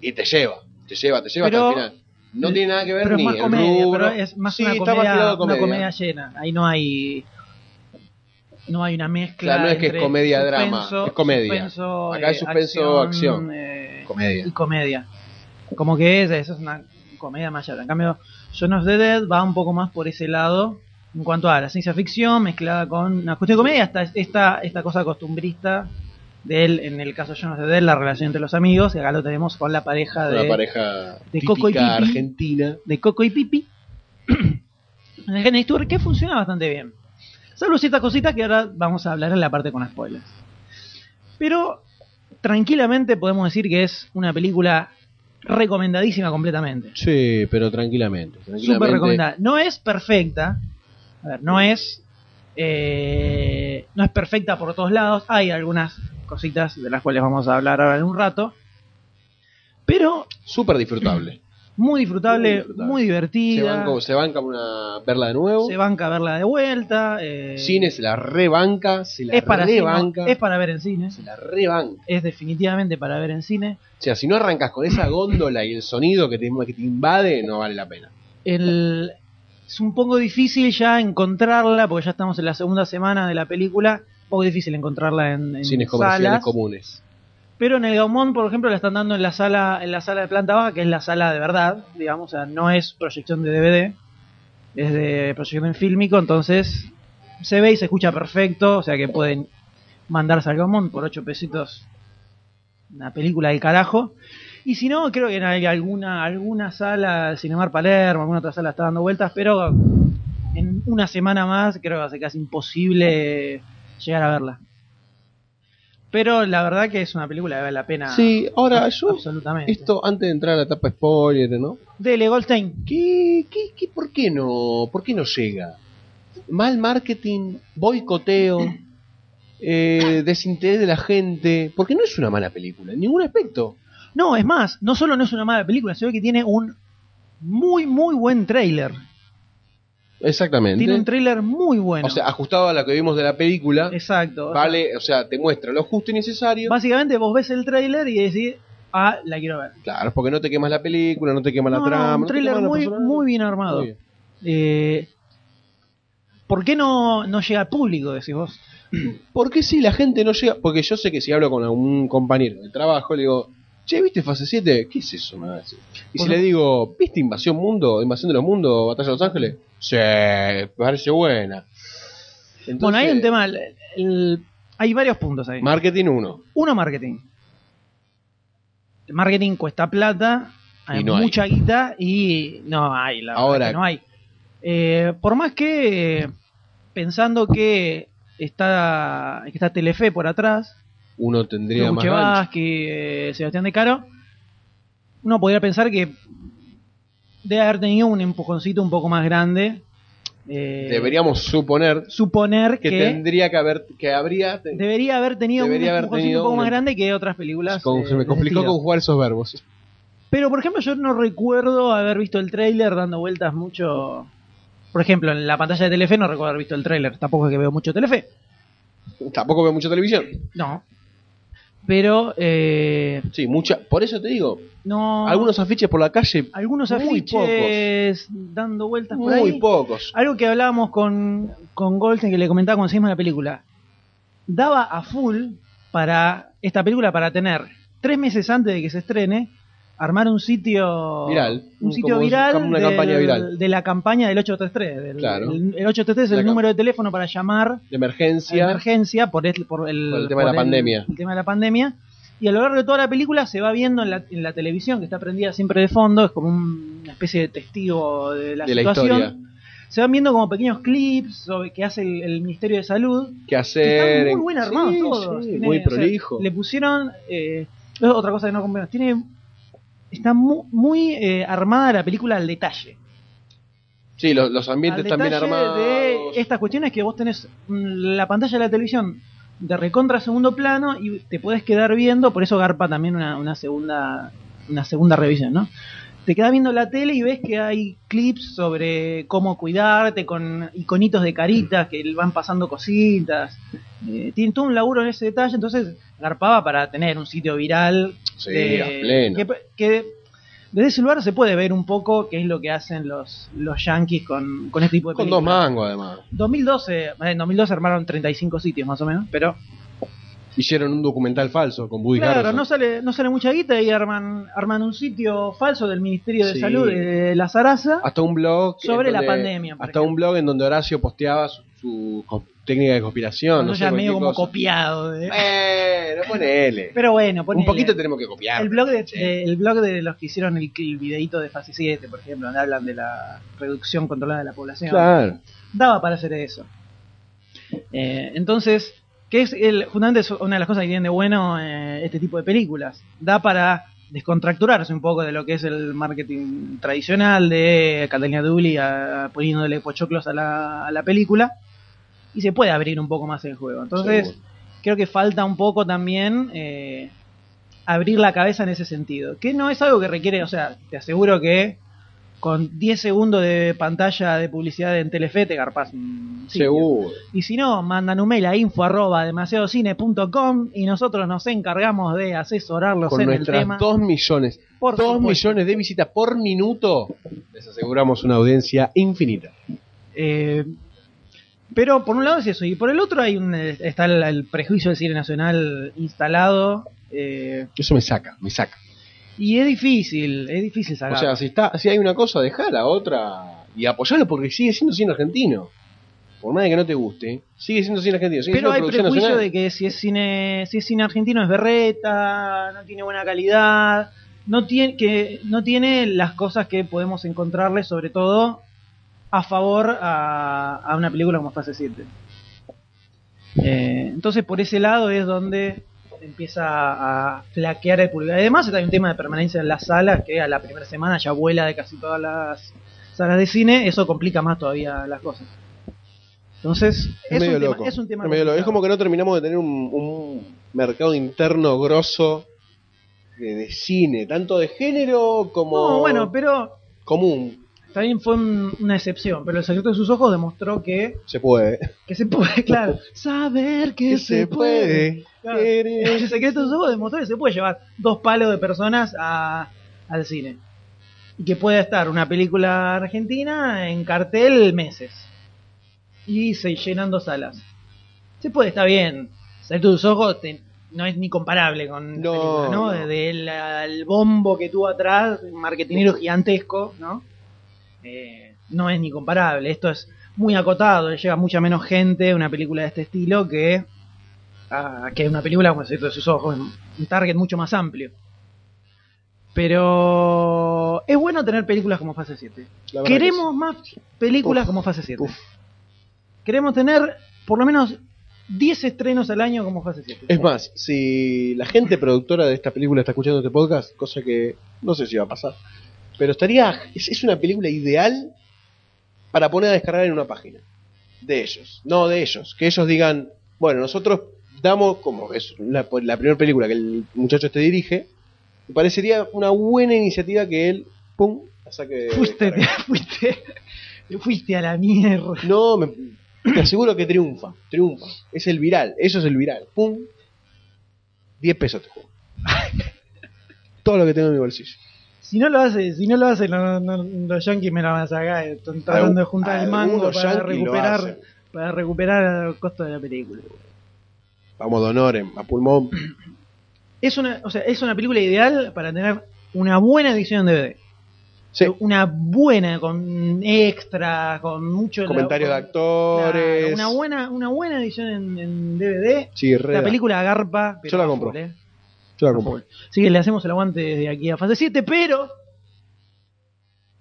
Speaker 2: y te lleva, te lleva, te lleva
Speaker 1: Pero-
Speaker 2: hasta el final. No tiene nada que ver
Speaker 1: pero es
Speaker 2: ni
Speaker 1: más
Speaker 2: el
Speaker 1: comedia,
Speaker 2: rubro.
Speaker 1: pero es más
Speaker 2: Sí,
Speaker 1: una,
Speaker 2: está
Speaker 1: comedia,
Speaker 2: más tirado a
Speaker 1: una comedia llena. Ahí no hay no hay una mezcla.
Speaker 2: Claro, no es que es
Speaker 1: entre
Speaker 2: comedia, drama,
Speaker 1: suspenso-
Speaker 2: es comedia.
Speaker 1: suspenso,
Speaker 2: Acá es
Speaker 1: eh,
Speaker 2: suspenso, acción.
Speaker 1: eh,
Speaker 2: Comedia.
Speaker 1: Y comedia. Como que es, eso es una comedia más llana. En cambio, John of the Dead va un poco más por ese lado en cuanto a la ciencia ficción mezclada con una cuestión de comedia, hasta esta, esta cosa costumbrista de él, en el caso de John of the Dead, la relación entre los amigos, y acá lo tenemos con la pareja de
Speaker 2: Una pareja
Speaker 1: de Coco y
Speaker 2: típica
Speaker 1: Pipi.
Speaker 2: argentina.
Speaker 1: de Coco y Pipi en el Genesis Tour que funciona bastante bien. Salvo ciertas cositas que ahora vamos a hablar en la parte con spoilers. Pero tranquilamente podemos decir que es una película recomendadísima completamente.
Speaker 2: Sí, pero tranquilamente.
Speaker 1: Súper
Speaker 2: tranquilamente.
Speaker 1: recomendada. No es perfecta. A ver, no es. eh, no es perfecta por todos lados. Hay algunas cositas de las cuales vamos a hablar ahora en un rato. Pero
Speaker 2: Súper disfrutable.
Speaker 1: muy disfrutable, muy, divertida.
Speaker 2: Se banca, se banca una, verla de nuevo.
Speaker 1: se banca verla de vuelta. eh,
Speaker 2: Cine se la rebanca, se la
Speaker 1: es, para cine,
Speaker 2: rebanca.
Speaker 1: es para ver en cine. Se
Speaker 2: la rebanca.
Speaker 1: Es definitivamente para ver en cine.
Speaker 2: O sea, si no arrancas con esa góndola y el sonido que te, que te invade, no vale la pena.
Speaker 1: El, es un poco difícil ya encontrarla, porque ya estamos en la segunda semana de la película. Un poco difícil encontrarla en, en
Speaker 2: Cines comerciales
Speaker 1: salas.
Speaker 2: comunes.
Speaker 1: Pero en el Gaumont, por ejemplo, la están dando en la sala en la sala de planta baja, que es la sala de verdad, digamos, o sea, no es proyección de DVD, es de proyección en fílmico, entonces se ve y se escucha perfecto, o sea que pueden mandarse al Gaumont por 8 pesitos una película del carajo. Y si no, creo que en hay alguna alguna sala, Cinemar Palermo, alguna otra sala está dando vueltas, pero en una semana más creo que va a ser casi imposible llegar a verla. Pero la verdad que es una película que vale la pena.
Speaker 2: Sí, ahora yo-
Speaker 1: Ah. Absolutamente.
Speaker 2: Esto antes de entrar a la etapa spoiler, ¿no?
Speaker 1: Dele, Goldstein.
Speaker 2: ¿Qué, qué, qué, por, qué no, ¿Por qué no llega? Mal marketing, boicoteo, eh, desinterés de la gente. Porque no es una mala película, en ningún aspecto.
Speaker 1: No, es más, no solo no es una mala película, sino que tiene un muy, muy buen trailer.
Speaker 2: Exactamente.
Speaker 1: Tiene un trailer muy bueno.
Speaker 2: O sea, ajustado a lo que vimos de la película.
Speaker 1: Exacto. o sea,
Speaker 2: Vale, o sea, te muestra lo justo y necesario.
Speaker 1: básicamente vos ves el trailer y decís, ah, la quiero ver.
Speaker 2: Claro, porque no te quemas la película, no te quema
Speaker 1: No,
Speaker 2: la
Speaker 1: no,
Speaker 2: trama. no
Speaker 1: un
Speaker 2: te
Speaker 1: trailer
Speaker 2: quema los
Speaker 1: muy,
Speaker 2: personajes.
Speaker 1: muy bien armado.
Speaker 2: Muy bien.
Speaker 1: Eh, ¿Por qué no, no llega al público, decís vos?
Speaker 2: ¿Por qué si la gente no llega? Porque yo sé que si hablo con algún compañero de trabajo, le digo, che, ¿viste fase 7? ¿Qué es eso? Me va a decir. Y si
Speaker 1: Bueno.
Speaker 2: le digo, ¿viste Invasión Mundo? Invasión de los Mundos, Batalla de Los Ángeles. Sí, me parece buena. Entonces,
Speaker 1: bueno, hay un tema, el- el- hay varios puntos ahí.
Speaker 2: Marketing 1.
Speaker 1: Uno, marketing. El marketing cuesta plata, hay
Speaker 2: Y no hay.
Speaker 1: mucha guita y no hay, la verdad
Speaker 2: Ahora-
Speaker 1: que no hay. Eh, por más que eh, pensando que está, que está Telefe por atrás,
Speaker 2: Uno tendría más gancho.
Speaker 1: Luchevas, que Sebastián de Caro, uno podría pensar que debe haber tenido un empujoncito un poco más grande. eh,
Speaker 2: Deberíamos suponer
Speaker 1: suponer
Speaker 2: que,
Speaker 1: que,
Speaker 2: tendría que haber, que habría...
Speaker 1: debería haber tenido
Speaker 2: Debería
Speaker 1: un
Speaker 2: haber
Speaker 1: empujoncito
Speaker 2: tenido
Speaker 1: un poco
Speaker 2: un
Speaker 1: más
Speaker 2: em-
Speaker 1: grande que otras películas.
Speaker 2: Con-
Speaker 1: eh,
Speaker 2: se
Speaker 1: de
Speaker 2: me
Speaker 1: ese
Speaker 2: complicó
Speaker 1: estilo.
Speaker 2: conjugar esos verbos.
Speaker 1: Pero por ejemplo, yo no recuerdo haber visto el tráiler dando vueltas mucho. Por ejemplo, en la pantalla de Telefe no recuerdo haber visto el tráiler. Tampoco es que veo mucho Telefe.
Speaker 2: Tampoco veo mucha televisión.
Speaker 1: No. Pero eh,
Speaker 2: Sí, mucha. Por eso te digo,
Speaker 1: no.
Speaker 2: algunos afiches por la calle,
Speaker 1: algunos
Speaker 2: muy
Speaker 1: afiches dando vueltas por
Speaker 2: muy
Speaker 1: ahí.
Speaker 2: pocos.
Speaker 1: Algo que hablábamos con, con Goldstein, que le comentaba cuando hicimos la película. Daba a full para esta película para tener tres meses antes de que se estrene armar un sitio
Speaker 2: Viral.
Speaker 1: un sitio
Speaker 2: Como-
Speaker 1: viral,
Speaker 2: como una
Speaker 1: del-
Speaker 2: campaña viral.
Speaker 1: de la campaña del 833 del-
Speaker 2: Claro.
Speaker 1: el, el 833 es
Speaker 2: La
Speaker 1: el
Speaker 2: cam-
Speaker 1: número de teléfono para llamar
Speaker 2: de emergencia.
Speaker 1: a emergencia por, el- por el,
Speaker 2: Por el tema de
Speaker 1: por
Speaker 2: la pandemia.
Speaker 1: el tema de la pandemia y a lo largo de toda la película se va viendo en la, en la televisión que está prendida siempre de fondo es como un- una especie de testigo de la
Speaker 2: de la
Speaker 1: situación
Speaker 2: historia.
Speaker 1: se van viendo como pequeños clips sobre que hace el, el Ministerio de Salud
Speaker 2: ¿Qué
Speaker 1: están
Speaker 2: hacer?
Speaker 1: muy bien armados
Speaker 2: Sí,
Speaker 1: todos.
Speaker 2: sí,
Speaker 1: Tiene-
Speaker 2: muy
Speaker 1: o sea,
Speaker 2: prolijo.
Speaker 1: le pusieron. eh, es otra cosa que no comprendo. Tiene. Está mu- muy, eh, armada la película al detalle.
Speaker 2: sí, los, los ambientes
Speaker 1: Al
Speaker 2: están bien
Speaker 1: detalle
Speaker 2: armados.
Speaker 1: De este estas cuestiones que vos tenés mm, la pantalla de la televisión de recontra segundo plano y te podés quedar viendo. Por eso garpa también una, una segunda una segunda revisión, ¿no? Te quedas viendo la tele y ves que hay clips sobre cómo cuidarte con iconitos de caritas que van pasando cositas. Eh, tiene todo un laburo en ese detalle, entonces garpaba para tener un sitio viral.
Speaker 2: Sí, a pleno.
Speaker 1: Que, que desde ese lugar se puede ver un poco qué es lo que hacen los, los yankees con, con este tipo de
Speaker 2: Con dos
Speaker 1: películas.
Speaker 2: mangos, además.
Speaker 1: 2012, eh, en 2012 armaron 35 sitios más o menos, pero
Speaker 2: Hicieron un documental falso con Woody
Speaker 1: Claro,
Speaker 2: Harrelson.
Speaker 1: no sale, no sale mucha guita y arman, arman un sitio falso del Ministerio de
Speaker 2: Sí. Ah,
Speaker 1: Salud de La Zaraza.
Speaker 2: Hasta un blog. en
Speaker 1: Sobre la
Speaker 2: donde-
Speaker 1: pandemia, por
Speaker 2: Hasta un blog en donde Horacio posteaba su, su co- técnica de conspiración.
Speaker 1: Eso
Speaker 2: no sé,
Speaker 1: ya medio
Speaker 2: cualquier
Speaker 1: como
Speaker 2: cosa.
Speaker 1: copiado. de-
Speaker 2: Bueno, ponele.
Speaker 1: Pero bueno,
Speaker 2: un
Speaker 1: ponele.
Speaker 2: poquito tenemos que copiar.
Speaker 1: El blog, de, de- el blog de los que hicieron el, el videíto de fase 7, por ejemplo, donde hablan de la reducción controlada de la población.
Speaker 2: Claro.
Speaker 1: Daba para hacer eso. Eh, entonces, que es el, justamente es una de las cosas que tienen de bueno eh, este tipo de películas. Da para descontracturarse un poco de lo que es el marketing tradicional de Catalina Duli a- poniéndole pochoclos a la, a la película y se puede abrir un poco más el juego. Entonces,
Speaker 2: Seguro.
Speaker 1: creo que falta un poco también eh, abrir la cabeza en ese sentido. Que no es algo que requiere, o sea, te aseguro que con 10 segundos de pantalla de publicidad en Telefe te garpas un sitio.
Speaker 2: Seguro.
Speaker 1: Y si no, mandan un mail a info arroba demasiadocine.com y nosotros nos encargamos de asesorarlos
Speaker 2: Con
Speaker 1: en el
Speaker 2: nuestras
Speaker 1: tema.
Speaker 2: dos millones,
Speaker 1: Por
Speaker 2: dos
Speaker 1: supuesto.
Speaker 2: millones de visitas por minuto, les aseguramos una audiencia infinita.
Speaker 1: Eh, pero por un lado es eso, y por el otro hay un, eh, está el, el prejuicio del cine nacional instalado. eh,
Speaker 2: Eso me saca, me saca.
Speaker 1: y es difícil, es difícil sacar.
Speaker 2: O sea, si está, si hay una cosa, dejala, otra y apoyalo porque sigue siendo cine argentino. Por más de que no te guste, sigue siendo cine argentino. sigue
Speaker 1: pero
Speaker 2: siendo
Speaker 1: hay
Speaker 2: producción
Speaker 1: prejuicio de
Speaker 2: nacional.
Speaker 1: que si es cine, si es cine argentino es berreta, no tiene buena calidad, no tiene, que, no tiene las cosas que podemos encontrarle, sobre todo a favor a, a una película como Fase 7. Eh, entonces por ese lado es donde empieza a flaquear el público. Además está un tema de permanencia en las salas que a la primera semana ya vuela de casi todas las salas de cine, eso complica más todavía las cosas. Entonces
Speaker 2: Es, medio
Speaker 1: un
Speaker 2: loco.
Speaker 1: Tema, es un tema
Speaker 2: es, medio loco.
Speaker 1: complicado.
Speaker 2: Es como que no terminamos de tener un, un mercado interno grosso de, de cine, tanto de género como
Speaker 1: No, bueno, pero
Speaker 2: común.
Speaker 1: también fue un- una excepción. Pero el secreto de sus ojos demostró que,
Speaker 2: Se puede.
Speaker 1: que se puede, claro. Saber que,
Speaker 2: Que
Speaker 1: se,
Speaker 2: se
Speaker 1: puede.
Speaker 2: puede.
Speaker 1: Claro. El secreto de sus ojos demostró que se puede llevar dos palos de personas a- al cine. Y que puede estar una película argentina en cartel meses. Y se llenando salas. Se puede, está bien. El secreto de sus ojos te- no es ni comparable con la película, ¿no?
Speaker 2: no.
Speaker 1: Desde el, al bombo que tuvo atrás, un marketinero gigantesco, ¿no? Eh, no es ni comparable. Esto es muy acotado, llega mucha menos gente a una película de este estilo que a que una película como el secreto de sus ojos, un target mucho más amplio. Pero es bueno tener películas como Fase 7.
Speaker 2: La verdad
Speaker 1: Queremos más películas como Fase 7. Queremos tener por lo menos 10 estrenos al año como Fase 7.
Speaker 2: Es más, si la gente productora de esta película está escuchando este podcast, cosa que no sé si va a pasar, pero estaría. Es, es una película ideal para poner a descargar en una página. De ellos, no de ellos. Que ellos digan, bueno, nosotros damos, como es la, la primera película que el muchacho este dirige, me parecería una buena iniciativa que él, pum, la saque. de
Speaker 1: Fuiste,
Speaker 2: descarga.
Speaker 1: fuiste, fuiste a la mierda.
Speaker 2: No, me, te aseguro que triunfa, triunfa. Es el viral, eso es el viral. Pum. 10 pesos te juego. Todo lo que tengo en mi bolsillo.
Speaker 1: Si no lo hace, si no lo hace, no- no- los yankees me la van a sacar. Están tratando de juntar el mango
Speaker 2: algunos
Speaker 1: para
Speaker 2: yanquis lo
Speaker 1: recuperar,
Speaker 2: hacen.
Speaker 1: para recuperar el costo de la película.
Speaker 2: Vamos, donoren, a pulmón.
Speaker 1: Es una, o sea, es una película ideal para tener una buena edición de DVD. Una buena, con extra, con mucho...
Speaker 2: Comentarios de
Speaker 1: con- Claro,
Speaker 2: actores.
Speaker 1: una, buena, una buena edición en, en DVD.
Speaker 2: Sí, re
Speaker 1: La
Speaker 2: da.
Speaker 1: película Garpa.
Speaker 2: Yo la compro. Yo la compro.
Speaker 1: Así que le hacemos el aguante desde aquí a Fase 7, pero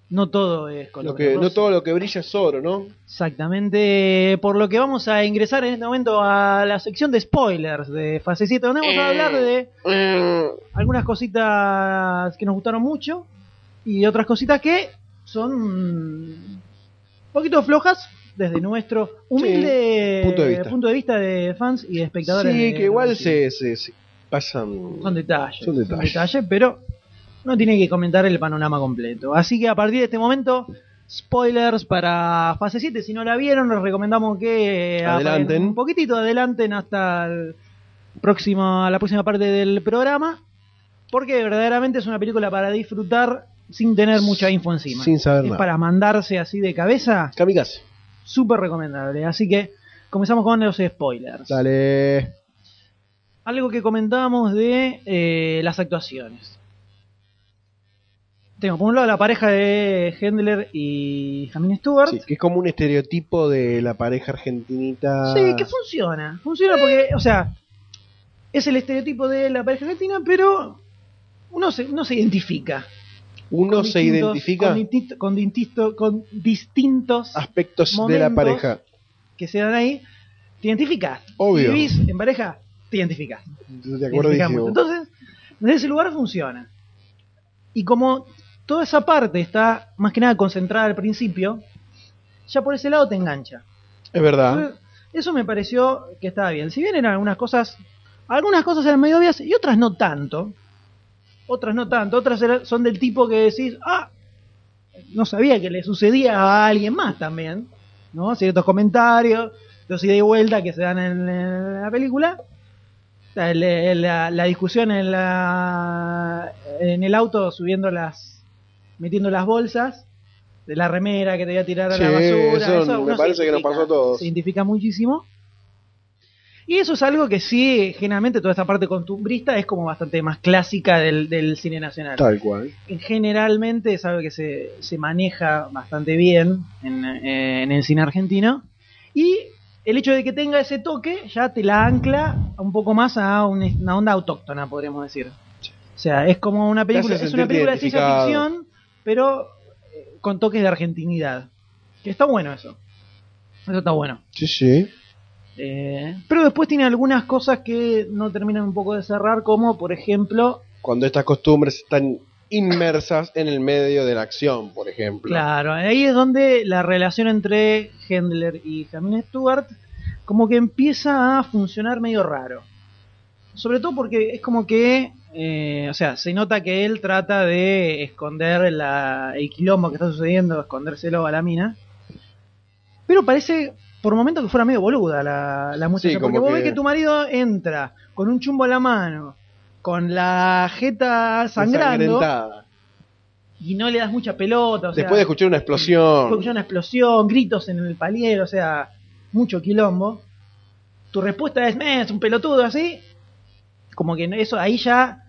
Speaker 1: no todo es color
Speaker 2: Lo que,
Speaker 1: de
Speaker 2: no
Speaker 1: rosa.
Speaker 2: todo lo que brilla es oro, ¿no?
Speaker 1: Exactamente, por lo que vamos a ingresar en este momento a la sección de spoilers de Fase 7, donde
Speaker 2: Eh,
Speaker 1: vamos a hablar de
Speaker 2: mm.
Speaker 1: algunas cositas que nos gustaron mucho y otras cositas que son un poquito flojas desde nuestro humilde
Speaker 2: Sí, punto de vista.
Speaker 1: punto de, vista de fans y de espectadores.
Speaker 2: Sí,
Speaker 1: de-
Speaker 2: que igual se, se, se pasan.
Speaker 1: son detalles.
Speaker 2: Son detalles.
Speaker 1: detalles, pero no tiene que comentar el panorama completo. Así que a partir de este momento, spoilers para fase 7. Si no la vieron, les recomendamos que eh,
Speaker 2: Adelanten.
Speaker 1: apaguen un poquitito, adelanten hasta el próximo, la próxima parte del programa. Porque verdaderamente es una película para disfrutar sin tener mucha info encima.
Speaker 2: Sin saber
Speaker 1: es
Speaker 2: nada.
Speaker 1: para mandarse así de cabeza.
Speaker 2: Kamikaze.
Speaker 1: Súper recomendable. Así que comenzamos con los spoilers.
Speaker 2: Dale.
Speaker 1: Algo que comentábamos de eh, las actuaciones. Tengo por un lado la pareja de Hendler y Jamin Stewart.
Speaker 2: Sí, que es como un estereotipo de la pareja argentinita.
Speaker 1: Sí, que funciona. Funciona porque, o sea, es el estereotipo de la pareja argentina, pero uno se, uno se identifica.
Speaker 2: Uno
Speaker 1: Con
Speaker 2: se
Speaker 1: distintos-
Speaker 2: identifica Ah.
Speaker 1: Con, distinto- con distinto- con distintos
Speaker 2: aspectos de la
Speaker 1: momentos
Speaker 2: pareja.
Speaker 1: que se dan ahí. Te identificas.
Speaker 2: Obvio.
Speaker 1: Vivís en pareja, te identificas.
Speaker 2: De
Speaker 1: Identificás
Speaker 2: acuerdo,
Speaker 1: mucho.
Speaker 2: dijimos.
Speaker 1: Entonces, desde ese lugar funciona. Y como toda esa parte está más que nada concentrada al principio, ya por ese lado te engancha.
Speaker 2: Es verdad.
Speaker 1: Eso me pareció que estaba bien. Si bien eran algunas cosas, algunas cosas eran medio obvias y otras no tanto. Otras no tanto, otras eran- son del tipo que decís, ah, no sabía que le sucedía a alguien más también. ¿No? Ciertos comentarios, los ida y vuelta que se dan en, en la película. O sea, el- el- la, la discusión en, la, en el auto subiendo las. metiendo las bolsas de la remera que te voy a tirar a
Speaker 2: Sí,
Speaker 1: la basura.
Speaker 2: eso me
Speaker 1: uno
Speaker 2: parece
Speaker 1: se
Speaker 2: que nos
Speaker 1: identifica,
Speaker 2: pasó a todos.
Speaker 1: Se identifica muchísimo. Y eso es algo que sí, generalmente toda esta parte costumbrista es como bastante más clásica del, del cine nacional.
Speaker 2: Tal cual.
Speaker 1: Generalmente es algo que se, se maneja bastante bien en, eh, en el cine argentino. Y el hecho de que tenga ese toque ya te la ancla un poco más a un- una onda autóctona, podríamos decir. O sea, es como una película,
Speaker 2: hace
Speaker 1: es una
Speaker 2: sentirte
Speaker 1: película de ciencia
Speaker 2: identificado.
Speaker 1: ficción, pero eh, con toques de argentinidad. Que está bueno eso. Eso está bueno.
Speaker 2: Sí, sí.
Speaker 1: Eh, pero después tiene algunas cosas que no terminan un poco de cerrar, como por ejemplo,
Speaker 2: Cuando estas costumbres están inmersas en el medio de la acción, por ejemplo.
Speaker 1: claro, ahí es donde la relación entre Hendler y Jamin Stewart como que empieza a funcionar medio raro. Sobre todo porque es como que, eh, o sea, se nota que él trata de esconder la- el quilombo que está sucediendo, escondérselo a la mina. Pero parece por momentos que fuera medio boluda la, la muchacha.
Speaker 2: Sí, como
Speaker 1: porque vos
Speaker 2: que-
Speaker 1: ves que tu marido entra con un chumbo en la mano, con la jeta sangrando,
Speaker 2: Ensangrentada.
Speaker 1: y no le das mucha pelota. o sea,
Speaker 2: Después de escuchar una
Speaker 1: fue
Speaker 2: explosión.
Speaker 1: escuchar una explosión, gritos en el palier, o sea, mucho quilombo. Tu respuesta es, "Eh, es un pelotudo así. Como que eso, ahí ya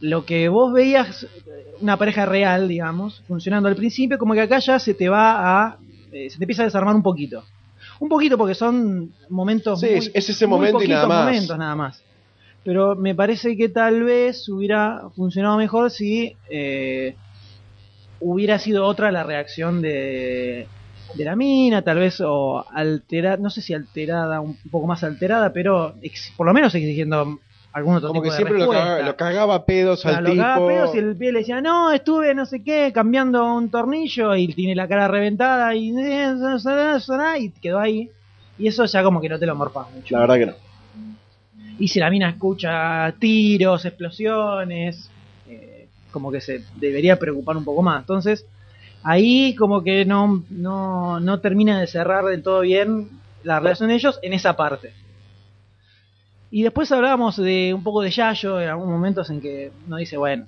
Speaker 1: lo que vos veías, eh, una pareja real, digamos, funcionando al principio, como que acá ya se te va a. eh, se te empieza a desarmar un poquito. Un poquito porque son momentos.
Speaker 2: Sí,
Speaker 1: muy-
Speaker 2: es- es ese
Speaker 1: muy
Speaker 2: momento y nada
Speaker 1: poquitos
Speaker 2: más.
Speaker 1: momentos nada más. Pero me parece que tal vez hubiera funcionado mejor si. eh, hubiera sido otra la reacción de, de la mina, tal vez, o alterada, no sé si alterada, un poco más alterada, pero ex- por lo menos exigiendo algún otro
Speaker 2: Como que
Speaker 1: tipo de
Speaker 2: siempre lo
Speaker 1: respuesta.
Speaker 2: cagaba, lo cagaba a pedos
Speaker 1: Claro,
Speaker 2: al
Speaker 1: lo
Speaker 2: tipo.
Speaker 1: cagaba a pedos y el pie le decía, no, estuve no sé qué, cambiando un tornillo y tiene la cara reventada y, y quedó ahí. Y eso ya como que no te lo morfás mucho.
Speaker 2: La verdad que no.
Speaker 1: Y si la mina escucha tiros, explosiones, eh, como que se debería preocupar un poco más. Entonces, ahí como que no, no, no termina de cerrar del todo bien la relación de ellos en esa parte. Y después hablábamos de un poco de Yayo, en algunos momentos en que uno dice, bueno,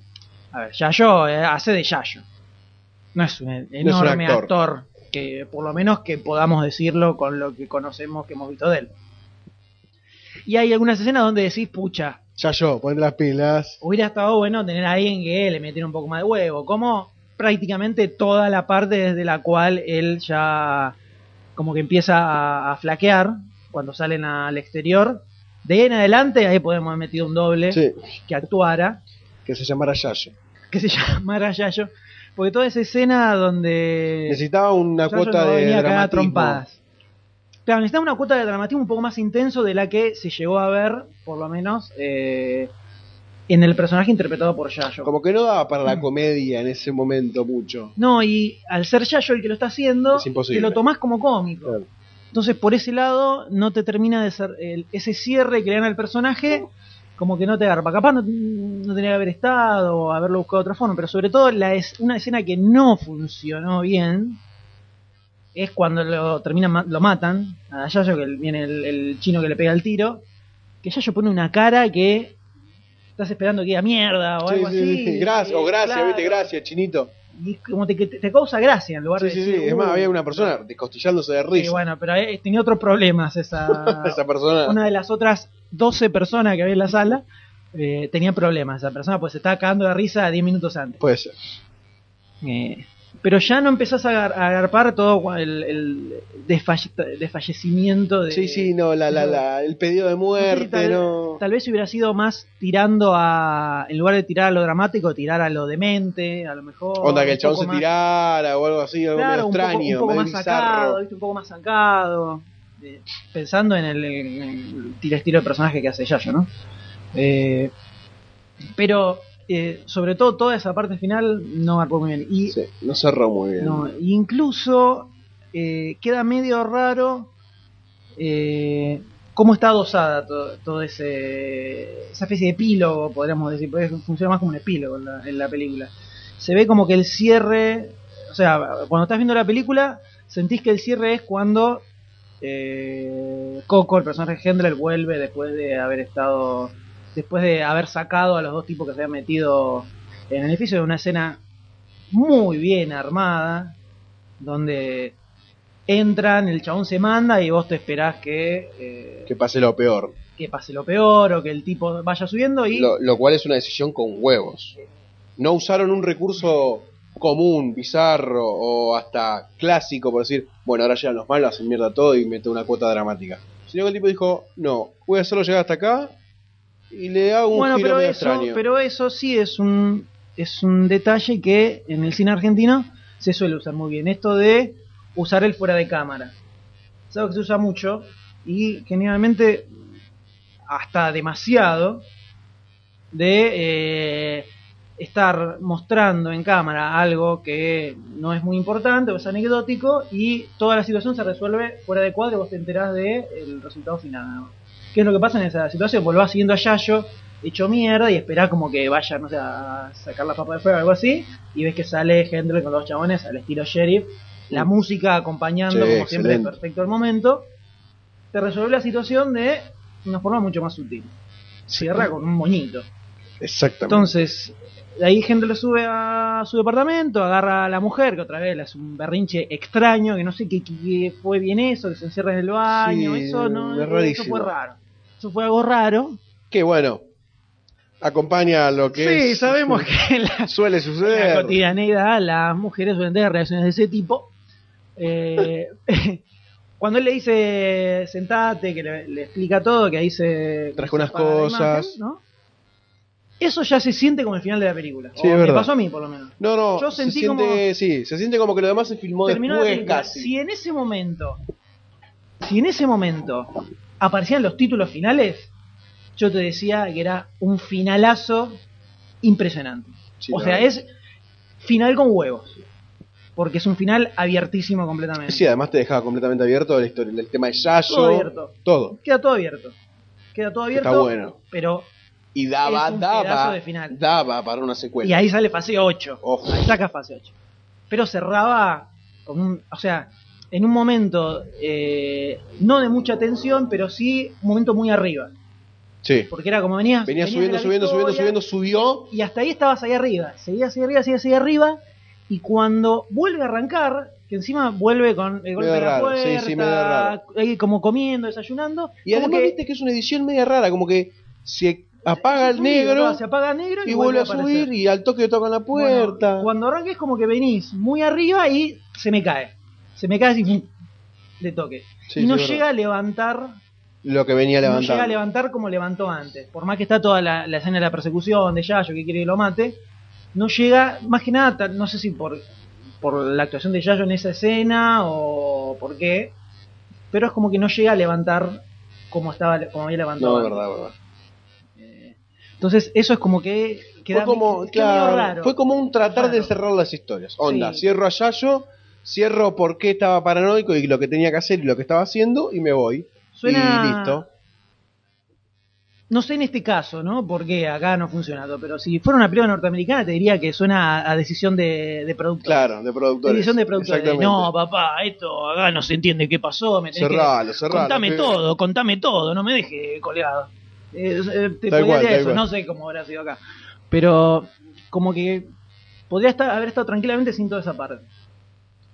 Speaker 1: a ver, Yayo eh, hace de Yayo. No es un e-, enorme
Speaker 2: actor.
Speaker 1: actor. que por lo menos que podamos decirlo con lo que conocemos que hemos visto de él. Y hay algunas escenas donde decís, pucha,
Speaker 2: Ya yo, ponte las pilas.
Speaker 1: Hubiera estado bueno tener a alguien que le metiera un poco más de huevo, como prácticamente toda la parte desde la cual él ya como que empieza a, a flaquear cuando salen al exterior. De ahí en adelante, ahí podemos haber metido un doble
Speaker 2: Sí.
Speaker 1: que actuara,
Speaker 2: Que se llamara Yayo.
Speaker 1: que se llamara Yayo, porque toda esa escena donde...
Speaker 2: Necesitaba una
Speaker 1: Yayo
Speaker 2: cuota
Speaker 1: no
Speaker 2: de
Speaker 1: venía a cagar a
Speaker 2: dramatismo.
Speaker 1: trompadas. Claro, necesitaba una cuota de dramatismo un poco más intenso de la que se llegó a ver, por lo menos, eh, en el personaje interpretado por Yayo.
Speaker 2: Como que no daba para la comedia en ese momento mucho.
Speaker 1: No, y al ser Yayo el que lo está haciendo,
Speaker 2: Es imposible.
Speaker 1: te lo tomás como cómico. Entonces, por ese lado, no te termina de ser el- ese cierre que le dan al personaje, como que no te garpa. Capaz no, no tenía que haber estado o haberlo buscado de otra forma, pero sobre todo la es, una escena que no funcionó bien es cuando lo terminan, ma- lo matan a Yayo, que viene el, el chino que le pega el tiro, que Yayo pone una cara que estás esperando que diga mierda o
Speaker 2: Sí,
Speaker 1: algo
Speaker 2: sí,
Speaker 1: así.
Speaker 2: sí. Gracias, o gracias,
Speaker 1: Claro.
Speaker 2: viste, gracias, chinito.
Speaker 1: Y es como te, que te, te causa gracia en lugar
Speaker 2: Sí,
Speaker 1: de.
Speaker 2: sí, sí.
Speaker 1: decir, "Uh".
Speaker 2: Es más,
Speaker 1: "Uy".
Speaker 2: había una persona descostillándose de
Speaker 1: Y
Speaker 2: risa.
Speaker 1: bueno, pero eh, tenía otros problemas esa,
Speaker 2: Esa persona.
Speaker 1: Una de las otras 12 personas que había en la sala eh, tenía problemas. Esa persona pues se estaba cagando de risa 10 minutos antes.
Speaker 2: Puede ser.
Speaker 1: Eh, pero ya no empezás a, gar- a garpar todo el, el desfalle- desfallecimiento de...
Speaker 2: Sí, sí, no, la, la, la, el pedido de
Speaker 1: Sí,
Speaker 2: muerte,
Speaker 1: tal,
Speaker 2: no.
Speaker 1: tal vez hubiera sido más tirando a... En lugar de tirar a lo dramático, tirar a lo demente, a lo mejor...
Speaker 2: Onda que el
Speaker 1: un
Speaker 2: chabón
Speaker 1: poco
Speaker 2: se
Speaker 1: más-
Speaker 2: tirara o algo así, algo medio
Speaker 1: Claro, un poco-
Speaker 2: extraño,
Speaker 1: un poco,
Speaker 2: medio
Speaker 1: más
Speaker 2: bizarro.
Speaker 1: sacado, ¿viste? un poco más sacado. Eh, Pensando en el, en el tira- estilo de personaje que hace Yayo, ¿no? Eh, pero eh, sobre todo toda esa parte final no marcó muy bien. Y
Speaker 2: No cerró muy bien.
Speaker 1: no, incluso eh, queda medio raro eh, cómo está dosada todo, todo ese esa especie de epílogo, podríamos decir, porque funciona más como un epílogo en la, en la película. Se ve como que el cierre, o sea, cuando estás viendo la película, sentís que el cierre es cuando eh, Coco, el personaje de Hendler, vuelve después de haber estado, después de haber sacado a los dos tipos que se habían metido en el edificio de una escena muy bien armada, donde entran, el chabón se manda y vos te esperás que, eh,
Speaker 2: Que pase lo peor.
Speaker 1: que pase lo peor o que el tipo vaya subiendo y...
Speaker 2: Lo, lo cual es una decisión con huevos. No usaron un recurso común, bizarro o hasta clásico por decir, bueno, ahora llegan los malos, hacen mierda todo y meto una cuota dramática. Sino que el tipo dijo, no, voy a hacerlo llegar hasta acá y le hago un
Speaker 1: bueno,
Speaker 2: giro
Speaker 1: pero
Speaker 2: medio
Speaker 1: eso,
Speaker 2: extraño.
Speaker 1: pero eso sí es un, es un detalle que en el cine argentino se suele usar muy bien. Esto de usar el fuera de cámara. Es algo que se usa mucho y generalmente hasta demasiado de eh, estar mostrando en cámara algo que no es muy importante o es anecdótico y toda la situación se resuelve fuera de cuadro y vos te enterás del resultado final. nada más. ¿Qué es lo que pasa en esa situación? Volvás siguiendo a Yayo hecho mierda y esperás como que vaya, no sé, a sacar la papa de fuego o algo así y ves que sale Hendrix con los chabones al estilo sheriff, la música acompañando
Speaker 2: Che,
Speaker 1: como siempre
Speaker 2: excelente.
Speaker 1: perfecto el momento, te resolvió la situación de una forma mucho más sutil. Cierra con un moñito.
Speaker 2: Exactamente.
Speaker 1: Entonces, de ahí gente lo sube a su departamento, agarra a la mujer, que otra vez es un berrinche extraño, que no sé qué, qué fue bien eso, que se encierra en el baño,
Speaker 2: Sí,
Speaker 1: eso no,
Speaker 2: es
Speaker 1: eso
Speaker 2: rarísimo.
Speaker 1: fue raro. Eso fue algo raro.
Speaker 2: Que bueno, acompaña a lo que
Speaker 1: Sí,
Speaker 2: es-
Speaker 1: sabemos que en la,
Speaker 2: suele
Speaker 1: en la
Speaker 2: suceder.
Speaker 1: cotidianeidad las mujeres suelen tener reacciones de ese tipo. Eh, cuando él le dice sentate, que le, le explica todo, que ahí se...
Speaker 2: Traje unas
Speaker 1: se apaga la
Speaker 2: cosas.
Speaker 1: imagen, ¿no? Eso ya se siente como el final de la película.
Speaker 2: Sí,
Speaker 1: O
Speaker 2: es
Speaker 1: me
Speaker 2: verdad.
Speaker 1: pasó a mí, por lo menos.
Speaker 2: No, no,
Speaker 1: Yo
Speaker 2: se
Speaker 1: sentí
Speaker 2: siente,
Speaker 1: como-
Speaker 2: sí, se siente como que lo demás se filmó
Speaker 1: Terminó la
Speaker 2: después
Speaker 1: película.
Speaker 2: casi.
Speaker 1: Si en ese momento, si en ese momento aparecían los títulos finales, yo te decía que era un finalazo impresionante.
Speaker 2: Sí,
Speaker 1: o
Speaker 2: la
Speaker 1: sea,
Speaker 2: verdad.
Speaker 1: es final con huevos. Porque es un final abiertísimo completamente.
Speaker 2: Sí, además te dejaba completamente abierto la historia, el tema de Yayo.
Speaker 1: Todo abierto.
Speaker 2: Todo.
Speaker 1: Queda todo abierto. Queda todo abierto.
Speaker 2: Está bueno.
Speaker 1: Pero.
Speaker 2: Y daba,
Speaker 1: Es un pedazo
Speaker 2: daba,
Speaker 1: de final.
Speaker 2: daba para una secuela.
Speaker 1: Y ahí sale fase 8.
Speaker 2: Ojo.
Speaker 1: Ahí saca fase 8. Pero cerraba con un. O sea, en un momento. eh, no de mucha tensión, pero sí un momento muy arriba.
Speaker 2: Sí.
Speaker 1: Porque era como venías.
Speaker 2: Venía
Speaker 1: venías
Speaker 2: subiendo,
Speaker 1: de la
Speaker 2: subiendo, subiendo,
Speaker 1: victoria,
Speaker 2: subiendo, subió.
Speaker 1: Y hasta ahí estabas ahí arriba. Seguías ahí arriba, seguías ahí arriba. Y cuando vuelve a arrancar, que encima vuelve con el golpe
Speaker 2: Medio
Speaker 1: de la
Speaker 2: raro, sí,
Speaker 1: puerta,
Speaker 2: sí, medio raro.
Speaker 1: ahí como comiendo, desayunando.
Speaker 2: Y
Speaker 1: como
Speaker 2: además
Speaker 1: que-
Speaker 2: viste que es una edición media rara, como que se Apaga el negro
Speaker 1: Se apaga negro y,
Speaker 2: y vuelve a
Speaker 1: aparecer.
Speaker 2: subir y al toque tocan la puerta.
Speaker 1: Cuando arranca es como que venís muy arriba y se me cae. Se me cae así de toque.
Speaker 2: Sí,
Speaker 1: y no
Speaker 2: sí, es
Speaker 1: llega a levantar
Speaker 2: Lo que venía
Speaker 1: no llega a
Speaker 2: levantando.
Speaker 1: levantar como levantó antes. Por más que está toda la, la escena de la persecución de Yayo que quiere que lo mate, no llega, más que nada, ta- no sé si por, por la actuación de Yayo en esa escena o por qué, pero es como que no llega a levantar como estaba como había levantado.
Speaker 2: No,
Speaker 1: antes.
Speaker 2: verdad, verdad.
Speaker 1: Entonces, eso es como que queda
Speaker 2: Fue como,
Speaker 1: que- que medio
Speaker 2: claro,
Speaker 1: raro.
Speaker 2: fue como un tratar de cerrar las historias. Onda,
Speaker 1: Sí.
Speaker 2: cierro a Yayo, cierro por qué estaba paranoico y lo que tenía que hacer y lo que estaba haciendo y me voy.
Speaker 1: Suena-
Speaker 2: Y listo.
Speaker 1: No sé en este caso, ¿no? Porque acá no funciona todo, pero si fuera una película norteamericana te diría que suena a, a decisión de, de productor.
Speaker 2: Claro, de productores.
Speaker 1: Decisión de productores.
Speaker 2: Exactamente.
Speaker 1: No, papá, esto acá no se entiende qué pasó. Me tenés que-
Speaker 2: Cerralo, cerralo,
Speaker 1: Contame
Speaker 2: que-
Speaker 1: todo, contame todo, no me deje colgado. Eh, eh, te
Speaker 2: Tal
Speaker 1: podría
Speaker 2: cual,
Speaker 1: leer
Speaker 2: tal
Speaker 1: eso,
Speaker 2: cual.
Speaker 1: no sé cómo habrá sido acá. Pero como que podría estar, haber estado tranquilamente sin toda esa parte.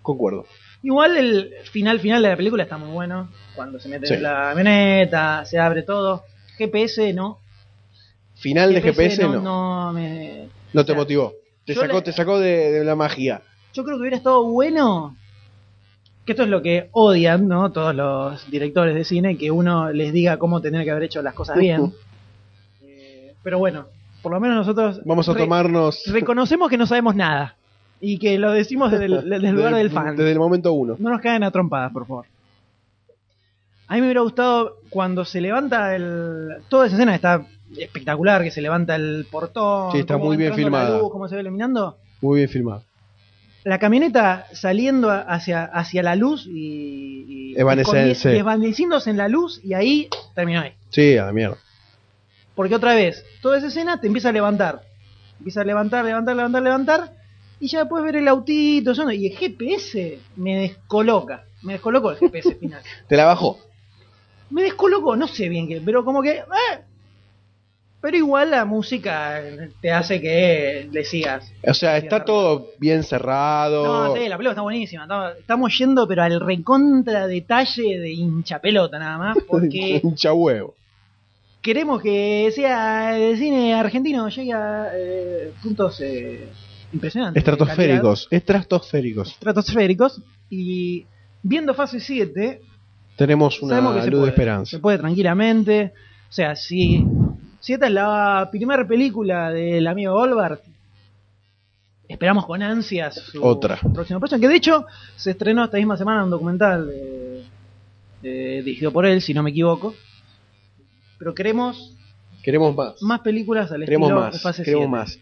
Speaker 2: Concuerdo.
Speaker 1: Igual el final final de la película está muy bueno. Cuando se mete
Speaker 2: Sí.
Speaker 1: en la camioneta, se abre todo. GPS no.
Speaker 2: Final de GPS no.
Speaker 1: eh, no.
Speaker 2: No,
Speaker 1: no me-
Speaker 2: te motivó. Te
Speaker 1: yo
Speaker 2: sacó,
Speaker 1: le-
Speaker 2: te sacó de, de la magia.
Speaker 1: Yo creo que hubiera estado bueno. Que esto es lo que odian, ¿no? Todos los directores de cine, que uno les diga cómo tener que haber hecho las cosas bien.
Speaker 2: Ujú.
Speaker 1: Eh, pero bueno, por lo menos nosotros.
Speaker 2: Vamos a
Speaker 1: re-
Speaker 2: tomarnos.
Speaker 1: Reconocemos que no sabemos nada. Y que lo decimos desde el, desde el lugar
Speaker 2: Desde-
Speaker 1: del fan.
Speaker 2: Desde el momento uno.
Speaker 1: No nos caen a trompadas, por favor. A mí me hubiera gustado cuando se levanta el. Toda esa escena está espectacular, que se levanta el portón.
Speaker 2: Sí, está
Speaker 1: cómo va
Speaker 2: muy bien
Speaker 1: entrando la
Speaker 2: filmada.
Speaker 1: luz, cómo se va iluminando.
Speaker 2: Muy bien filmado.
Speaker 1: La camioneta saliendo a- hacia, hacia la luz y. y
Speaker 2: Evanescence.
Speaker 1: escondi- y Desvaneciéndose en la luz y ahí terminó ahí.
Speaker 2: Sí, a la mierda.
Speaker 1: Porque otra vez, toda esa escena te empieza a levantar. Empieza a levantar, levantar, levantar, levantar. Y ya después ver el autito. eso no- Y el GPS me descoloca. Me descolocó el GPS final.
Speaker 2: Te la bajó.
Speaker 1: Me descolocó, no sé bien qué, pero como que. eh. Pero igual la música te hace que le sigas.
Speaker 2: O sea, está todo bien cerrado.
Speaker 1: No, sí, la pelota está buenísima. estamos- Estamos yendo, pero al recontra detalle de hincha pelota nada más. Porque
Speaker 2: Hincha huevo.
Speaker 1: queremos que sea el cine argentino llegue a eh, puntos eh, impresionantes. de
Speaker 2: Estratosféricos. Estratosféricos.
Speaker 1: calidad, Estratosféricos. Y viendo fase 7,
Speaker 2: Tenemos una
Speaker 1: sabemos que
Speaker 2: luz
Speaker 1: se
Speaker 2: de
Speaker 1: puede.
Speaker 2: esperanza.
Speaker 1: Se puede tranquilamente. O sea, si, si esta es la primera película del amigo Goldberg, esperamos con ansias su
Speaker 2: Otra.
Speaker 1: próxima próxima. Que de hecho se estrenó esta misma semana un documental de- de- dirigido por él, si no me equivoco. Pero queremos
Speaker 2: Queremos más.
Speaker 1: más películas al
Speaker 2: Queremos
Speaker 1: estilo
Speaker 2: más.
Speaker 1: fase
Speaker 2: Queremos
Speaker 1: 7.
Speaker 2: más.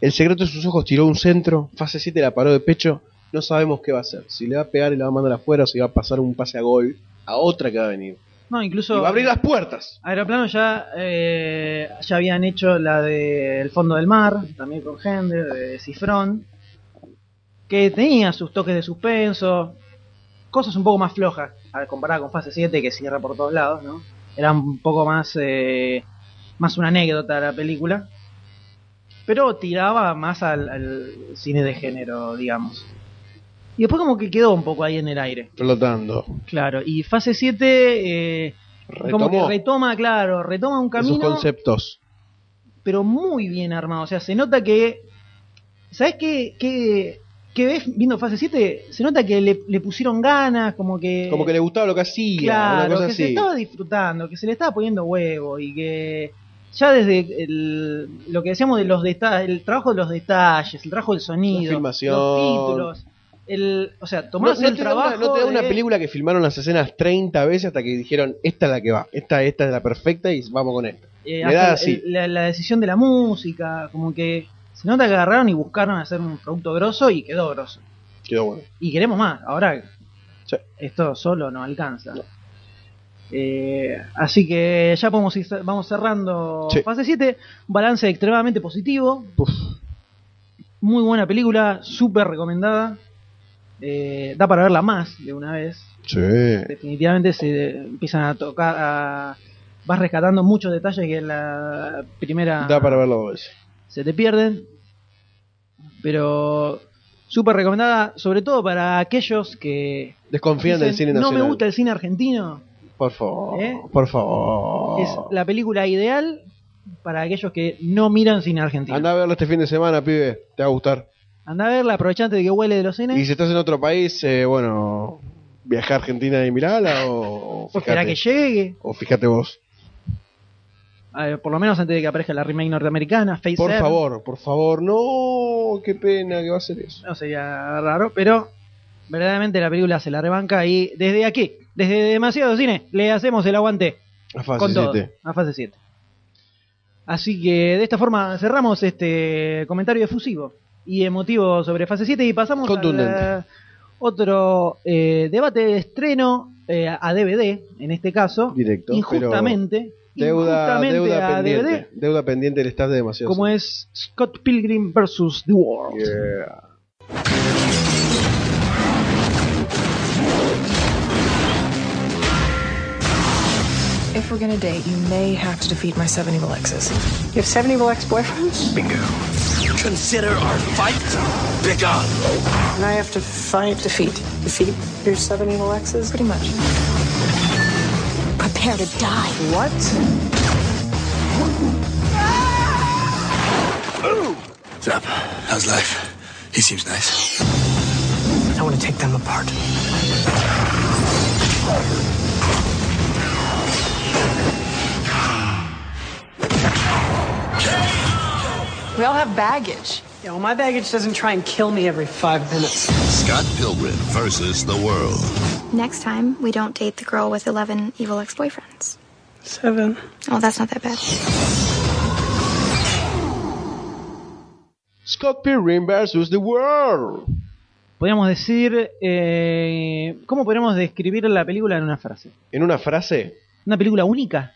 Speaker 2: El secreto de sus ojos tiró un centro. Fase 7 la paró de pecho. No sabemos qué va a hacer. Si le va a pegar y la va a mandar afuera o si va a pasar un pase a gol a otra que va a venir.
Speaker 1: No, incluso.
Speaker 2: Y va a abrir las puertas.
Speaker 1: Aeroplano ya, eh, ya habían hecho la de El fondo del mar, también con Hender, de Cifrón, que tenía sus toques de suspenso, cosas un poco más flojas, a comparar con Fase 7 que cierra por todos lados, ¿no? Era un poco más, eh, más una anécdota la película, pero tiraba más al, al cine de género, digamos. Y después como que quedó un poco ahí en el aire.
Speaker 2: Flotando.
Speaker 1: Claro, y fase 7 eh, como que
Speaker 2: Retomó.
Speaker 1: retoma, claro, retoma un
Speaker 2: Esos
Speaker 1: camino,
Speaker 2: conceptos.
Speaker 1: pero muy bien armado. O sea, se nota que. ¿Sabes qué, qué, qué ves viendo fase 7? Se nota que le, le pusieron ganas, como que.
Speaker 2: Como que le gustaba lo que hacía. una
Speaker 1: eh, Claro,
Speaker 2: cosa
Speaker 1: que se
Speaker 2: así.
Speaker 1: estaba disfrutando, que se le estaba poniendo huevo y que ya desde el- lo que decíamos de los detalles, el trabajo de los detalles, el trabajo del
Speaker 2: La
Speaker 1: sonido,
Speaker 2: filmación.
Speaker 1: los títulos, el, o sea, tomarse
Speaker 2: No- no
Speaker 1: el
Speaker 2: te da una-
Speaker 1: trabajo.
Speaker 2: no te da una
Speaker 1: de-
Speaker 2: película que filmaron las escenas 30 veces hasta que dijeron, esta es la que va, esta, esta es la perfecta y vamos con esta.
Speaker 1: Eh,
Speaker 2: Le da
Speaker 1: hasta
Speaker 2: así.
Speaker 1: el- la, la decisión de la música, como que se nota que agarraron y buscaron hacer un producto grosso y quedó grosso.
Speaker 2: Quedó bueno.
Speaker 1: Y queremos más, ahora
Speaker 2: Sí.
Speaker 1: esto solo no alcanza. Eh, así que ya podemos ir, vamos cerrando
Speaker 2: Sí.
Speaker 1: fase 7, balance extremadamente positivo. Muy buena película, súper recomendada. Eh, da para verla más de una vez
Speaker 2: Sí.
Speaker 1: definitivamente se empiezan a tocar a- vas rescatando muchos detalles que en la primera
Speaker 2: Da para verlo dos veces.
Speaker 1: se te pierden pero súper recomendada sobre todo para aquellos que
Speaker 2: Desconfían del
Speaker 1: dicen,
Speaker 2: cine nacional.
Speaker 1: no me gusta el cine argentino
Speaker 2: Por favor.
Speaker 1: ¿Eh?
Speaker 2: Por favor.
Speaker 1: es la película ideal para aquellos que no miran cine argentino.
Speaker 2: Anda a verlo este fin de semana, pibe. Te va a gustar.
Speaker 1: Anda a verla, aprovechante de que huele de los
Speaker 2: Y
Speaker 1: cines.
Speaker 2: si estás en otro país, eh, bueno, viajar a Argentina y mirala o, o
Speaker 1: ¿Será
Speaker 2: fíjate,
Speaker 1: que llegue?
Speaker 2: o fíjate vos.
Speaker 1: A ver, por lo menos antes de que aparezca la remake norteamericana, Face
Speaker 2: Por
Speaker 1: Seven.
Speaker 2: favor, por favor, no, qué pena que va a ser eso.
Speaker 1: No sería raro, pero verdaderamente la película se la rebanca y desde aquí, desde demasiado cine, le hacemos el aguante.
Speaker 2: La fase
Speaker 1: con todo,
Speaker 2: siete.
Speaker 1: a fase 7. Así que de esta forma cerramos este comentario efusivo y emotivo sobre fase 7 y pasamos
Speaker 2: Contundente.
Speaker 1: a otro eh, debate de estreno eh, a DVD, en este caso,
Speaker 2: Directo.
Speaker 1: injustamente,
Speaker 2: pero Deuda,
Speaker 1: injustamente
Speaker 2: deuda
Speaker 1: a
Speaker 2: pendiente.
Speaker 1: DVD,
Speaker 2: Deuda pendiente del staff de demasiado.
Speaker 1: como es Scott Pilgrim vs. The World.
Speaker 2: Yeah.
Speaker 4: If we're gonna date, you may have to defeat my 70 evil exes. You have 70 evil ex boyfriends? Bingo.
Speaker 22: Consider our fight begun.
Speaker 4: And I have to fight. Defeat. Defeat your 70 evil exes? Pretty much. Prepare to die. What?
Speaker 22: What's up? How's life? He seems nice.
Speaker 4: I wanna take them apart. We all have baggage. You know, my baggage doesn't try and kill me every five minutes.
Speaker 23: Scott Pilgrim versus the world.
Speaker 24: Next time, we don't date the girl with 11 evil ex boyfriends.
Speaker 4: Seven.
Speaker 24: Oh, that's not that bad.
Speaker 2: Scott Pilgrim vs. The World.
Speaker 1: Podríamos decir, eh, ¿cómo podríamos describir la película en una frase?
Speaker 2: En una frase,
Speaker 1: ¿Una película única?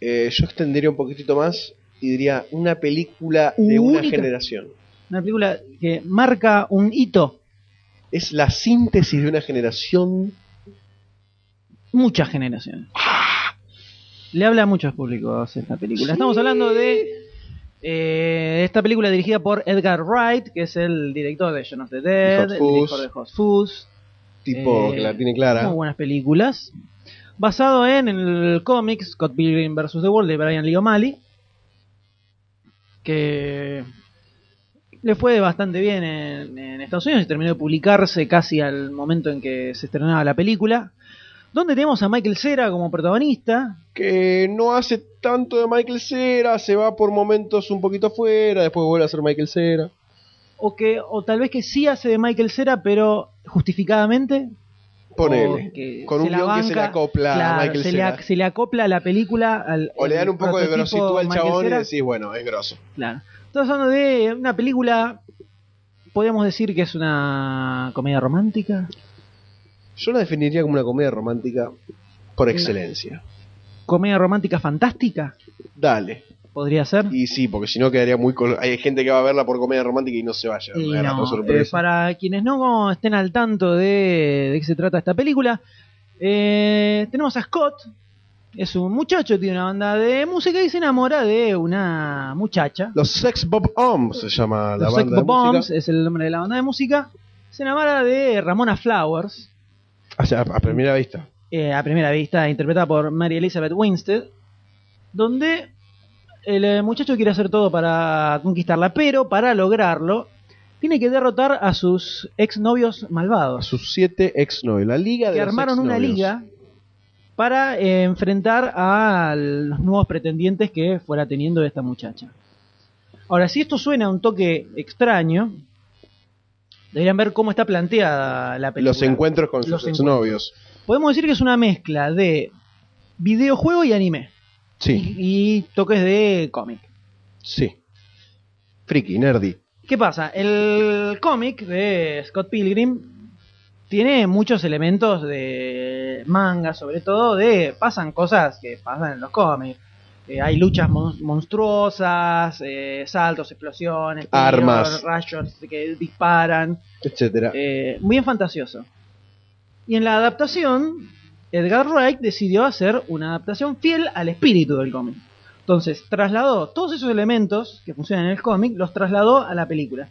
Speaker 2: eh, yo extendería un poquitito más y diría una película de una
Speaker 1: Única.
Speaker 2: generación.
Speaker 1: Una película que marca un hito.
Speaker 2: Es la síntesis de una generación.
Speaker 1: Muchas generaciones. Le habla a muchos públicos esta película. Estamos hablando de eh, esta película dirigida por Edgar Wright, que es el director de Shaun of the Dead,
Speaker 2: Hot
Speaker 1: el
Speaker 2: Fuzz.
Speaker 1: director de Hot Fuzz.
Speaker 2: Tipo
Speaker 1: Eh,
Speaker 2: que la tiene clara.
Speaker 1: Muy buenas películas. Basado en el cómic Scott Pilgrim vs. The World de Brian Lee O'Malley. Que le fue bastante bien en, en Estados Unidos y terminó de publicarse casi al momento en que se estrenaba la película. Donde tenemos a Michael Cera como protagonista.
Speaker 2: Que no hace tanto de Michael Cera, se va por momentos un poquito afuera, después vuelve a ser Michael Cera.
Speaker 1: O, que, o tal vez que sí hace de Michael Cera, pero justificadamente.
Speaker 2: Ponele.
Speaker 1: O que
Speaker 2: con
Speaker 1: se
Speaker 2: un
Speaker 1: la
Speaker 2: guión que se le
Speaker 1: banca,
Speaker 2: acopla
Speaker 1: claro,
Speaker 2: a Michael
Speaker 1: se le
Speaker 2: Cera.
Speaker 1: ac- se le acopla la película al.
Speaker 2: O le dan
Speaker 1: al
Speaker 2: un poco de
Speaker 1: prototipo
Speaker 2: grositud al
Speaker 1: Michael
Speaker 2: chabón y
Speaker 1: Cera.
Speaker 2: decís, bueno, es grosso.
Speaker 1: Claro. Estamos hablando de una película. Podríamos decir que es una comedia romántica.
Speaker 2: Yo la definiría como una comedia romántica por excelencia.
Speaker 1: Comedia romántica fantástica.
Speaker 2: Dale.
Speaker 1: Podría ser.
Speaker 2: Y sí, porque si no quedaría muy... col- Hay gente que va a verla por comedia romántica y no se vaya.
Speaker 1: Y
Speaker 2: Me agarra
Speaker 1: no,
Speaker 2: por sorpresa.
Speaker 1: eh, para quienes no estén al tanto de, de qué se trata esta película, eh, tenemos a Scott. Es un muchacho, tiene una banda de música y se enamora de una muchacha.
Speaker 2: Los Sex Bob Oms se llama la
Speaker 1: Los
Speaker 2: banda
Speaker 1: Sex
Speaker 2: de
Speaker 1: Bombs
Speaker 2: música.
Speaker 1: es el nombre de la banda de música. Se enamora de Ramona Flowers.
Speaker 2: O sea, a primera vista.
Speaker 1: eh, a primera vista, interpretada por Mary Elizabeth Winstead, donde el eh, muchacho quiere hacer todo para conquistarla, pero para lograrlo tiene que derrotar a sus exnovios malvados,
Speaker 2: Sus siete exnovios. La liga de
Speaker 1: que
Speaker 2: los
Speaker 1: armaron una
Speaker 2: exnovios.
Speaker 1: liga para eh, enfrentar a los nuevos pretendientes que fuera teniendo esta muchacha. Ahora, si esto suena un toque extraño, deberían ver cómo está planteada la película.
Speaker 2: Los encuentros con
Speaker 1: Los
Speaker 2: sus exnovios.
Speaker 1: Podemos decir que es una mezcla de videojuego y anime.
Speaker 2: Sí,
Speaker 1: Y toques de cómic.
Speaker 2: sí. Friki, nerdy.
Speaker 1: ¿Qué pasa? El cómic de Scott Pilgrim tiene muchos elementos de manga, sobre todo de pasan cosas que pasan en los cómics. Eh, hay luchas mon- monstruosas, eh, saltos, explosiones, tiros,
Speaker 2: Armas.
Speaker 1: rayos que disparan.
Speaker 2: etcétera.
Speaker 1: Eh, muy bien fantasioso. Y en la adaptación, Edgar Wright decidió hacer una adaptación fiel al espíritu del cómic. Entonces, trasladó todos esos elementos que funcionan en el cómic, los trasladó a la película.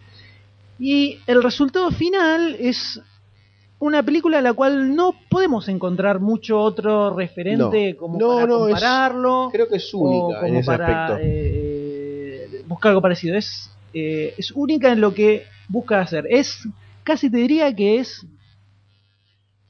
Speaker 1: Y el resultado final es una película en la cual no podemos encontrar mucho otro referente
Speaker 2: No.
Speaker 1: como
Speaker 2: No,
Speaker 1: para
Speaker 2: no, es-
Speaker 1: compararlo. creo que es
Speaker 2: única en ese
Speaker 1: eh,
Speaker 2: aspecto.
Speaker 1: buscar eh, algo parecido. Es, eh, es única en lo que busca hacer. Es, casi te diría que es,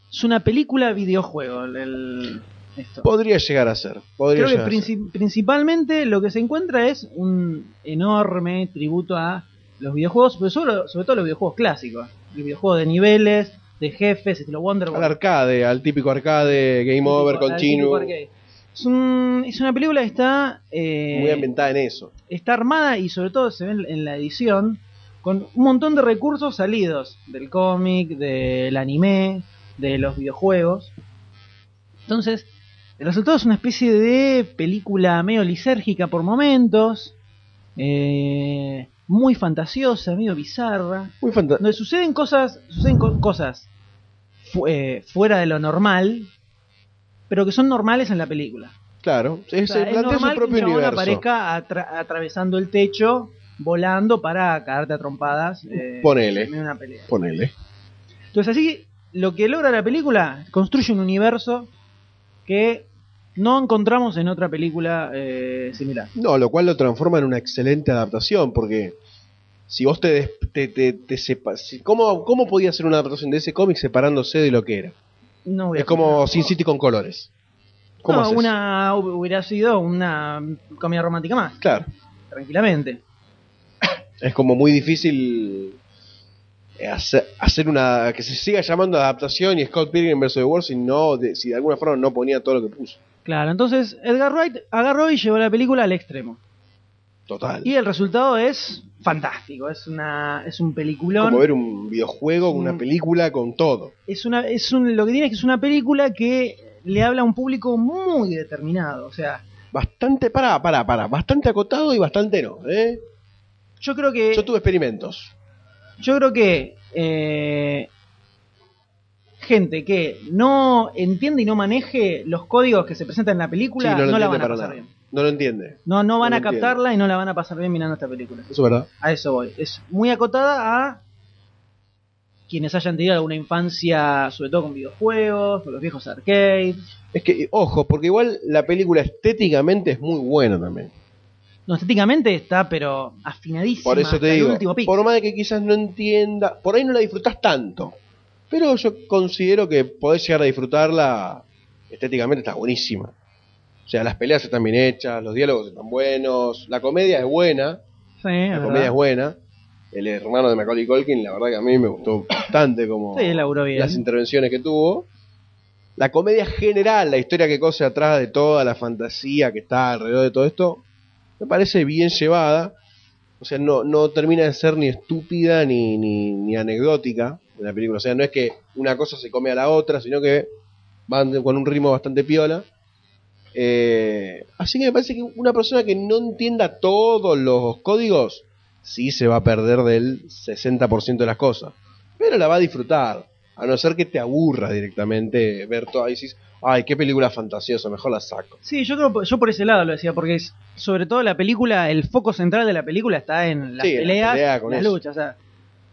Speaker 1: es una película videojuego. el- el- esto.
Speaker 2: Podría llegar a ser. Podría
Speaker 1: Creo que
Speaker 2: llegar a ser.
Speaker 1: princi- principalmente lo que se encuentra es un enorme tributo a los videojuegos, pero sobre, sobre todo los videojuegos clásicos. Los videojuegos de niveles, de jefes, estilo Wonder
Speaker 2: Al arcade, al típico arcade, game over, continuo.
Speaker 1: Es, un- es una película que está, eh,
Speaker 2: Muy ambientada en eso.
Speaker 1: está armada y sobre todo se ve en- en la edición con un montón de recursos salidos del cómic, del anime, de los videojuegos. Entonces, el resultado es una especie de película medio lisérgica por momentos, eh, muy fantasiosa, medio bizarra.
Speaker 2: Muy fanta-
Speaker 1: donde suceden cosas, suceden co- cosas fu- eh, fuera de lo normal, pero que son normales en la película.
Speaker 2: Claro, es,
Speaker 1: O sea, es
Speaker 2: plantea su
Speaker 1: normal
Speaker 2: propio
Speaker 1: que un chabón
Speaker 2: universo.
Speaker 1: aparezca atra- atravesando el techo, volando para cagarte a trompadas. eh,
Speaker 2: Ponele.
Speaker 1: en una pelea.
Speaker 2: Ponele.
Speaker 1: Entonces así, lo que logra la película, construye un universo que no encontramos en otra película eh, similar.
Speaker 2: No, lo cual lo transforma en una excelente adaptación, porque si vos te... des- te, te, te sepa- si- ¿cómo, ¿Cómo podía ser una adaptación de ese cómic separándose de lo que era?
Speaker 1: No voy a
Speaker 2: Es como Sin City con colores. ¿Cómo
Speaker 1: No,
Speaker 2: haces?
Speaker 1: una hu- hubiera sido una comedia romántica más,
Speaker 2: Claro,
Speaker 1: tranquilamente.
Speaker 2: es como muy difícil eh, hacer, hacer una... que se siga llamando adaptación y Scott Pilgrim vs. The World si, no, de, si de alguna forma no ponía todo lo que puso.
Speaker 1: Claro, entonces Edgar Wright agarró y llevó la película al extremo.
Speaker 2: Total.
Speaker 1: Y el resultado es fantástico, es una es un peliculón.
Speaker 2: Como ver un videojuego,
Speaker 1: Mm.
Speaker 2: una película con todo.
Speaker 1: es una es un lo que tiene es que es una película que le habla a un público muy determinado o sea
Speaker 2: Bastante, pará, pará, pará. Bastante acotado y bastante no, ¿eh?
Speaker 1: Yo creo que...
Speaker 2: Yo tuve experimentos.
Speaker 1: yo creo que eh, gente que no entiende y no maneje los códigos que se presentan en la película
Speaker 2: Sí, no
Speaker 1: no,
Speaker 2: lo
Speaker 1: la
Speaker 2: entiende
Speaker 1: van a
Speaker 2: para
Speaker 1: pasar
Speaker 2: nada.
Speaker 1: bien
Speaker 2: No lo entiende.
Speaker 1: no no van
Speaker 2: No
Speaker 1: a
Speaker 2: lo entiende.
Speaker 1: captarla y no la van a pasar bien mirando esta película
Speaker 2: Eso es verdad.
Speaker 1: a eso voy es muy acotada a quienes hayan tenido alguna infancia sobre todo con videojuegos con los viejos arcades
Speaker 2: Es que, ojo, porque igual la película estéticamente es muy buena también.
Speaker 1: no estéticamente está pero afinadísima
Speaker 2: Por eso
Speaker 1: hasta
Speaker 2: te
Speaker 1: el
Speaker 2: digo,
Speaker 1: último pico.
Speaker 2: por más de que quizás no entienda, por ahí no la disfrutás tanto. Pero yo considero que podés llegar a disfrutarla estéticamente, está buenísima. O sea, las peleas están bien hechas, los diálogos están buenos, la comedia es buena,
Speaker 1: Sí, es
Speaker 2: la
Speaker 1: verdad.
Speaker 2: comedia es buena. El hermano de Macaulay Culkin, la verdad que a mí me gustó bastante como
Speaker 1: Sí, laburó bien.
Speaker 2: las intervenciones que tuvo. La comedia general, la historia que cose atrás de toda la fantasía que está alrededor de todo esto, me parece bien llevada. O sea, no, no termina de ser ni estúpida ni, ni, ni anecdótica en la película. O sea, no es que una cosa se come a la otra, sino que van de- con un ritmo bastante piola. Eh, así que me parece que una persona que no entienda todos los códigos, sí se va a perder del 60% de las cosas. Pero la va a disfrutar. A no ser que te aburra directamente ver todo y decís, ay, qué película fantasiosa, mejor la saco.
Speaker 1: Sí, yo creo, yo por ese lado lo decía, porque es, sobre todo la película, el foco central de la película está en las
Speaker 2: Sí, en la
Speaker 1: peleas,
Speaker 2: pelea con
Speaker 1: las
Speaker 2: eso.
Speaker 1: luchas, o sea,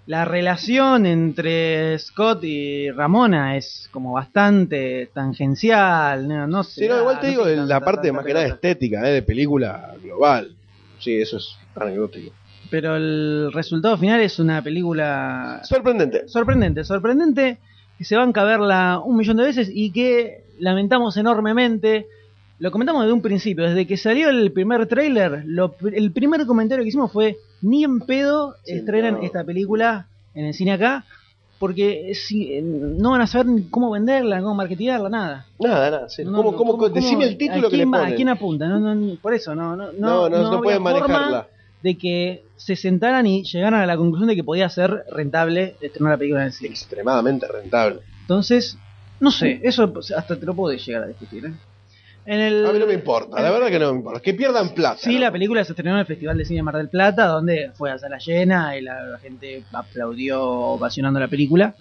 Speaker 1: la relación entre Scott y Ramona es como bastante tangencial, no, no sé. ah,
Speaker 2: Sí, no, igual te
Speaker 1: no
Speaker 2: digo,
Speaker 1: sé
Speaker 2: la
Speaker 1: tanta-
Speaker 2: parte
Speaker 1: tanta
Speaker 2: más que nada
Speaker 1: pelota.
Speaker 2: estética, eh, de película global. Sí, eso es anecdótico.
Speaker 1: Pero el resultado final es una película...
Speaker 2: Sorprendente.
Speaker 1: Sorprendente, sorprendente, que se van a verla un millón de veces y que lamentamos enormemente. Lo comentamos desde un principio, desde que salió el primer tráiler, lo pr- el primer comentario que hicimos fue, ni en pedo estrenan esta película en el cine acá, porque si, eh, no van a saber ni cómo venderla, cómo marketearla, nada.
Speaker 2: Nada, nada. sí.
Speaker 1: No,
Speaker 2: ¿Cómo-
Speaker 1: no,
Speaker 2: cómo-
Speaker 1: ¿cómo-
Speaker 2: decime
Speaker 1: cómo-
Speaker 2: el
Speaker 1: a
Speaker 2: título que le
Speaker 1: quién va-
Speaker 2: ponen.
Speaker 1: ¿A quién apunta? No, no, ni- por eso, no. No,
Speaker 2: No, no, no
Speaker 1: había
Speaker 2: pueden
Speaker 1: forma
Speaker 2: manejarla.
Speaker 1: De que se sentaran y llegaran a la conclusión de que podía ser rentable estrenar la película en el cine.
Speaker 2: Extremadamente rentable.
Speaker 1: Entonces, no sé, eso pues, hasta te lo puedo llegar a discutir. ¿eh? En el-
Speaker 2: A mí no me importa, la verdad que no me importa. Que pierdan plata.
Speaker 1: Sí, la película se estrenó en el Festival de Cine de Mar del Plata, donde fue a sala llena y la, la gente aplaudió ovacionando la película.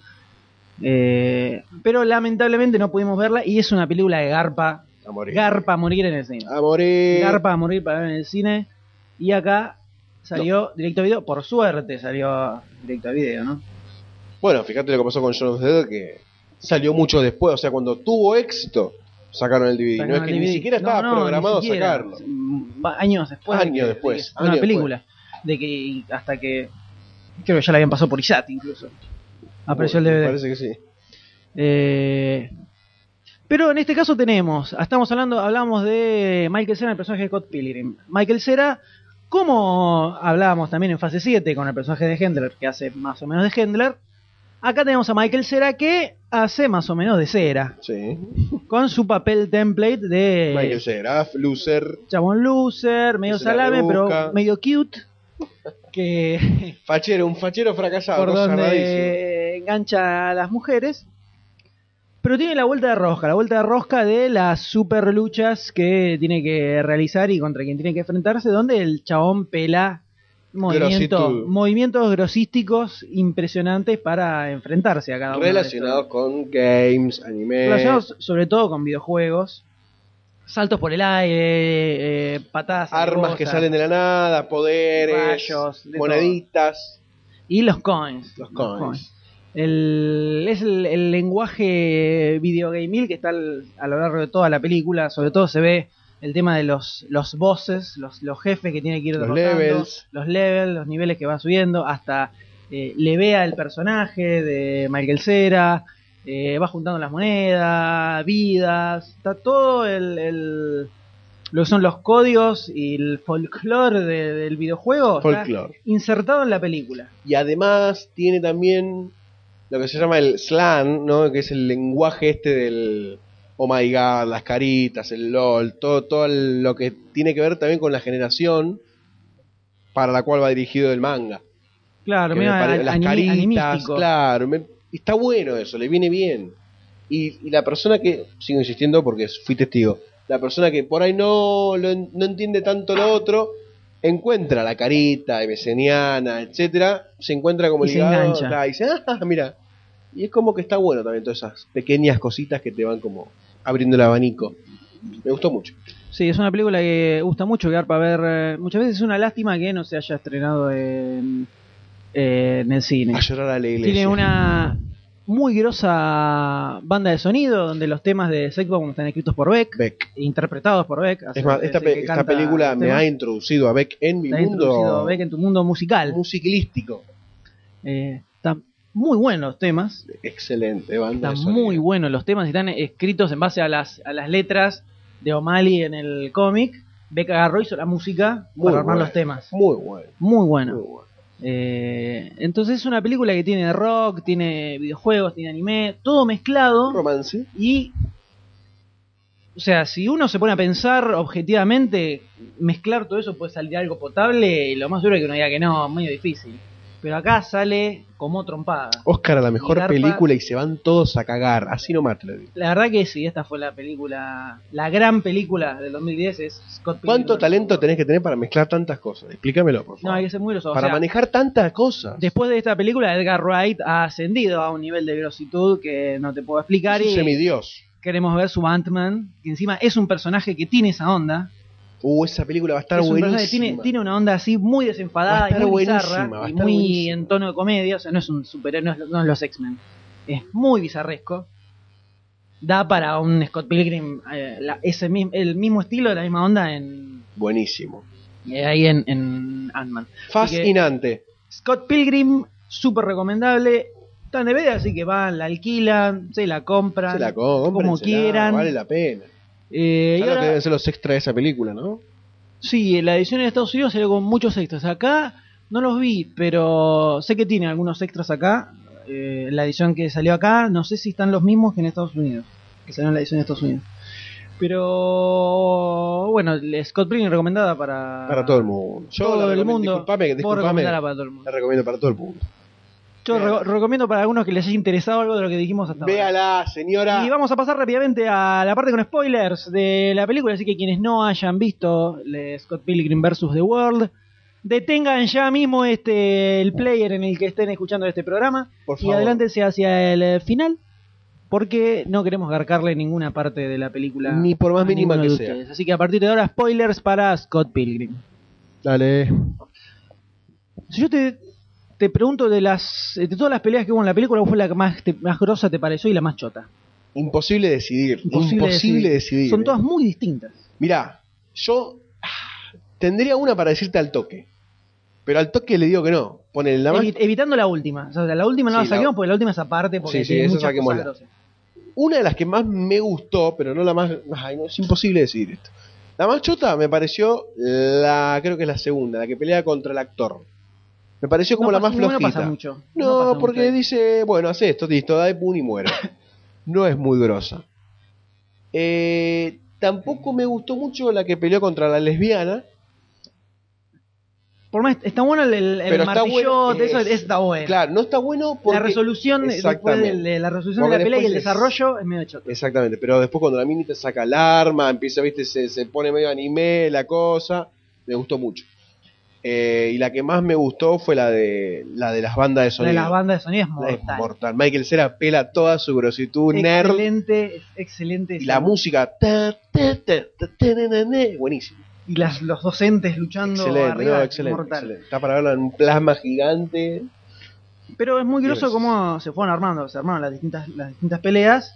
Speaker 1: Eh, pero lamentablemente no pudimos verla y es una película de garpa.
Speaker 2: A morir.
Speaker 1: Garpa a morir en el cine.
Speaker 2: A morir.
Speaker 1: Garpa a morir para ver en el cine. Y acá salió directo a video. Por suerte salió directo a video, ¿no?
Speaker 2: Bueno, fíjate lo que pasó con John of the Dead, que salió mucho después. O sea, cuando tuvo éxito, sacaron el DVD. no es
Speaker 1: Sacaron
Speaker 2: que
Speaker 1: el
Speaker 2: ni
Speaker 1: DVD.
Speaker 2: siquiera
Speaker 1: No,
Speaker 2: estaba
Speaker 1: no, ni
Speaker 2: programado
Speaker 1: siquiera.
Speaker 2: sacarlo.
Speaker 1: Mm, va- Años después. de
Speaker 2: Años
Speaker 1: que- de
Speaker 2: después,
Speaker 1: que- una
Speaker 2: años
Speaker 1: película. De que y hasta que. Creo que ya la habían pasado por ISAT incluso. Apareció el
Speaker 2: Me
Speaker 1: DVD.
Speaker 2: Parece que sí.
Speaker 1: Eh, pero en este caso tenemos, estamos hablando, hablamos de Michael Cera, el personaje de Scott Pilgrim. Michael Cera, como hablábamos también en fase 7 con el personaje de Hendler, que hace más o menos de Hendler, acá tenemos a Michael Cera que hace más o menos de Cera. Con su papel template de
Speaker 2: Michael Cera, loser,
Speaker 1: chabón loser, medio
Speaker 2: se la
Speaker 1: salame,
Speaker 2: rebusca.
Speaker 1: pero medio cute. Que
Speaker 2: fachero, un fachero fracasado.
Speaker 1: por
Speaker 2: cosa rarísima.
Speaker 1: donde engancha a las mujeres. Pero tiene la vuelta de rosca, la vuelta de rosca de las super luchas que tiene que realizar y contra quien tiene que enfrentarse, donde el chabón pela movimientos,
Speaker 2: Grositud.
Speaker 1: movimientos grosísticos impresionantes para enfrentarse a cada uno. de estos.
Speaker 2: Relacionados con games,
Speaker 1: Ah,
Speaker 2: anime.
Speaker 1: Relacionados sobre todo con videojuegos, saltos por el aire, eh, patadas,
Speaker 2: Armas que salen de la nada, poderes,
Speaker 1: Rayos, de
Speaker 2: moneditas.
Speaker 1: y los coins.
Speaker 2: Los coins.
Speaker 1: El, es el, el lenguaje videogamil que está al- a lo largo de toda la película. Sobre todo se ve el tema de los, los bosses, los, los jefes que tiene que ir
Speaker 2: Los
Speaker 1: derrotando,
Speaker 2: levels.
Speaker 1: los levels, los niveles que va subiendo, hasta eh, le vea el personaje de Michael Cera, eh, va juntando las monedas, vidas, está todo el, el- lo que son los códigos y el folclore de- del videojuego está
Speaker 2: Folclore.
Speaker 1: insertado en la película.
Speaker 2: Y además tiene también lo que se llama el slang, ¿no? Que es el lenguaje este del oh my god, las caritas, el LOL, todo, todo lo que tiene que ver también con la generación para la cual va dirigido el manga.
Speaker 1: Claro,
Speaker 2: que me
Speaker 1: medio
Speaker 2: pare-
Speaker 1: ani-
Speaker 2: las
Speaker 1: ani-
Speaker 2: caritas,
Speaker 1: animístico.
Speaker 2: claro. me- está bueno eso, le viene bien. Y, y la persona que, sigo insistiendo porque fui testigo, la persona que por ahí no, lo en- no entiende tanto lo otro, encuentra la carita ebeseniana, etcétera, se encuentra como
Speaker 1: Y se
Speaker 2: ligado
Speaker 1: engancha.
Speaker 2: está, y dice, ah, mira. Y es como que está bueno también todas esas pequeñas cositas que te van como abriendo el abanico. Me gustó mucho.
Speaker 1: Sí, es una película que gusta mucho quedar para ver. eh, Muchas veces es una lástima que no se haya estrenado en, eh, en el cine.
Speaker 2: A llorar a la iglesia.
Speaker 1: Tiene una muy grosa banda de sonido donde los temas de Sex-Bomb están escritos por Beck, interpretados por Beck.
Speaker 2: Es más, esta, pe- esta
Speaker 1: este
Speaker 2: película me ha introducido a Beck en mi mundo
Speaker 1: Beck en tu mundo musical. Eh,
Speaker 2: Musicalístico.
Speaker 1: están muy buenos los temas.
Speaker 2: Excelente, banda.
Speaker 1: Están
Speaker 2: de
Speaker 1: muy buenos los temas, están escritos en base a las, a las letras de O'Malley en el cómic. Beck agarró hizo la música
Speaker 2: Muy
Speaker 1: para armar
Speaker 2: bueno,
Speaker 1: los temas.
Speaker 2: Muy bueno.
Speaker 1: Muy bueno. Eh, entonces es una película que tiene rock, tiene videojuegos, tiene anime, todo mezclado.
Speaker 2: Romance.
Speaker 1: Y. O sea, si uno se pone a pensar objetivamente, mezclar todo eso puede salir algo potable. Y lo más duro es que uno diga que no, es medio difícil. Pero acá sale como trompada.
Speaker 2: Oscar a la mejor
Speaker 1: garpa.
Speaker 2: película y se van todos a cagar. Así nomás te lo digo.
Speaker 1: La verdad que sí, esta fue la película, la gran película del 2010 es Scott Pilgrim.
Speaker 2: ¿Cuánto talento tenés que tener para mezclar tantas cosas? Explícamelo, por favor.
Speaker 1: No, hay que ser muy groso. o
Speaker 2: para
Speaker 1: sea,
Speaker 2: manejar tantas cosas.
Speaker 1: Después de esta película, Edgar Wright ha ascendido a un nivel de grositud que no te puedo explicar.
Speaker 2: Es un
Speaker 1: Y
Speaker 2: semidios.
Speaker 1: queremos ver su Ant-Man, que encima es un personaje que tiene esa onda.
Speaker 2: Uh, esa película va a estar
Speaker 1: Es un personaje
Speaker 2: buenísima.
Speaker 1: que tiene, tiene una onda así muy
Speaker 2: Va a
Speaker 1: desenfadada y
Speaker 2: estar
Speaker 1: muy
Speaker 2: buenísima, va
Speaker 1: bizarra.
Speaker 2: a
Speaker 1: Y
Speaker 2: estar
Speaker 1: muy
Speaker 2: buenísima.
Speaker 1: en tono de comedia. O sea, no es un superhéroe, no es, no es los X-Men. Es muy bizarresco. Da para un Scott Pilgrim eh, la- ese, mismo- el mismo estilo, la misma onda en
Speaker 2: Buenísimo.
Speaker 1: Eh, ahí en, en Ant-Man. Así que,
Speaker 2: Fascinante.
Speaker 1: Scott Pilgrim, súper recomendable. Está en DVD, así que van, la alquilan, se la compran.
Speaker 2: Se la compren,
Speaker 1: Como
Speaker 2: se la-
Speaker 1: quieran.
Speaker 2: Vale la pena.
Speaker 1: Eh, y
Speaker 2: ¿Sabes lo
Speaker 1: ahora-
Speaker 2: que deben ser los extras de esa película, no?
Speaker 1: sí, la edición en Estados Unidos salió con muchos extras. Acá no los vi, pero sé que tiene algunos extras acá. Eh, la edición que salió acá, no sé si están los mismos que en Estados Unidos. Que salió en la edición de Estados Unidos. Pero bueno, Scott Pilgrim recomendada para,
Speaker 2: Para todo el mundo. Yo
Speaker 1: todo
Speaker 2: la
Speaker 1: el
Speaker 2: recomiendo-
Speaker 1: mundo.
Speaker 2: disculpame,
Speaker 1: Vos
Speaker 2: disculpame.
Speaker 1: recomendala para todo el mundo.
Speaker 2: La recomiendo para todo el mundo.
Speaker 1: Yo re- recomiendo para algunos que les haya interesado algo de lo que dijimos hasta ahora.
Speaker 2: Véala, señora.
Speaker 1: Y vamos a pasar rápidamente a la parte con spoilers de la película, así que quienes no hayan visto le- Scott Pilgrim vs. The World, detengan ya mismo este el player en el que estén escuchando este programa
Speaker 2: Por
Speaker 1: y
Speaker 2: favor.
Speaker 1: adelántense hacia el eh, final, porque no queremos garcarle ninguna parte de la película.
Speaker 2: Ni por más
Speaker 1: a
Speaker 2: mínima
Speaker 1: ninguno
Speaker 2: que
Speaker 1: de
Speaker 2: sea.
Speaker 1: ustedes. Así que a partir de ahora, spoilers para Scott Pilgrim.
Speaker 2: Dale.
Speaker 1: Si yo te te pregunto de las de todas las peleas que hubo en la película, ¿cuál fue la que más, te- más grosa te pareció y la más chota?
Speaker 2: Imposible decidir. Imposible, decidir. eh.
Speaker 1: Son todas muy distintas.
Speaker 2: Mirá, yo ah, tendría una para decirte al toque. Pero al toque le digo que no. Ponele la más.
Speaker 1: Evi- evitando la última. O sea, la última no la
Speaker 2: Sí, la-
Speaker 1: saquemos porque la última es aparte. Porque
Speaker 2: Sí, sí,
Speaker 1: tiene
Speaker 2: esa
Speaker 1: muchas
Speaker 2: saquémosla.
Speaker 1: cosas grosas.
Speaker 2: Una de las que más me gustó, pero no la más. Ay, no, es imposible decir esto. La más chota me pareció la. Creo que es la segunda, la que pelea contra el actor. Me pareció como
Speaker 1: No
Speaker 2: la más
Speaker 1: pasa- no, no
Speaker 2: flojita.
Speaker 1: pasa mucho.
Speaker 2: No,
Speaker 1: No pasa
Speaker 2: porque dice, bueno, hace esto, listo, da de pun y muere. No es muy grosa. Eh, tampoco me gustó mucho la que peleó contra la lesbiana.
Speaker 1: Por más, está bueno el, el
Speaker 2: Pero está
Speaker 1: martillote,
Speaker 2: bueno,
Speaker 1: eso
Speaker 2: es-
Speaker 1: está bueno.
Speaker 2: Claro, no está bueno porque...
Speaker 1: la resolución, después de,
Speaker 2: Exactamente.
Speaker 1: de la resolución
Speaker 2: Porque
Speaker 1: de la pelea y el
Speaker 2: después es-
Speaker 1: desarrollo es medio chota.
Speaker 2: Exactamente, pero después cuando la mini te saca el arma, empieza, viste, se, se pone medio anime la cosa, me gustó mucho. Eh, y la que más me gustó fue la de la de las bandas de
Speaker 1: La
Speaker 2: sonido.
Speaker 1: de las bandas de sonido es
Speaker 2: La es
Speaker 1: mortal.
Speaker 2: mortal. Michael Cera pela toda su grositud, nerd,
Speaker 1: excelente, es excelente.
Speaker 2: y la música. ta, ta, ta, ta, ta, na, na, na, buenísimo.
Speaker 1: Y las, los docentes luchando
Speaker 2: Excelente,
Speaker 1: arriba,
Speaker 2: no,
Speaker 1: es
Speaker 2: excelente,
Speaker 1: mortal.
Speaker 2: excelente. Está para verla en un plasma gigante.
Speaker 1: Pero es muy groso
Speaker 2: Gracias.
Speaker 1: cómo se fueron armando, se armaron las distintas, las distintas peleas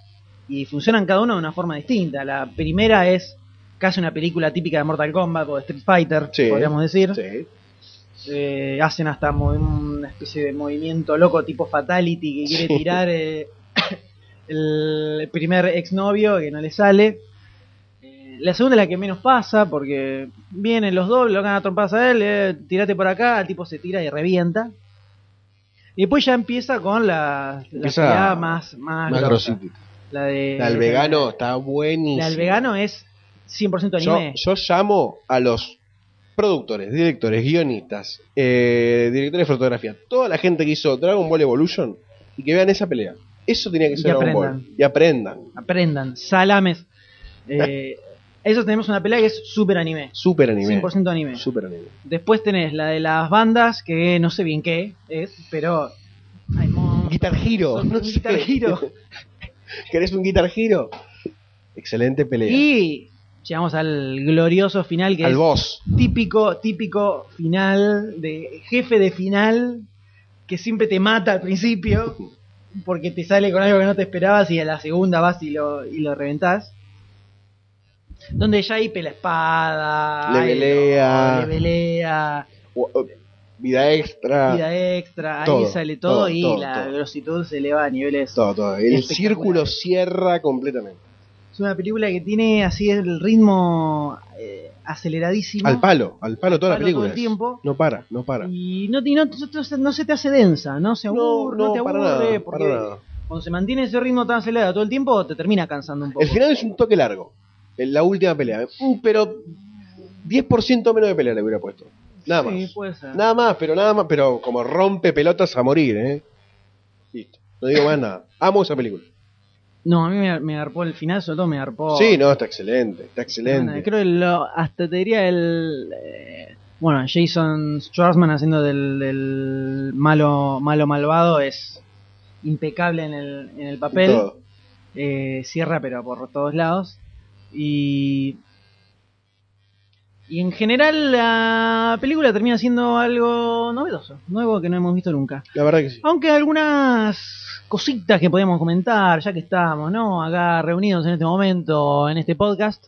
Speaker 1: y funcionan cada una de una forma distinta. La primera es casi una película típica de Mortal Kombat o de Street Fighter,
Speaker 2: Sí,
Speaker 1: podríamos decir.
Speaker 2: sí.
Speaker 1: Eh, hacen hasta mo- una especie de movimiento loco tipo Fatality que quiere
Speaker 2: Sí.
Speaker 1: tirar eh, el primer exnovio que no le sale. Eh, La segunda es la que menos pasa porque vienen los dobles, lo ganan a trompadas a él, eh, tirate por acá, el tipo se tira y revienta. Y después ya empieza con la, la
Speaker 2: Empieza
Speaker 1: pelea más, más,
Speaker 2: más
Speaker 1: grosa.
Speaker 2: grosita.
Speaker 1: La, de,
Speaker 2: Ah, La del vegano está buenísimo.
Speaker 1: La del vegano es 100%
Speaker 2: Yo,
Speaker 1: anime.
Speaker 2: yo llamo a los productores, directores, guionistas, eh, directores de fotografía, toda la gente que hizo Dragon Ball Evolution y que vean esa pelea. Eso tenía que
Speaker 1: Y
Speaker 2: ser Dragon
Speaker 1: aprendan.
Speaker 2: Ball. Y aprendan.
Speaker 1: Aprendan, salames. Eh, eso tenemos una pelea que es súper anime.
Speaker 2: Super anime.
Speaker 1: 100% anime.
Speaker 2: Super anime.
Speaker 1: Después tenés la de las bandas, que no sé bien qué es, pero.
Speaker 2: Guitar Hero.
Speaker 1: Son
Speaker 2: no
Speaker 1: un
Speaker 2: sé.
Speaker 1: Guitar Hero.
Speaker 2: ¿Querés un Guitar Hero? Excelente pelea.
Speaker 1: Y llegamos al glorioso final que
Speaker 2: Al
Speaker 1: es
Speaker 2: boss.
Speaker 1: típico, típico final de jefe de final que siempre te mata al principio porque te sale con algo que no te esperabas y a la segunda vas y lo, y lo reventás. Donde ya hipe la espada,
Speaker 2: Le
Speaker 1: hay-
Speaker 2: pelea.
Speaker 1: le pelea,
Speaker 2: O- o- vida extra.
Speaker 1: vida extra,
Speaker 2: Todo,
Speaker 1: ahí sale todo,
Speaker 2: todo,
Speaker 1: y
Speaker 2: todo,
Speaker 1: la
Speaker 2: todo.
Speaker 1: grositud se eleva a niveles.
Speaker 2: Todo, todo. El
Speaker 1: espectaculares.
Speaker 2: círculo cierra completamente.
Speaker 1: Es una película que tiene así el ritmo eh, aceleradísimo.
Speaker 2: Al palo, al palo toda la
Speaker 1: Al palo todo
Speaker 2: película.
Speaker 1: el tiempo.
Speaker 2: No para, no para.
Speaker 1: Y no, y no- no- no se te hace densa, no se aburre, no, te
Speaker 2: para
Speaker 1: aburre,
Speaker 2: nada,
Speaker 1: porque
Speaker 2: para nada.
Speaker 1: cuando se mantiene ese ritmo tan acelerado todo el tiempo, te termina cansando un poco.
Speaker 2: El final es un toque largo. En la última pelea. Mm, Pero 10% menos de pelea le hubiera puesto. Nada más.
Speaker 1: Sí, pues, puede ser.
Speaker 2: Nada más, pero nada más. Pero como rompe pelotas a morir, ¿eh? Listo. No digo más nada. Amo esa película.
Speaker 1: No, a mí me, me garpó el final, sobre todo me garpó.
Speaker 2: Sí, no, está excelente.
Speaker 1: Bueno,
Speaker 2: Está excelente.
Speaker 1: Oh. Creo que lo- hasta te diría el. eh, bueno, Jason Schwartzman haciendo del, del malo, malo malvado es impecable en el, en el papel.
Speaker 2: Todo.
Speaker 1: eh, cierra pero por todos lados y y en general la película termina siendo algo novedoso nuevo que no hemos visto nunca
Speaker 2: La verdad que sí.
Speaker 1: aunque algunas cositas que podemos comentar ya que estamos no acá reunidos en este momento en este podcast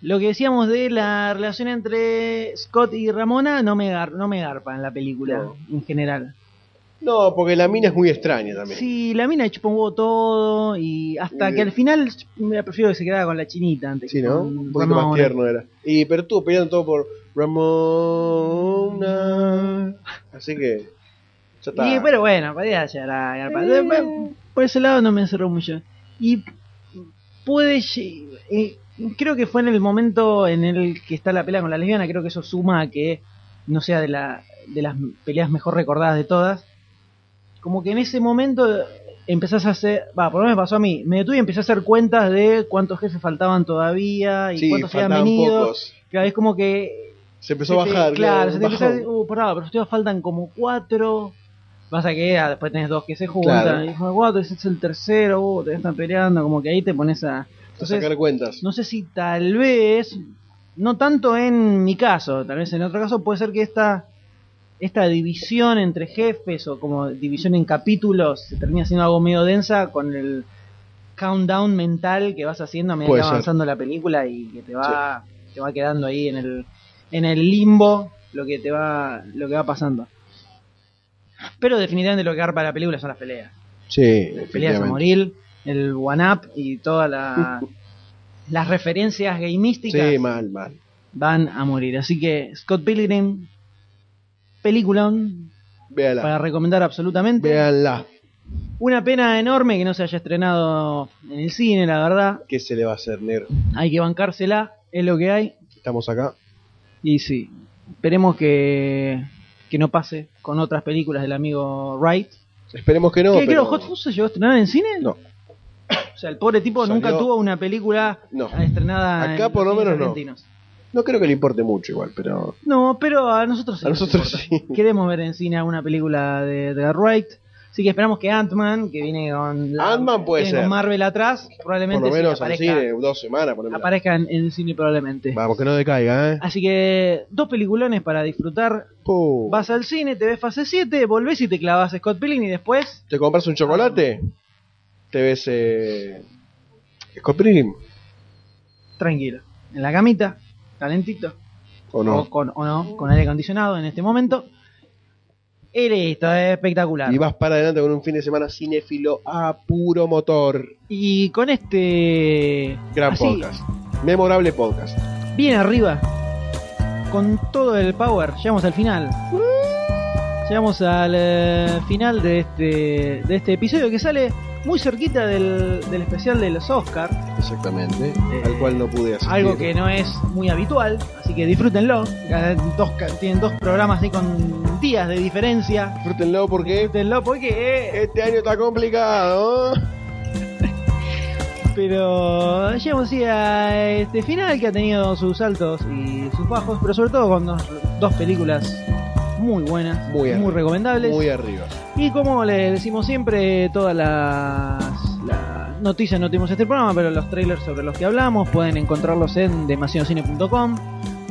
Speaker 1: lo que decíamos de la relación entre Scott y Ramona no me gar- no me garpa en la película
Speaker 2: No.
Speaker 1: en general
Speaker 2: No, porque la mina es muy extraña también.
Speaker 1: Sí, la mina chupa un huevo todo y hasta
Speaker 2: Y-
Speaker 1: que al final mira, prefiero que se quedara con la chinita antes.
Speaker 2: Sí,
Speaker 1: que
Speaker 2: ¿no?
Speaker 1: con
Speaker 2: Un poquito más
Speaker 1: Mm, Ramona.
Speaker 2: tierno era. Y, pero estuvo peleando todo por Ramona. Así que. Ya está.
Speaker 1: Y, pero bueno, podía llegar a garpar.
Speaker 2: Ah. Eh.
Speaker 1: Por- Por ese lado no me encerró mucho. Y puede lle- eh, creo que fue en el momento en el que está la pelea con la lesbiana, creo que eso suma a que no sea de la de las peleas mejor recordadas de todas. Como que en ese momento empezás a hacer, va, por lo menos me pasó a mí, me detuve y empecé a hacer cuentas de cuántos jefes faltaban todavía y
Speaker 2: Sí,
Speaker 1: cuántos habían
Speaker 2: faltaban
Speaker 1: venido.
Speaker 2: pocos.
Speaker 1: Claro, es como que
Speaker 2: Se empezó
Speaker 1: se
Speaker 2: a
Speaker 1: te-
Speaker 2: bajar.
Speaker 1: Claro, se te
Speaker 2: bajó.
Speaker 1: empieza a decir, uh, pará, pero ustedes faltan como cuatro. Pasa que ah, después tenés dos que se juntan.
Speaker 2: Claro.
Speaker 1: Y dijo, cuatro, ese es el tercero, uh, te están peleando. Como que ahí te pones a.
Speaker 2: a sacar cuentas.
Speaker 1: No sé si tal vez. No tanto en mi caso, tal vez en otro caso puede ser que esta. esta división entre jefes o como división en capítulos se termina siendo algo medio densa con el countdown mental que vas haciendo a medida
Speaker 2: Puede
Speaker 1: que va
Speaker 2: ser.
Speaker 1: avanzando la película y que te va te va quedando ahí en el en el limbo lo que te va lo que va pasando. Pero definitivamente lo que arpa la película son las peleas
Speaker 2: Sí,
Speaker 1: peleas a
Speaker 2: efectivamente.
Speaker 1: morir, el one up y todas la- las referencias gamísticas
Speaker 2: Sí, mal, mal.
Speaker 1: van a morir. Así que Scott Pilgrim, peliculón para recomendar absolutamente.
Speaker 2: Véanla.
Speaker 1: Una pena enorme que no se haya estrenado en el cine, la verdad.
Speaker 2: ¿Qué se le va a hacer, negro?
Speaker 1: Hay que bancársela, es lo que hay.
Speaker 2: Estamos acá.
Speaker 1: Y sí, esperemos que, que no pase con otras películas del amigo Wright.
Speaker 2: Esperemos que no.
Speaker 1: ¿Qué
Speaker 2: pero-
Speaker 1: creo? ¿Hot Fuzz se llegó a estrenar en cine?
Speaker 2: No.
Speaker 1: O sea, el pobre tipo
Speaker 2: Salió-
Speaker 1: nunca tuvo una película
Speaker 2: No.
Speaker 1: estrenada en
Speaker 2: Acá por lo
Speaker 1: los cines
Speaker 2: menos no.
Speaker 1: argentinos.
Speaker 2: No creo que le importe mucho igual, pero
Speaker 1: No, pero a nosotros sí.
Speaker 2: a
Speaker 1: nos
Speaker 2: nosotros
Speaker 1: importa.
Speaker 2: sí.
Speaker 1: Queremos ver en cine alguna película de, de Wright. Así que esperamos que Ant-Man, que viene con, la-
Speaker 2: Ant-Man puede
Speaker 1: viene con
Speaker 2: ser.
Speaker 1: Marvel atrás,
Speaker 2: Por
Speaker 1: probablemente
Speaker 2: lo
Speaker 1: sí
Speaker 2: menos al
Speaker 1: aparezca,
Speaker 2: cine, dos semanas. ponemos.
Speaker 1: aparezca en, en el cine probablemente.
Speaker 2: Vamos, que no decaiga, ¿eh?
Speaker 1: Así que dos peliculones para disfrutar. Vas al cine, te ves fase 7, volvés y te clavas a Scott Pilgrim y después...
Speaker 2: ¿Te compras un chocolate? ¿Te ves eh... Scott Pilgrim?
Speaker 1: tranquilo, en la camita, calentito,
Speaker 2: ¿O no?
Speaker 1: o, con, o no, con aire acondicionado en este momento. Y listo, es espectacular.
Speaker 2: Y vas para adelante con un fin de semana cinéfilo a puro motor.
Speaker 1: Y con este...
Speaker 2: Gran
Speaker 1: así,
Speaker 2: podcast. Memorable podcast.
Speaker 1: Bien arriba, con todo el power, llegamos al final. Llegamos al eh, final de este, de este episodio que sale muy cerquita del, del especial de los Oscars.
Speaker 2: Exactamente. al cual no pude hacer.
Speaker 1: Eh, Algo que no es muy habitual, así que disfrútenlo. Cada- Dos, ca- tienen dos programas así con días de diferencia.
Speaker 2: Disfrútenlo porque.
Speaker 1: Disfrútenlo porque. eh,
Speaker 2: Este año está complicado.
Speaker 1: Pero llegamos así a este final que ha tenido sus altos y sus bajos, pero sobre todo con dos, dos películas muy buenas, muy,
Speaker 2: arriba.
Speaker 1: recomendables.
Speaker 2: Muy arriba.
Speaker 1: Y como les decimos siempre, todas las, las noticias no tuvimos este programa, pero los trailers sobre los que hablamos pueden encontrarlos en demasiadocine.com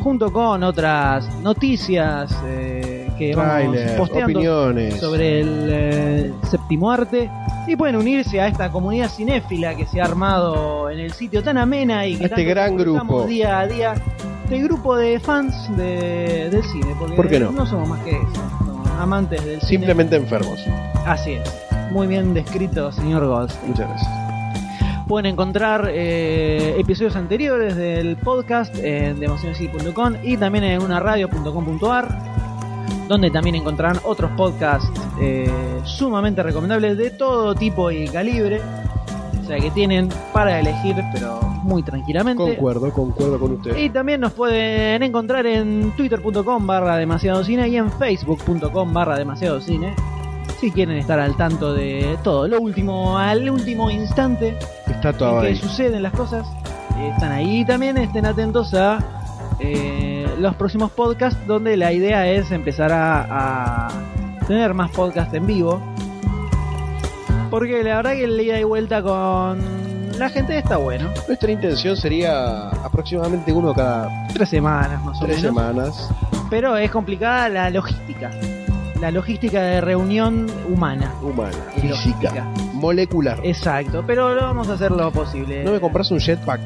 Speaker 1: junto con otras noticias eh, que
Speaker 2: Trailers,
Speaker 1: vamos posteando
Speaker 2: opiniones.
Speaker 1: sobre el eh, séptimo arte y pueden unirse a esta comunidad cinéfila que se ha armado en el sitio tan amena y que
Speaker 2: A este
Speaker 1: tanto
Speaker 2: gran
Speaker 1: disfrutamos
Speaker 2: grupo.
Speaker 1: día a día este grupo de fans de- del cine porque
Speaker 2: ¿Por qué no?
Speaker 1: somos más que eso somos amantes del cine
Speaker 2: Simplemente enfermos.
Speaker 1: Así es. Muy bien descrito, señor Goldstein.
Speaker 2: Muchas gracias.
Speaker 1: Pueden encontrar eh, episodios anteriores del podcast en democionesy.com y también en unaradio.com.ar donde también encontrarán otros podcasts eh, sumamente recomendables de todo tipo y calibre. O sea que tienen para elegir, pero muy tranquilamente.
Speaker 2: Concuerdo, concuerdo con usted.
Speaker 1: Y también nos pueden encontrar en twitter.com barra demasiado cine y en facebook.com barra demasiado cine. Si quieren estar al tanto de todo, lo último, al último instante
Speaker 2: Está
Speaker 1: en
Speaker 2: todo
Speaker 1: que
Speaker 2: ahí.
Speaker 1: suceden las cosas, eh, están ahí. Y también estén atentos a eh, los próximos podcasts donde la idea es empezar a, a tener más podcasts en vivo. Porque la verdad que el ida y vuelta con la gente está bueno.
Speaker 2: Nuestra intención sería aproximadamente uno cada
Speaker 1: Tres semanas más o
Speaker 2: tres
Speaker 1: menos.
Speaker 2: semanas.
Speaker 1: Pero es complicada la logística. La logística de reunión humana.
Speaker 2: Humana.
Speaker 1: Es
Speaker 2: Física. Molecular.
Speaker 1: Exacto, pero lo vamos a hacer lo posible.
Speaker 2: ¿No me compras un jetpack?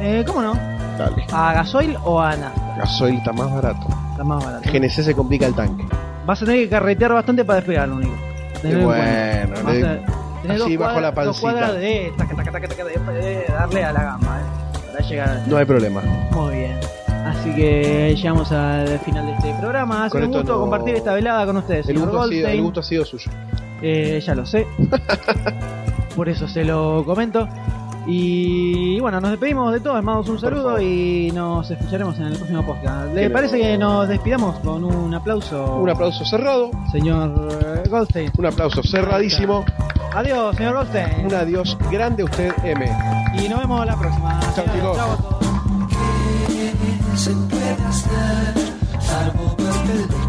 Speaker 1: Eh, ¿Cómo no?
Speaker 2: Dale.
Speaker 1: ¿A gasoil o a nafta?
Speaker 2: Gasoil está más barato.
Speaker 1: Está más barato.
Speaker 2: GNC se complica el tanque.
Speaker 1: Vas a tener que carretear bastante para despegar, lo único. Tener en cuenta.
Speaker 2: bueno,
Speaker 1: Vas
Speaker 2: le-
Speaker 1: a tener
Speaker 2: así
Speaker 1: dos
Speaker 2: bajo la
Speaker 1: cuadras- dos
Speaker 2: pancita.
Speaker 1: cuadras de, taca, taca, taca, taca, de- de darle a la gamba, eh, para llegar.
Speaker 2: No hay problema.
Speaker 1: Muy bien. Así que llegamos al final de este programa. Ha sido
Speaker 2: Con
Speaker 1: un
Speaker 2: esto
Speaker 1: gusto
Speaker 2: no-
Speaker 1: compartir esta velada con ustedes.
Speaker 2: El
Speaker 1: señor
Speaker 2: gusto, ha sido, el
Speaker 1: Goldstein.
Speaker 2: gusto ha sido suyo.
Speaker 1: Eh, ya lo sé. Por eso se lo comento. Y bueno, nos despedimos de todos. Mandamos un saludo y nos escucharemos en el próximo podcast. ¿Le
Speaker 2: Que no-
Speaker 1: parece que nos despidamos con un aplauso?
Speaker 2: Un aplauso cerrado.
Speaker 1: Señor eh, Goldstein.
Speaker 2: Un aplauso cerradísimo.
Speaker 1: Adiós, señor Goldstein.
Speaker 2: Un adiós grande a usted, M.
Speaker 1: Y nos vemos la próxima.
Speaker 2: Chao, chicos.
Speaker 7: se puede hacer algo más que lo